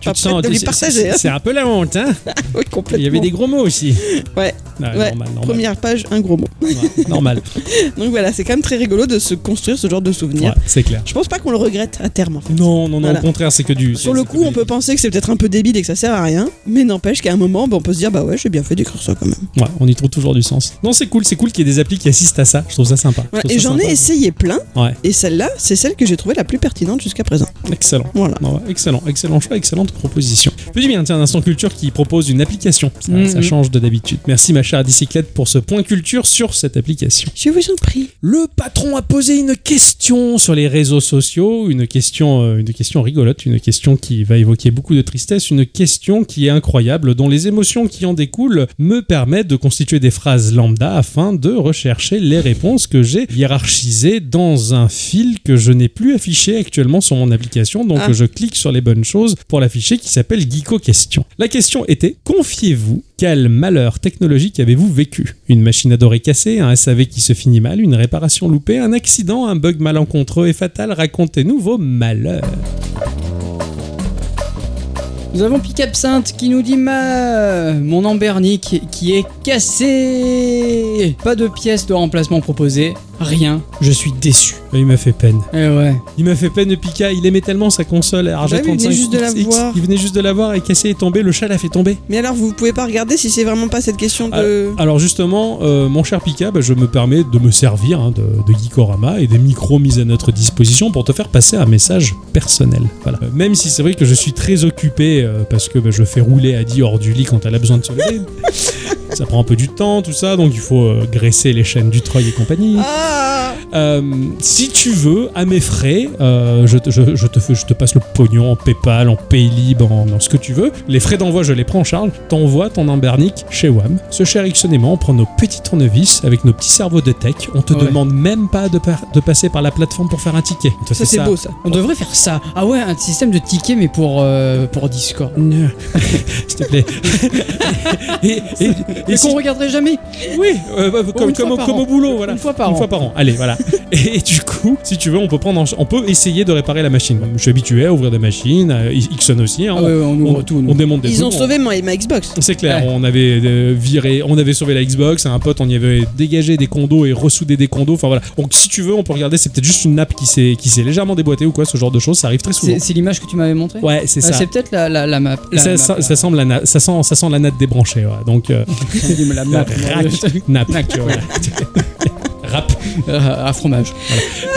A: Tu
C: pas
A: te sens-
C: prête de les
A: c'est-
C: partager,
A: c'est-
C: hein.
A: C'est un peu la honte, hein.
C: oui,
A: Il
C: complètement.
A: y avait des gros mots aussi.
C: Ouais.
A: Ouais,
C: Ouais,
A: normal, normal.
C: Première page, un gros mot.
A: Ouais, normal.
C: Donc voilà, c'est quand même très rigolo de se construire ce genre de souvenirs.
A: Ouais, c'est clair.
C: Je pense pas qu'on le regrette à terme. en fait.
A: Non, non, non,
C: Voilà.
A: au contraire, c'est que du.
C: Sur le
A: c'est-
C: coup, on peut penser que c'est peut-être un peu débile et que ça sert à rien, mais n'empêche qu'à un moment, bah, on peut se dire bah ouais, j'ai bien fait d'écrire ça quand même.
A: Ouais, on y trouve toujours du sens. Non, c'est cool, c'est cool qu'il y ait des applis qui assistent à ça. Je trouve ça sympa. Je
C: Voilà,
A: trouve
C: Et
A: ça
C: j'en ai
A: sympa.
C: essayé plein,
A: Ouais.
C: et celle-là, c'est celle que j'ai trouvée la plus pertinente jusqu'à présent.
A: Excellent.
C: Voilà.
A: Ouais, ouais, excellent, excellent choix, excellente proposition. Petit bien, tiens, un instant culture qui propose une application. Ça,
B: Mhm.
A: ça change de d'habitude. Merci, ma chère bicyclette, pour ce point culture sur cette application.
C: Je vous en prie.
A: Le patron a posé une question sur les réseaux sociaux, une question, euh, une question rigolote, une question qui va évoquer beaucoup de tristesse, une question qui est incroyable, dont les émotions qui en découlent me permettent de constituer des phrases lambda afin de rechercher les réponses que j'ai hiérarchisées dans un fil que je n'ai plus affiché actuellement sur mon application. Donc
C: Ah.
A: je clique sur les bonnes choses pour l'afficher qui s'appelle Geeko Question. La question était Confiez-vous quel malheur technologique avez-vous vécu Une machine à dorer cassée, un SAV qui se finit mal, une réparation loupée, un accident, un bug malencontreux et fatal Racontez-nous vos malheurs.
B: Nous avons Pic Absinthe qui nous dit ma mon embernique qui est cassé. Pas de pièce de remplacement proposée, rien. Je suis déçu.
A: Il m'a fait peine.
B: Eh ouais.
A: Il m'a fait peine, Pika. Il aimait tellement sa console RG35.
C: Bah oui, il venait juste de la
A: XX.
C: voir.
A: Il venait juste de la voir et cassé est tombé. Le chat l'a fait tomber.
C: Mais alors, vous pouvez pas regarder si c'est vraiment pas cette question de.
A: Ah, Alors justement, euh, mon cher Pika, bah, je me permets de me servir hein, de, de Geekorama et des micros mis à notre disposition pour te faire passer un message personnel. Voilà. Euh, même si c'est vrai que je suis très occupé euh, parce que bah, je fais rouler Adi hors du lit quand elle a besoin de se lever. ça prend un peu du temps, tout ça, donc il faut euh, graisser les chaînes du Troy et compagnie.
C: Ah
A: Euh, si tu veux, à mes frais, euh, je, te, je- je te fais- je te passe le pognon en PayPal, en Paylib, en, en ce que tu veux. Les frais d'envoi, je les prends en charge. T'envoies ton imbernic chez WAM. Ce cher Ixon et moi, on prend nos petits tournevis avec nos petits cerveaux de tech. On te
B: Ouais.
A: demande même pas de, par- de passer par la plateforme pour faire un ticket. On te fait
C: Ça, c'est beau ça.
B: On devrait faire ça. Ah ouais, un système de tickets mais pour euh, pour Discord.
A: Ne. S'il te plaît. et et- et- et
B: Et
A: si
B: qu'on regarderait jamais.
A: Oui, euh, bah, comme,
B: une fois
A: comme au-
B: par
A: comme
B: an.
A: au boulot, voilà.
B: Une fois par
A: Une
B: an.
A: fois par an. Allez, voilà. et, du coup, si tu veux, on peut prendre, en ch- on peut essayer de réparer la machine. Je suis habitué à ouvrir des machines, euh, Ixon aussi. hein,
B: Ah ouais, on ouvre tout, nous.
A: on démonte des
C: Ils
A: trucs,
C: ont
A: on-
C: sauvé ma, ma Xbox.
A: c'est clair,
B: Ouais.
A: on avait euh, viré, on avait sauvé la Xbox, à un pote on y avait dégagé des condos et ressoudé des condos. Enfin voilà. Donc si tu veux, on peut regarder, c'est peut-être juste une nappe qui s'est qui s'est légèrement déboîtée ou quoi, ce genre de choses, ça arrive très souvent.
B: C'est c'est l'image que tu m'avais montrée.
A: Ouais, c'est ça.
B: Ah, c'est peut-être la, la, la map.
A: Et
B: La euh.
A: ça,
B: map,
A: ça,
B: là.
A: ça semble la na- ça sent ça sent la natte débranchée, ouais. Donc euh,
B: la map.
A: rack, nappe, tu vois, voilà. Rap.
B: Euh, à fromage.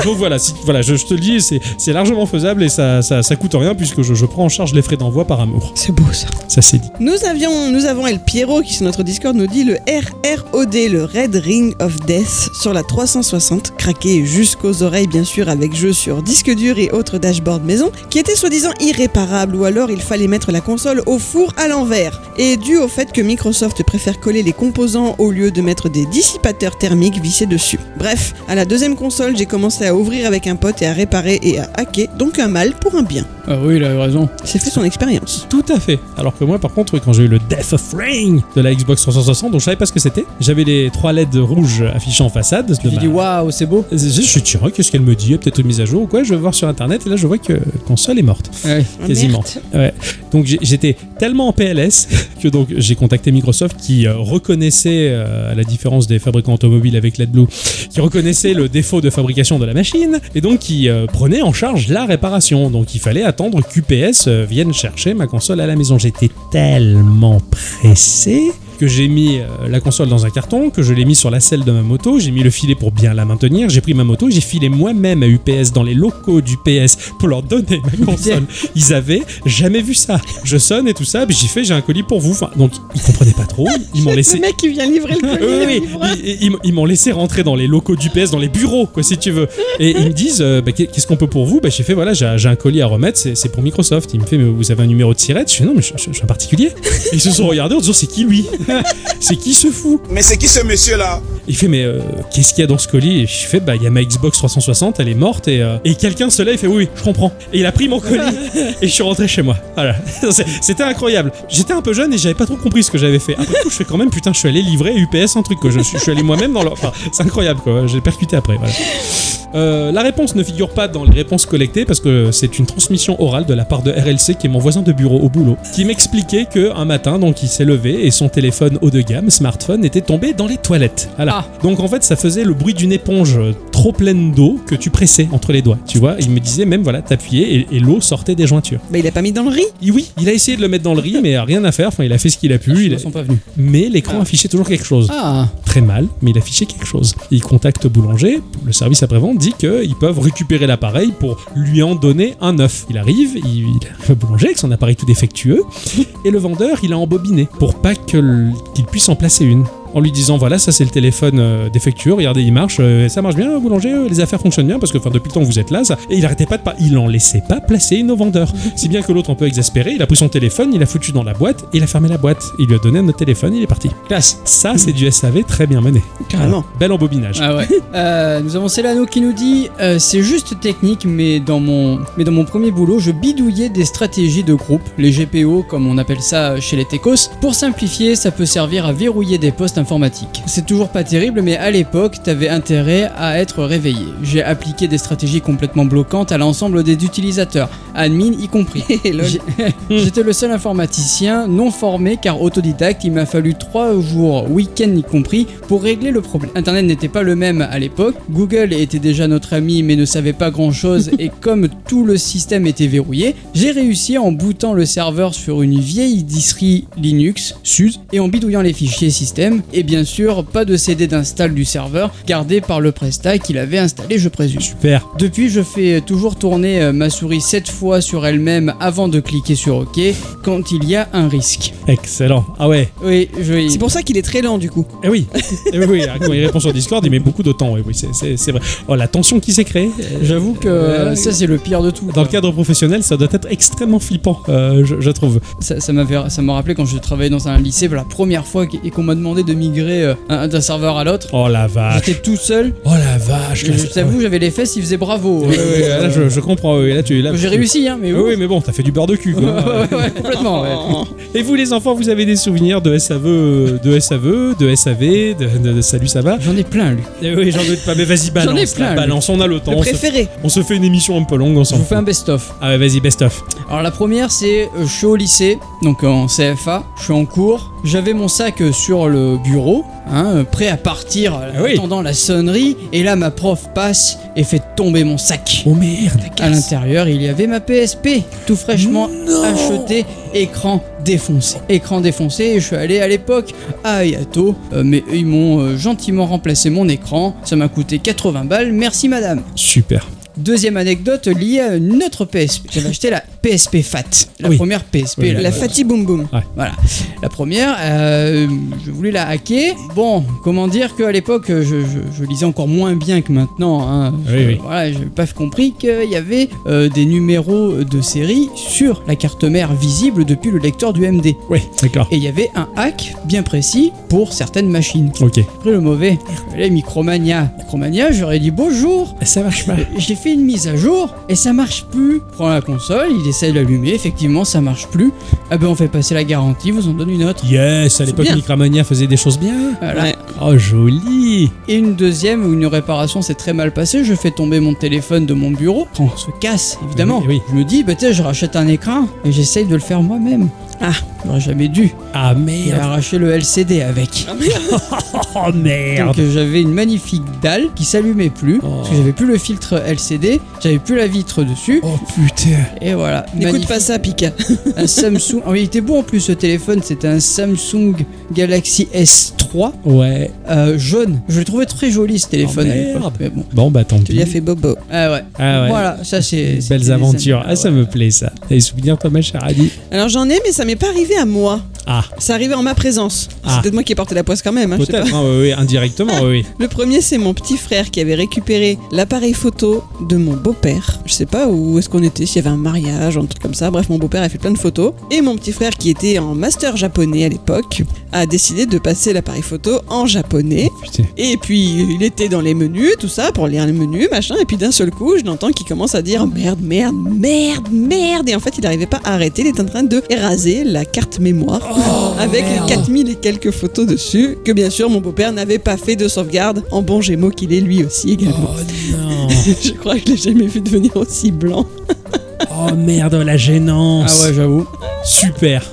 A: Donc voilà, si- voilà je, je te le dis, c'est c'est largement faisable et ça, ça, ça coûte rien puisque je, je prends en charge les frais d'envoi par amour.
C: C'est beau ça.
A: Ça c'est dit.
C: Nous avions, nous avons El Piero qui sur notre Discord nous dit le RROD, le Red Ring of Death sur la 360, craqué jusqu'aux oreilles bien sûr avec jeux sur disque dur et autres dashboards maison, qui était soi-disant irréparable ou alors il fallait mettre la console au four à l'envers. Et dû au fait que Microsoft préfère coller les composants au lieu de mettre des dissipateurs thermiques vissés dessus. Bref, à la deuxième console, j'ai commencé à ouvrir avec un pote et à réparer et à hacker, donc un mal pour un bien.
B: Ah oui, il a eu raison.
C: C'est fait son expérience.
A: Tout à fait. Alors que moi, par contre, quand j'ai eu le Death of Rain de la Xbox 360, dont je savais pas ce que c'était, j'avais les trois LED rouges affichés en façade. de
B: J'ai
A: ma-
B: dit waouh, c'est beau.
A: Je je suis tiré, qu'est-ce qu'elle me dit Il y a Peut-être une mise à jour ou quoi Je vais voir sur internet et là je vois que la console est morte.
B: Ouais.
A: Quasiment.
C: Merde.
A: Ouais. Donc j'ai- j'étais tellement en PLS que donc j'ai contacté Microsoft qui euh, reconnaissait, euh, à la différence des fabricants automobiles avec l'AdBlue, qui reconnaissait le défaut de fabrication de la machine et donc qui euh, prenait en charge la réparation. Donc il fallait attendre qu'UPS euh, vienne chercher ma console à la maison. J'étais tellement pressé que j'ai mis euh, la console dans un carton, que je l'ai mis sur la selle de ma moto, j'ai mis le filet pour bien la maintenir, j'ai pris ma moto et j'ai filé moi-même à UPS dans les locaux d'UPS pour leur donner ma console. Ils avaient jamais vu ça. Je sonne et tout ça, puis j'y fais, j'ai un colis pour vous. Enfin, donc ils comprenaient pas trop, ils m'ont laissé
C: Le mec qui vient livrer le colis.
A: oui,
C: au
A: oui,
C: livreur.
A: Ils, ils- ils m'ont laissé rentrer dans les locaux du PS, dans les bureaux, quoi, si tu veux. Et ils me disent, euh, bah, qu'est- qu'est-ce qu'on peut pour vous bah, J'ai fait, voilà, j'ai j'ai un colis à remettre, c'est c'est pour Microsoft. Il me fait, mais vous avez un numéro de sirette Je fais, non, mais je, je- je suis un particulier. Et ils se sont regardés en disant, c'est qui lui C'est qui ce fou
F: Mais c'est qui ce monsieur-là
A: Il fait, mais euh, qu'est-ce qu'il y a dans ce colis Et je fais, bah, il y a ma Xbox 360, elle est morte. Et, euh, et quelqu'un se lève et fait, oui, oui, je comprends. Et il a pris mon colis et je suis rentré chez moi. Voilà. C'est- C'était incroyable. J'étais un peu jeune et j'avais pas trop compris ce que j'avais fait. Après coup, je fais quand même, putain, je suis allé livrer à UPS un truc. Quoi. Je, suis- je suis allé moi-même dans leur. Enfin, c'est incroyable, quoi. J'ai percuté après. Voilà. Euh, la réponse ne figure pas dans les réponses collectées parce que c'est une transmission orale de la part de RLC qui est mon voisin de bureau au boulot qui m'expliquait que un matin donc il s'est levé et son téléphone haut de gamme smartphone était tombé dans les toilettes. Voilà. Donc en fait ça faisait le bruit d'une éponge euh, trop pleine d'eau que tu pressais entre les doigts. Tu vois, il me disait même voilà t'appuyais et- et l'eau sortait des jointures.
C: Bah, il a pas mis dans le riz.
A: Et oui, il a essayé de le mettre dans le riz, mais euh, rien à faire. Enfin, il a fait ce qu'il a pu. il
B: Ils
A: a-
B: sont pas venus.
A: Mais l'écran affichait toujours quelque chose.
B: Ah,
A: Très mal, mais il affichait quelque chose. Il contacte Boulanger. Le service après-vente dit qu'ils peuvent récupérer l'appareil pour lui en donner un neuf. Il arrive, il, il arrive à Boulanger avec son appareil tout défectueux. Et le vendeur, il a embobiné pour pas que l- qu'il puisse en placer une. En lui disant voilà ça c'est le téléphone euh, défectueux regardez il marche euh, ça marche bien euh, boulanger euh, les affaires fonctionnent bien parce que enfin depuis le temps que vous êtes là ça et il arrêtait pas de pas il en laissait pas placer une au vendeur si bien que l'autre un peu exaspéré il a pris son téléphone il a foutu dans la boîte et il a fermé la boîte il lui a donné un autre téléphone il est parti classe ça c'est du SAV très bien mené
C: Carrément.
A: Voilà. bel embobinage
B: ah ouais. Euh, nous avons Célano qui nous dit euh, c'est juste technique, mais dans mon mais dans mon premier boulot, je bidouillais des stratégies de groupe, les GPO comme on appelle ça chez les techos. Pour simplifier, ça peut servir à verrouiller des postes informatiques. C'est toujours pas terrible, mais à l'époque, t'avais intérêt à être réveillé. J'ai appliqué des stratégies complètement bloquantes à l'ensemble des utilisateurs, admin y compris.
C: Et lol.
B: J'ai- J'étais le seul informaticien non formé car autodidacte. Il m'a fallu 3 jours, week-end y compris, pour régler le problème. Internet n'était pas le même à l'époque. Google était déjà notre ami mais ne savait pas grand chose et comme tout le système était verrouillé, j'ai réussi en bootant le serveur sur une vieille disserie Linux, SUSE, et en bidouillant les fichiers système. Et bien sûr, pas de CD d'install du serveur gardé par le Presta qu'il avait installé, je présume.
A: super
B: Depuis, je fais toujours tourner euh, ma souris 7 fois sur elle-même avant de cliquer sur OK quand il y a un risque.
A: excellent ah ouais
B: Oui, je
C: C'est pour ça qu'il est très lent du coup.
A: Eh oui, Eh oui, oui, quand il répond sur Discord, il met beaucoup de temps. Eh Oui, oui, c'est- c'est c'est vrai. Oh, la tension qui s'est créée.
B: J'avoue que euh, ça, c'est le pire de tout.
A: Dans
B: quoi.
A: le cadre professionnel, ça doit être extrêmement flippant, euh, je, je trouve.
B: Ça, ça m'a fait- ça m'a rappelé quand je travaillais dans un lycée pour la première fois qu- et qu'on m'a demandé de migrer euh, un- d'un serveur à l'autre.
A: Oh la vache.
B: J'étais tout seul.
A: Oh la vache.
B: Je,
A: là,
B: je
A: ça-
B: t'avoue, j'avais les fesses, ils faisaient bravo.
A: Ouais, ouais, ouais, là, je, je comprends. oui, là, tu là,
B: J'ai
A: tu-
B: réussi, hein, mais
A: Oui,
B: ouf.
A: oui, mais bon, t'as fait du barbecue.
B: Ouais,
A: Quoi.
B: ouais, ouais, complètement. ouais.
A: Et vous, les enfants, vous avez des souvenirs de SAVE, de SAVE, de SAV, de, de- de Salut, ça va
B: J'en ai plein, Luc.
A: Eh Oui, j'en doute pas, mais vas-y, balance.
B: J'en ai
A: là,
B: plein, lui.
A: balance, on a le temps.
C: Le
A: on se-
C: préféré.
A: On se fait une émission un peu longue
B: Je vous
A: ensemble.
B: fais un best-of.
A: Ah ouais, vas-y, best of.
B: Alors la première c'est euh, je suis au lycée, donc euh, en CFA, je suis en cours, J'avais mon sac euh, sur le bureau, hein, euh, prêt à partir, euh,
A: Ah oui.
B: attendant la sonnerie, et là ma prof passe et fait tomber mon sac.
A: Oh merde
B: À l'intérieur, il y avait ma PSP, tout fraîchement achetée, écran défoncé. Écran défoncé, et je suis allé à l'époque à Ayato, euh, mais ils m'ont euh, gentiment remplacé mon écran. Ça m'a coûté 80 balles, merci madame.
A: Super.
B: Deuxième anecdote liée à une autre PSP. J'avais acheté la PSP Fat, la
A: Oui.
B: première PSP.
A: Oui,
B: la,
C: La Fatty Boom Boom.
B: voilà. La première, euh, je voulais la hacker. Bon, comment dire qu'à l'époque, je, je- je lisais encore moins bien que maintenant. hein. Je-
A: Oui, oui.
B: Voilà, j'avais pas compris qu'il y avait euh, des numéros de série sur la carte mère visible depuis le lecteur du MD.
A: Ouais, d'accord.
B: Et il y avait un hack bien précis pour certaines machines.
A: Ok.
B: Après le mauvais, les Micromania. Micromania, j'aurais dit bonjour,
A: Ça marche pas.
B: Euh, j'ai fait une mise à jour et ça marche plus. Prends la console, il essaie de l'allumer, effectivement ça marche plus. Ah ben on fait passer la garantie, vous en donne une autre.
A: Yes, à l'époque,
C: bien.
A: Micramania faisait des choses bien.
B: Voilà.
C: Ouais.
A: Oh, joli
B: Et une deuxième où une réparation s'est très mal passée, je fais tomber mon téléphone de mon bureau. On se casse, évidemment.
A: Oui, oui.
B: Je me dis, bah tiens, je rachète un écran et j'essaye de le faire moi-même.
C: Ah.
B: j'aurais jamais dû.
A: Ah
B: Il a
A: merde
B: arraché le LCD avec.
A: Oh
B: Donc
A: Ah, merde
B: euh, j'avais une magnifique dalle qui s'allumait plus,
A: Oh.
B: parce que j'avais plus le filtre LCD, j'avais plus la vitre dessus,
A: Oh putain
B: et voilà.
C: N'écoute
B: Magnifique.
C: pas ça, Pika.
B: un Samsung. Ah oui, il était beau en plus ce téléphone, c'était un Samsung Galaxy S3
A: Ouais.
B: euh, jaune. Je le trouvais très joli ce téléphone à
A: Oh, merde.
B: l'époque, mais bon.
A: Bon, bah tant
C: Tu lui
A: pis.
C: as fait bobo.
B: Ah ouais.
A: Ah ouais.
B: Voilà, ça c'est. c'était
A: Belles
B: des
A: aventures.
B: années.
A: Ah, ça
B: ouais.
A: me plaît, ça. T'as des souvenirs, toi, ma chère Adi
C: Alors j'en ai, mais ça m'est pas arrivé à moi.
A: Ah,
C: Ça arrivait en ma présence.
A: Ah.
C: C'est peut-être moi qui ai porté la poisse quand même. hein, je sais pas.
A: peut-être. hein, oui, oui, indirectement, oui. oui.
C: Le premier, c'est mon petit frère qui avait récupéré l'appareil photo de mon beau-père. Je sais pas où est-ce qu'on était, s'il y avait un mariage, un truc comme ça. Bref, mon beau-père a fait plein de photos. Et mon petit frère, qui était en master japonais à l'époque, a décidé de passer l'appareil photo en japonais.
A: Putain.
C: Et puis, il était dans les menus, tout ça, pour lire les menus, machin. Et puis, d'un seul coup, je l'entends qui commence à dire oh, merde, merde, merde, merde. Et en fait, il n'arrivait pas à arrêter. Il était en train de eraser la carte mémoire avec les 4000 et quelques photos dessus. Que bien sûr, mon beau-père n'avait pas fait de sauvegarde. En bon gémeaux qu'il est lui aussi également.
A: Oh non
C: je crois que je l'ai jamais vu devenir aussi blanc.
A: Oh merde, la gênance
B: Ah ouais, j'avoue.
A: Super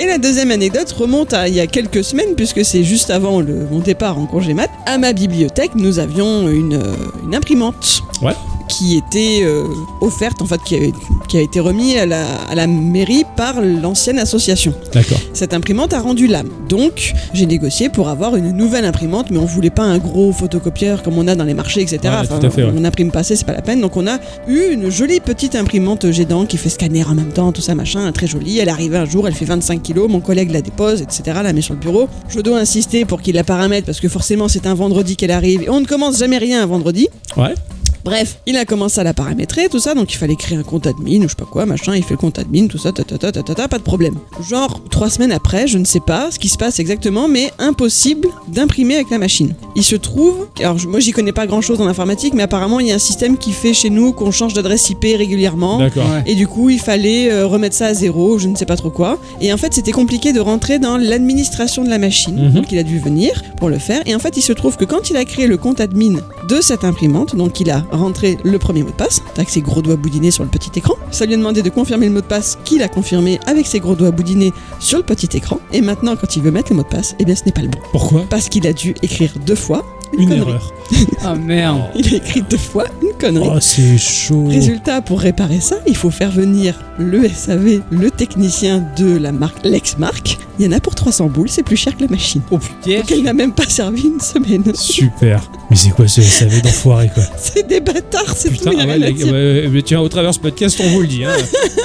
C: Et la deuxième anecdote remonte à il y a quelques semaines, puisque c'est juste avant le, mon départ en congé mat. À ma bibliothèque, nous avions une, euh, une imprimante.
A: Ouais.
C: Qui était euh, offerte, en fait, qui, avait- qui a été remise à la, à la mairie par l'ancienne association.
A: D'accord.
C: Cette imprimante a rendu l'âme. Donc, j'ai négocié pour avoir une nouvelle imprimante, mais on voulait pas un gros photocopieur comme on a dans les marchés, etc.
A: Ouais, tout à fait, ouais.
C: On imprime pas assez, c'est pas la peine. Donc, on a eu une jolie petite imprimante jet d'encre qui fait scanner en même temps, tout ça, machin, très jolie. Elle est arrivée un jour, elle fait 25 kilos, mon collègue la dépose, etc., la met sur le bureau. Je dois insister pour qu'il la paramètre parce que forcément, c'est un vendredi qu'elle arrive. Et on ne commence jamais rien un vendredi.
A: Ouais.
C: Bref, il a commencé à la paramétrer, tout ça, donc il fallait créer un compte admin ou je sais pas quoi, machin, il fait le compte admin, tout ça, ta ta ta ta ta, ta, pas de problème. Genre, trois semaines après, je ne sais pas ce qui se passe exactement, mais impossible d'imprimer avec la machine. Il se trouve, alors je- moi j'y connais pas grand chose en informatique, mais apparemment il y a un système qui fait chez nous qu'on change d'adresse IP régulièrement.
A: D'accord.
B: Ouais.
C: Et du coup, il fallait euh, remettre ça à zéro, je ne sais pas trop quoi. Et en fait, c'était compliqué de rentrer dans l'administration de la machine.
A: Mhm.
C: Donc, il a dû venir pour le faire. Et en fait, il se trouve que quand il a créé le compte admin de cette imprimante, donc il a rentré le premier mot de passe, avec ses gros doigts boudinés sur le petit écran. Ça lui a demandé de confirmer le mot de passe qu'il a confirmé avec ses gros doigts boudinés sur le petit écran. Et maintenant, quand il veut mettre le mot de passe, eh bien, ce n'est pas le bon.
A: Pourquoi
C: Parce qu'il a dû écrire deux fois une,
A: Une
C: connerie.
A: erreur.
B: Ah merde.
C: Il a écrit deux fois une connerie.
A: Oh, c'est chaud.
C: Résultat, pour réparer ça, il faut faire venir le SAV, le technicien de la marque Lexmark. Il y en a pour 300 boules, c'est plus cher que la machine.
B: Oh putain.
C: Donc elle n'a même pas servi une semaine.
A: Super. Mais c'est quoi ce SAV d'enfoiré, quoi
C: C'est des bâtards, c'est tout.
A: Putain,
C: il y a
A: ah ouais,
C: rien à
A: les-
C: dire.
A: ouais, mais tiens, au travers de ce podcast, on vous le dit. Hein.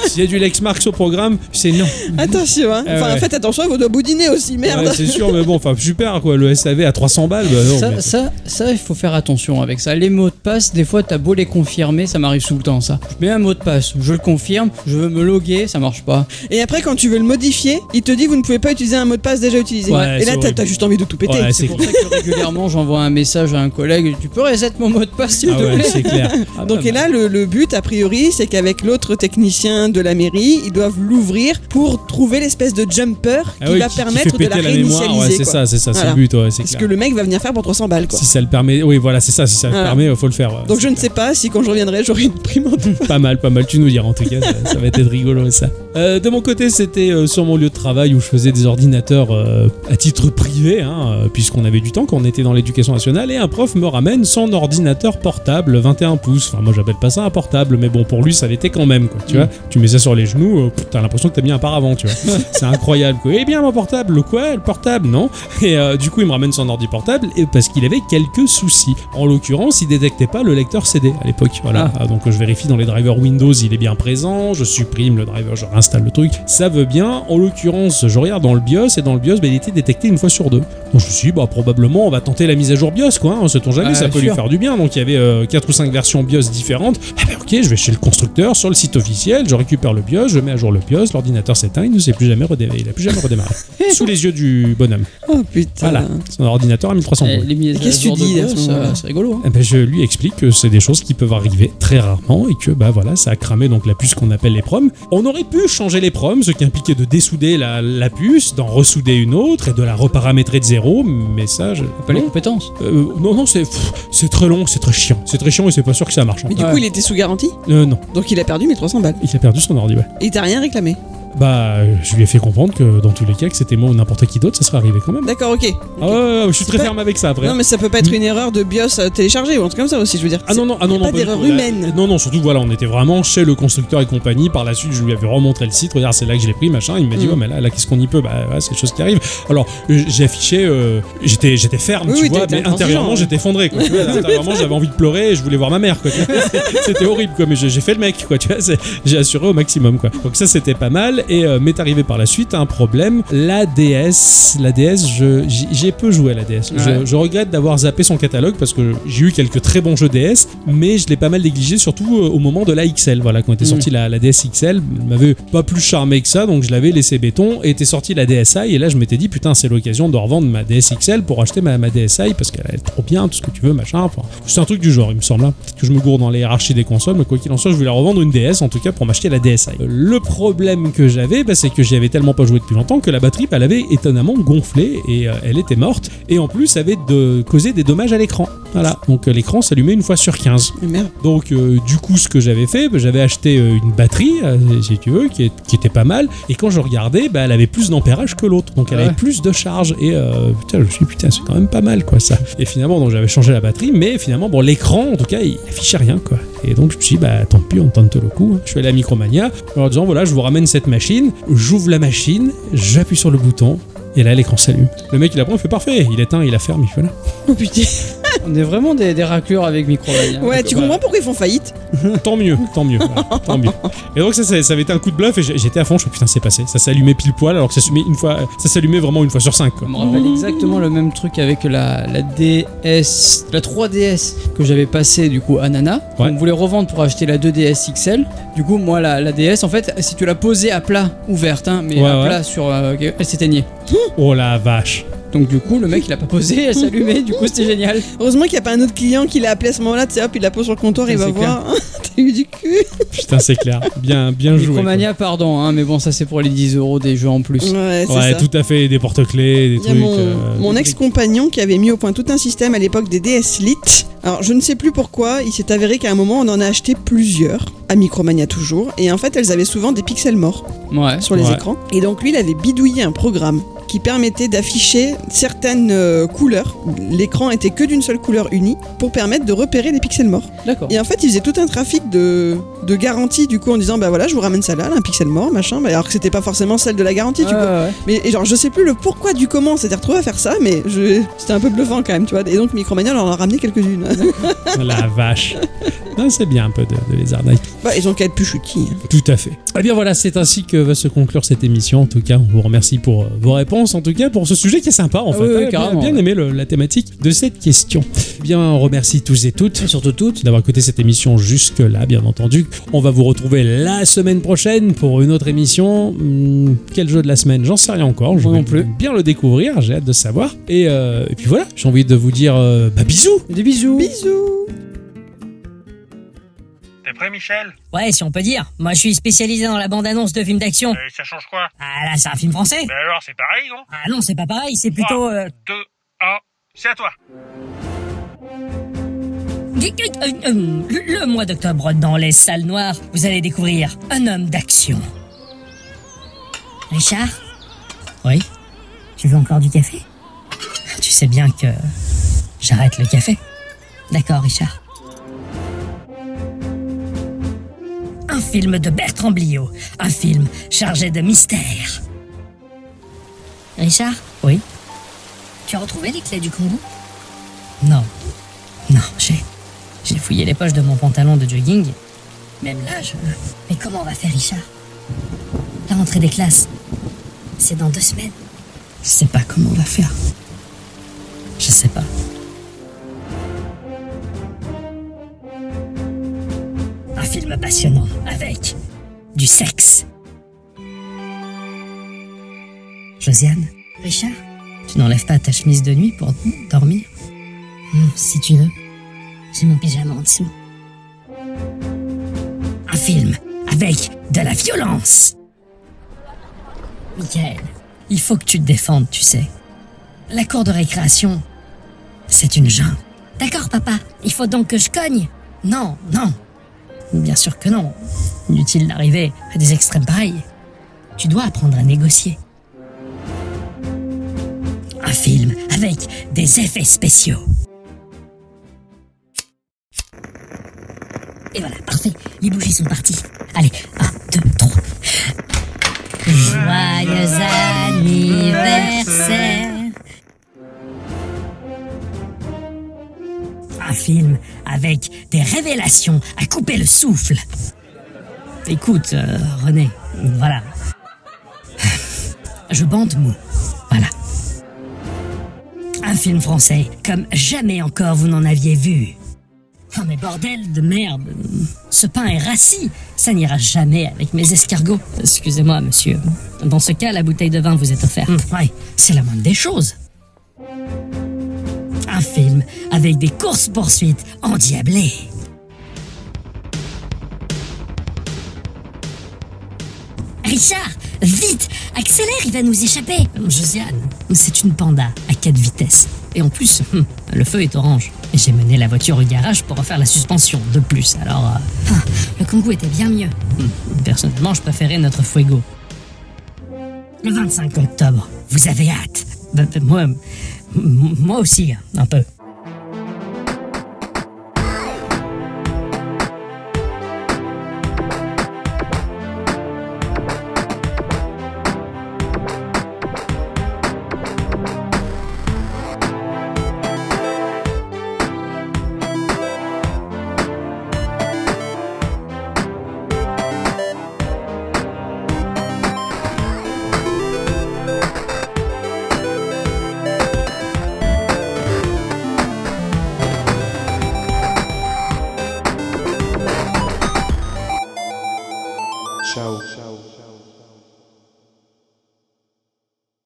A: S'il y a du Lexmarx au programme, c'est non.
C: Attention, hein.
A: Ah
C: Enfin,
A: ouais.
C: faites attention à vos doigts boudinés aussi, merde.
A: Ouais, c'est sûr, mais bon, enfin, super, quoi. Le SAV à 300 balles, bah non. mais-
B: Ça, ça, ça, il faut faire attention avec ça. Les mots de passe, des fois, t'as beau les confirmer, ça m'arrive tout le temps, ça. Je mets un mot de passe, je le confirme, je veux me loguer, ça marche pas.
C: Et après, quand tu veux le modifier, il te dit vous ne pouvez pas utiliser un mot de passe déjà utilisé.
A: Ouais,
C: Et là,
A: c'est
C: t'as
A: horrible.
C: t'as juste envie de tout péter.
A: Ouais,
B: C'est
A: c'est
B: pour ça que régulièrement, j'envoie un message à un collègue, tu peux reset mon mot de passe, s'il
A: Ah
B: te
A: ouais,
B: plaît.
A: c'est clair. Ah,
C: Donc
A: bah,
C: et là, le, le but, a priori, c'est qu'avec l'autre technicien de la mairie, ils doivent l'ouvrir pour trouver l'espèce de jumper qui
A: ah ouais,
C: va
A: qui- qui
C: permettre
A: fait
C: de la
A: péter
C: réinitialiser.
A: mémoire, ouais, c'est
C: quoi.
A: ça, c'est ça, c'est
C: Voilà.
A: le but, ouais, c'est
C: C'est ce
A: clair.
C: que le mec va venir faire pour 300 balles, quoi.
A: Si ça le permet, oui, voilà, c'est ça, si ça le
C: Voilà.
A: permet, faut le faire. ouais,
C: Donc
A: c'est
C: je ne
A: clair.
C: sais pas si quand je reviendrai, j'aurai une prime en tout.
A: Pas mal, pas mal, tu nous diras en tout cas, ça, ça va être rigolo ça. Euh, de mon côté, c'était euh, sur mon lieu de travail où je faisais des ordinateurs euh, à titre privé, hein, euh, puisqu'on avait du temps, quand on était dans l'éducation nationale, et un prof me ramène son ordinateur portable 21 pouces. Enfin, moi j'appelle pas ça un portable, mais bon, pour lui ça l'était quand même, quoi. Tu vois, tu mets ça sur les genoux, euh, pff, t'as l'impression que t'as mis un paravent, tu vois. C'est incroyable, quoi. Eh bien, mon portable, le quoi Le portable, non Et euh, du coup, il me ramène son ordi portable et parce qu'il avait quelques soucis. En l'occurrence, il détectait pas le lecteur CD à l'époque. Voilà. Ah, donc euh, je vérifie dans les drivers Windows, il est bien présent. Je supprime le driver, je réinstalle le truc. Ça veut bien. En l'occurrence, je regarde dans le BIOS et dans le BIOS, bah, il était détecté une fois sur deux. Donc je me suis dit, bah, probablement, on va tenter la mise à jour BIOS, quoi. hein, on se tombe jamais,
B: Ah,
A: ça peut lui
B: sûr.
A: faire du bien. Donc il y avait euh, quatre ou cinq versions BIOS différentes. Ah ben, ok, je vais chez le constructeur, sur le site officiel, je récupère le BIOS, je mets à jour le BIOS, l'ordinateur s'éteint, il ne s'est plus jamais redémarré. Il a plus jamais redémarré. Sous les yeux du bonhomme.
C: Oh putain.
A: Voilà, euh, son ordinateur à 1300
B: Eh,
A: boules.
B: les mises à
C: Qu'est-ce que tu
B: jour de
C: dis, à
B: gosse,
C: ce moment-là
B: euh, C'est rigolo. hein.
A: Eh ben, je lui explique que c'est des choses qui peuvent arriver très rarement et que bah voilà ça a cramé donc la puce qu'on appelle les proms. On aurait pu changer les proms, ce qui impliquait de dessouder la, la puce, d'en ressouder une autre et de la reparamétrer de zéro, mais ça je...
B: Pas les
A: non,
B: compétences.
A: Euh, non non, c'est pff, c'est très long, c'est très chiant, c'est très chiant et c'est pas sûr que ça marche. en
C: Mais du
A: fait.
C: coup, il était sous garantie,
A: Euh, non,
C: donc il a perdu mes 300 balles.
A: il a perdu son ordi. Ouais.
C: Et il t'a rien réclamé.
A: Bah euh, je lui ai fait comprendre que dans tous les cas que c'était moi ou n'importe qui d'autre ça serait arrivé quand même.
C: D'accord, ok.
A: Ah ouais, ouais, ouais, je suis très
C: pas-
A: ferme avec ça après.
C: Non, mais ça peut pas être une erreur de BIOS euh, téléchargée ou un truc comme ça aussi, je veux dire.
A: Ah non, non, ah non, non,
C: pas
A: du
C: d'erreur
A: tout. Là,
C: humaine.
A: Non, non, surtout, voilà, on était vraiment chez le constructeur et compagnie. Par la suite, je lui avais remontré le site. Regarde, c'est là que je l'ai pris, machin. Il m'a dit,
C: Mm.
A: ouais, mais là, là qu'est-ce qu'on y peut Bah, ouais, c'est des choses qui arrivent. Alors, euh, j'ai affiché, euh, j'étais, j'étais ferme,
C: Oui,
A: tu
C: oui,
A: vois,
C: t'étais
A: mais intérieurement,
C: intransigeant,
A: j'étais effondré, quoi. Tu vois, intérieurement, j'avais envie de pleurer et je voulais voir ma mère, quoi. Tu vois, c'est- C'était horrible, quoi. Mais j'ai j'ai fait le mec, quoi. Tu vois, c'est- j'ai assuré au maximum, quoi. Donc, ça, c'était pas mal. Et euh, m'est arrivé par la suite un problème. La DS, la DS, je- j'y- j'ai peu joué à la DS. Je-
B: Ouais.
A: Euh, je, regrette d'avoir zappé son catalogue parce que j'ai eu quelques très bons jeux DS, mais je l'ai pas mal négligé, surtout euh, au moment de la XL. Voilà, quand était
B: Mm.
A: sortie la, la DS XL, elle m'avait pas plus charmé que ça, donc je l'avais laissé béton. Et était sortie la DSi, et là je m'étais dit, putain, c'est l'occasion de revendre ma DS XL pour acheter ma, ma DSi parce qu'elle est trop bien, tout ce que tu veux, machin. Enfin, c'est un truc du genre, il me semble. hein. Peut-être que je me gourde dans les hiérarchies des consoles, mais quoi qu'il en soit, je voulais revendre une DS en tout cas pour m'acheter la DSi. Euh, Le problème que j'avais, bah, c'est que j'y avais tellement pas joué depuis longtemps que la batterie, bah, elle avait étonnamment gonflé et euh, elle était morte. Et en plus, avait de, causé des dommages à l'écran. Voilà. Donc euh, l'écran s'allumait une fois sur 15.
C: Mais Merde.
A: Donc euh, du coup, ce que j'avais fait, bah, j'avais acheté euh, une batterie, euh, si tu veux, qui, est- qui était pas mal. Et quand je regardais, bah, elle avait plus d'ampérage que l'autre, donc elle
B: Ouais.
A: avait plus de charge. Et euh, putain, je me suis dit, putain, c'est quand même pas mal, quoi, ça. Et finalement, donc j'avais changé la batterie, mais finalement, bon, l'écran, en tout cas, il affichait rien, quoi. Et donc je me suis dit, bah tant pis, on tente le coup. hein. Je suis allé à Micromania en leur disant, voilà, je vous ramène cette machine. J'ouvre la machine, j'appuie sur le bouton. Et là, l'écran s'allume. Le mec, il apprend, il fait parfait. Il éteint, il la ferme, il fait là.
C: Oh putain.
B: On est vraiment des, des raclures avec Micromania.
C: Ouais, tu
A: voilà.
C: comprends pourquoi ils font faillite
A: Tant mieux, tant mieux, voilà, tant mieux. Et donc ça, ça, ça avait été un coup de bluff et j'ai- j'étais à fond. Je me suis dit, putain, c'est passé. Ça s'allumait pile poil alors que ça s'allumait une fois, ça s'allumait vraiment une fois sur cinq. Quoi.
B: Je me rappelle exactement le même truc avec la, la DS, la 3DS que j'avais passée du coup à Nana.
A: Ouais.
B: On voulait revendre pour acheter la 2DS XL. Du coup, moi, la, la DS, en fait, si tu la posais à plat, ouverte, hein, mais
A: Ouais,
B: à
A: ouais.
B: plat sur. euh, elle s'éteignait.
A: Oh la vache.
B: Donc, du coup, le mec, il a pas posé, elle s'allumait, du coup, c'était génial.
C: Heureusement qu'il n'y a pas un autre client qui l'a appelé à ce moment-là, tu sais, hop, il la pose sur le comptoir, il
B: Ça,
C: va
B: c'est
C: voir. T'as eu du cul
A: Putain, c'est clair. Bien, bien joué. quoi.
B: Micromania, pardon, hein, mais bon, ça c'est pour les 10 euros des jeux en plus.
C: Ouais, c'est
A: Ouais,
C: ça.
A: tout à fait. Des porte-clés, des
C: Il y a
A: trucs.
C: mon,
A: euh,
C: mon
A: des-
C: ex-compagnon qui avait mis au point tout un système à l'époque des DS Lite. Alors, je ne sais plus pourquoi, il s'est avéré qu'à un moment, on en a acheté plusieurs, à Micromania toujours, et en fait, elles avaient souvent des pixels morts
B: Ouais.
C: Mm. sur les
A: Ouais.
C: écrans. Et donc, lui, il avait bidouillé un programme qui permettait d'afficher certaines euh, couleurs. L'écran était que d'une seule couleur unie pour permettre de repérer les pixels morts.
B: D'accord.
C: Et en fait, ils faisaient tout un trafic de, de garantie, du coup, en disant, bah voilà, je vous ramène ça là, là, un pixel mort, machin, Bah, alors que c'était pas forcément celle de la garantie,
B: Ouais,
C: tu vois.
B: ouais.
C: Mais et genre, je sais plus le pourquoi du comment, c'était retrouvé à faire ça, mais je- c'était un peu bluffant quand même, tu vois. Et donc, Micromania leur en a ramené quelques-unes.
A: Oh La vache. Non, c'est bien un peu de, de les arnaquer.
C: bah, ils ont qu'à être plus chutis.
A: Tout à fait. Eh bien voilà, c'est ainsi que va se conclure cette émission. En tout cas, on vous remercie pour euh, vos réponses, en tout cas pour ce sujet qui est sympa en
B: Ah
A: fait.
B: oui, oui,
A: bien-
B: carrément,
A: bien
B: ouais.
A: aimé le- la thématique de cette question. Eh bien, on remercie tous et toutes, et surtout toutes, d'avoir écouté cette émission jusque-là, bien entendu. On va vous retrouver la semaine prochaine pour une autre émission. Hum, quel jeu de la semaine J'en sais rien encore. Je
B: Moi
A: vais
B: non plus.
A: bien le découvrir, j'ai hâte de savoir. Et, euh, et puis voilà, j'ai envie de vous dire euh, bah, bisous
B: Des bisous.
C: Bisous
D: T'es prêt, Michel
F: Ouais, si on peut dire. Moi, je suis spécialisé dans la bande-annonce de films d'action.
D: Et Euh, ça change quoi
F: Ah là, c'est un film français.
D: Mais alors, c'est pareil, non
F: Ah non, c'est pas pareil, c'est plutôt... Euh...
D: 2, 1, c'est à toi.
F: euh, Le le mois d'octobre, dans les salles noires, vous allez découvrir un homme d'action. Richard Oui Tu veux encore du café Tu sais bien que j'arrête le café. D'accord, Richard. Un film de Bertrand Bliot. Un film chargé de mystère. Richard Oui Tu as retrouvé les clés du Congo Non. Non, j'ai... J'ai fouillé les poches de mon pantalon de jogging. Même là, je... Mais comment on va faire, Richard La rentrée des classes, c'est dans deux semaines. Je sais pas comment on va faire. Je sais pas. Un film passionnant avec du sexe. Josiane Richard Tu n'enlèves pas ta chemise de nuit pour dormir Hmm, Si tu veux. J'ai mon pyjama en dessous. Un film avec de la violence. Michael, il faut que tu te défendes, tu sais. La cour de récréation, c'est une jungle. D'accord, papa, il faut donc que je cogne. Non, non. Bien sûr que non. Inutile d'arriver à des extrêmes pareils. Tu dois apprendre à négocier. Un film avec des effets spéciaux. Et voilà, parfait. Les bougies sont parties. Allez, un, deux, trois. Joyeux anniversaire. Un film avec des révélations à couper le souffle. Écoute, euh, René, voilà. Je bande mou. Voilà. Un film français comme jamais encore vous n'en aviez vu. Oh mais bordel de merde Ce pain est rassis Ça n'ira jamais avec mes escargots Excusez-moi, monsieur. Dans ce cas, la bouteille de vin vous est offerte. ouais, c'est la moindre des choses. Un film avec des courses-poursuites endiablées. Richard Vite Accélère, il va nous échapper Euh, Josiane, c'est une panda à 4 vitesses. Et en plus, hum, le feu est orange. Et J'ai mené la voiture au garage pour refaire la suspension, de plus, alors... euh, ah, le Kangoo était bien mieux. Hum, Personnellement, je préférais notre Fuego. Le 25 octobre, vous avez hâte Ben, ben, Moi... m- Moi aussi, hein, un peu.
H: Ciao. Ciao.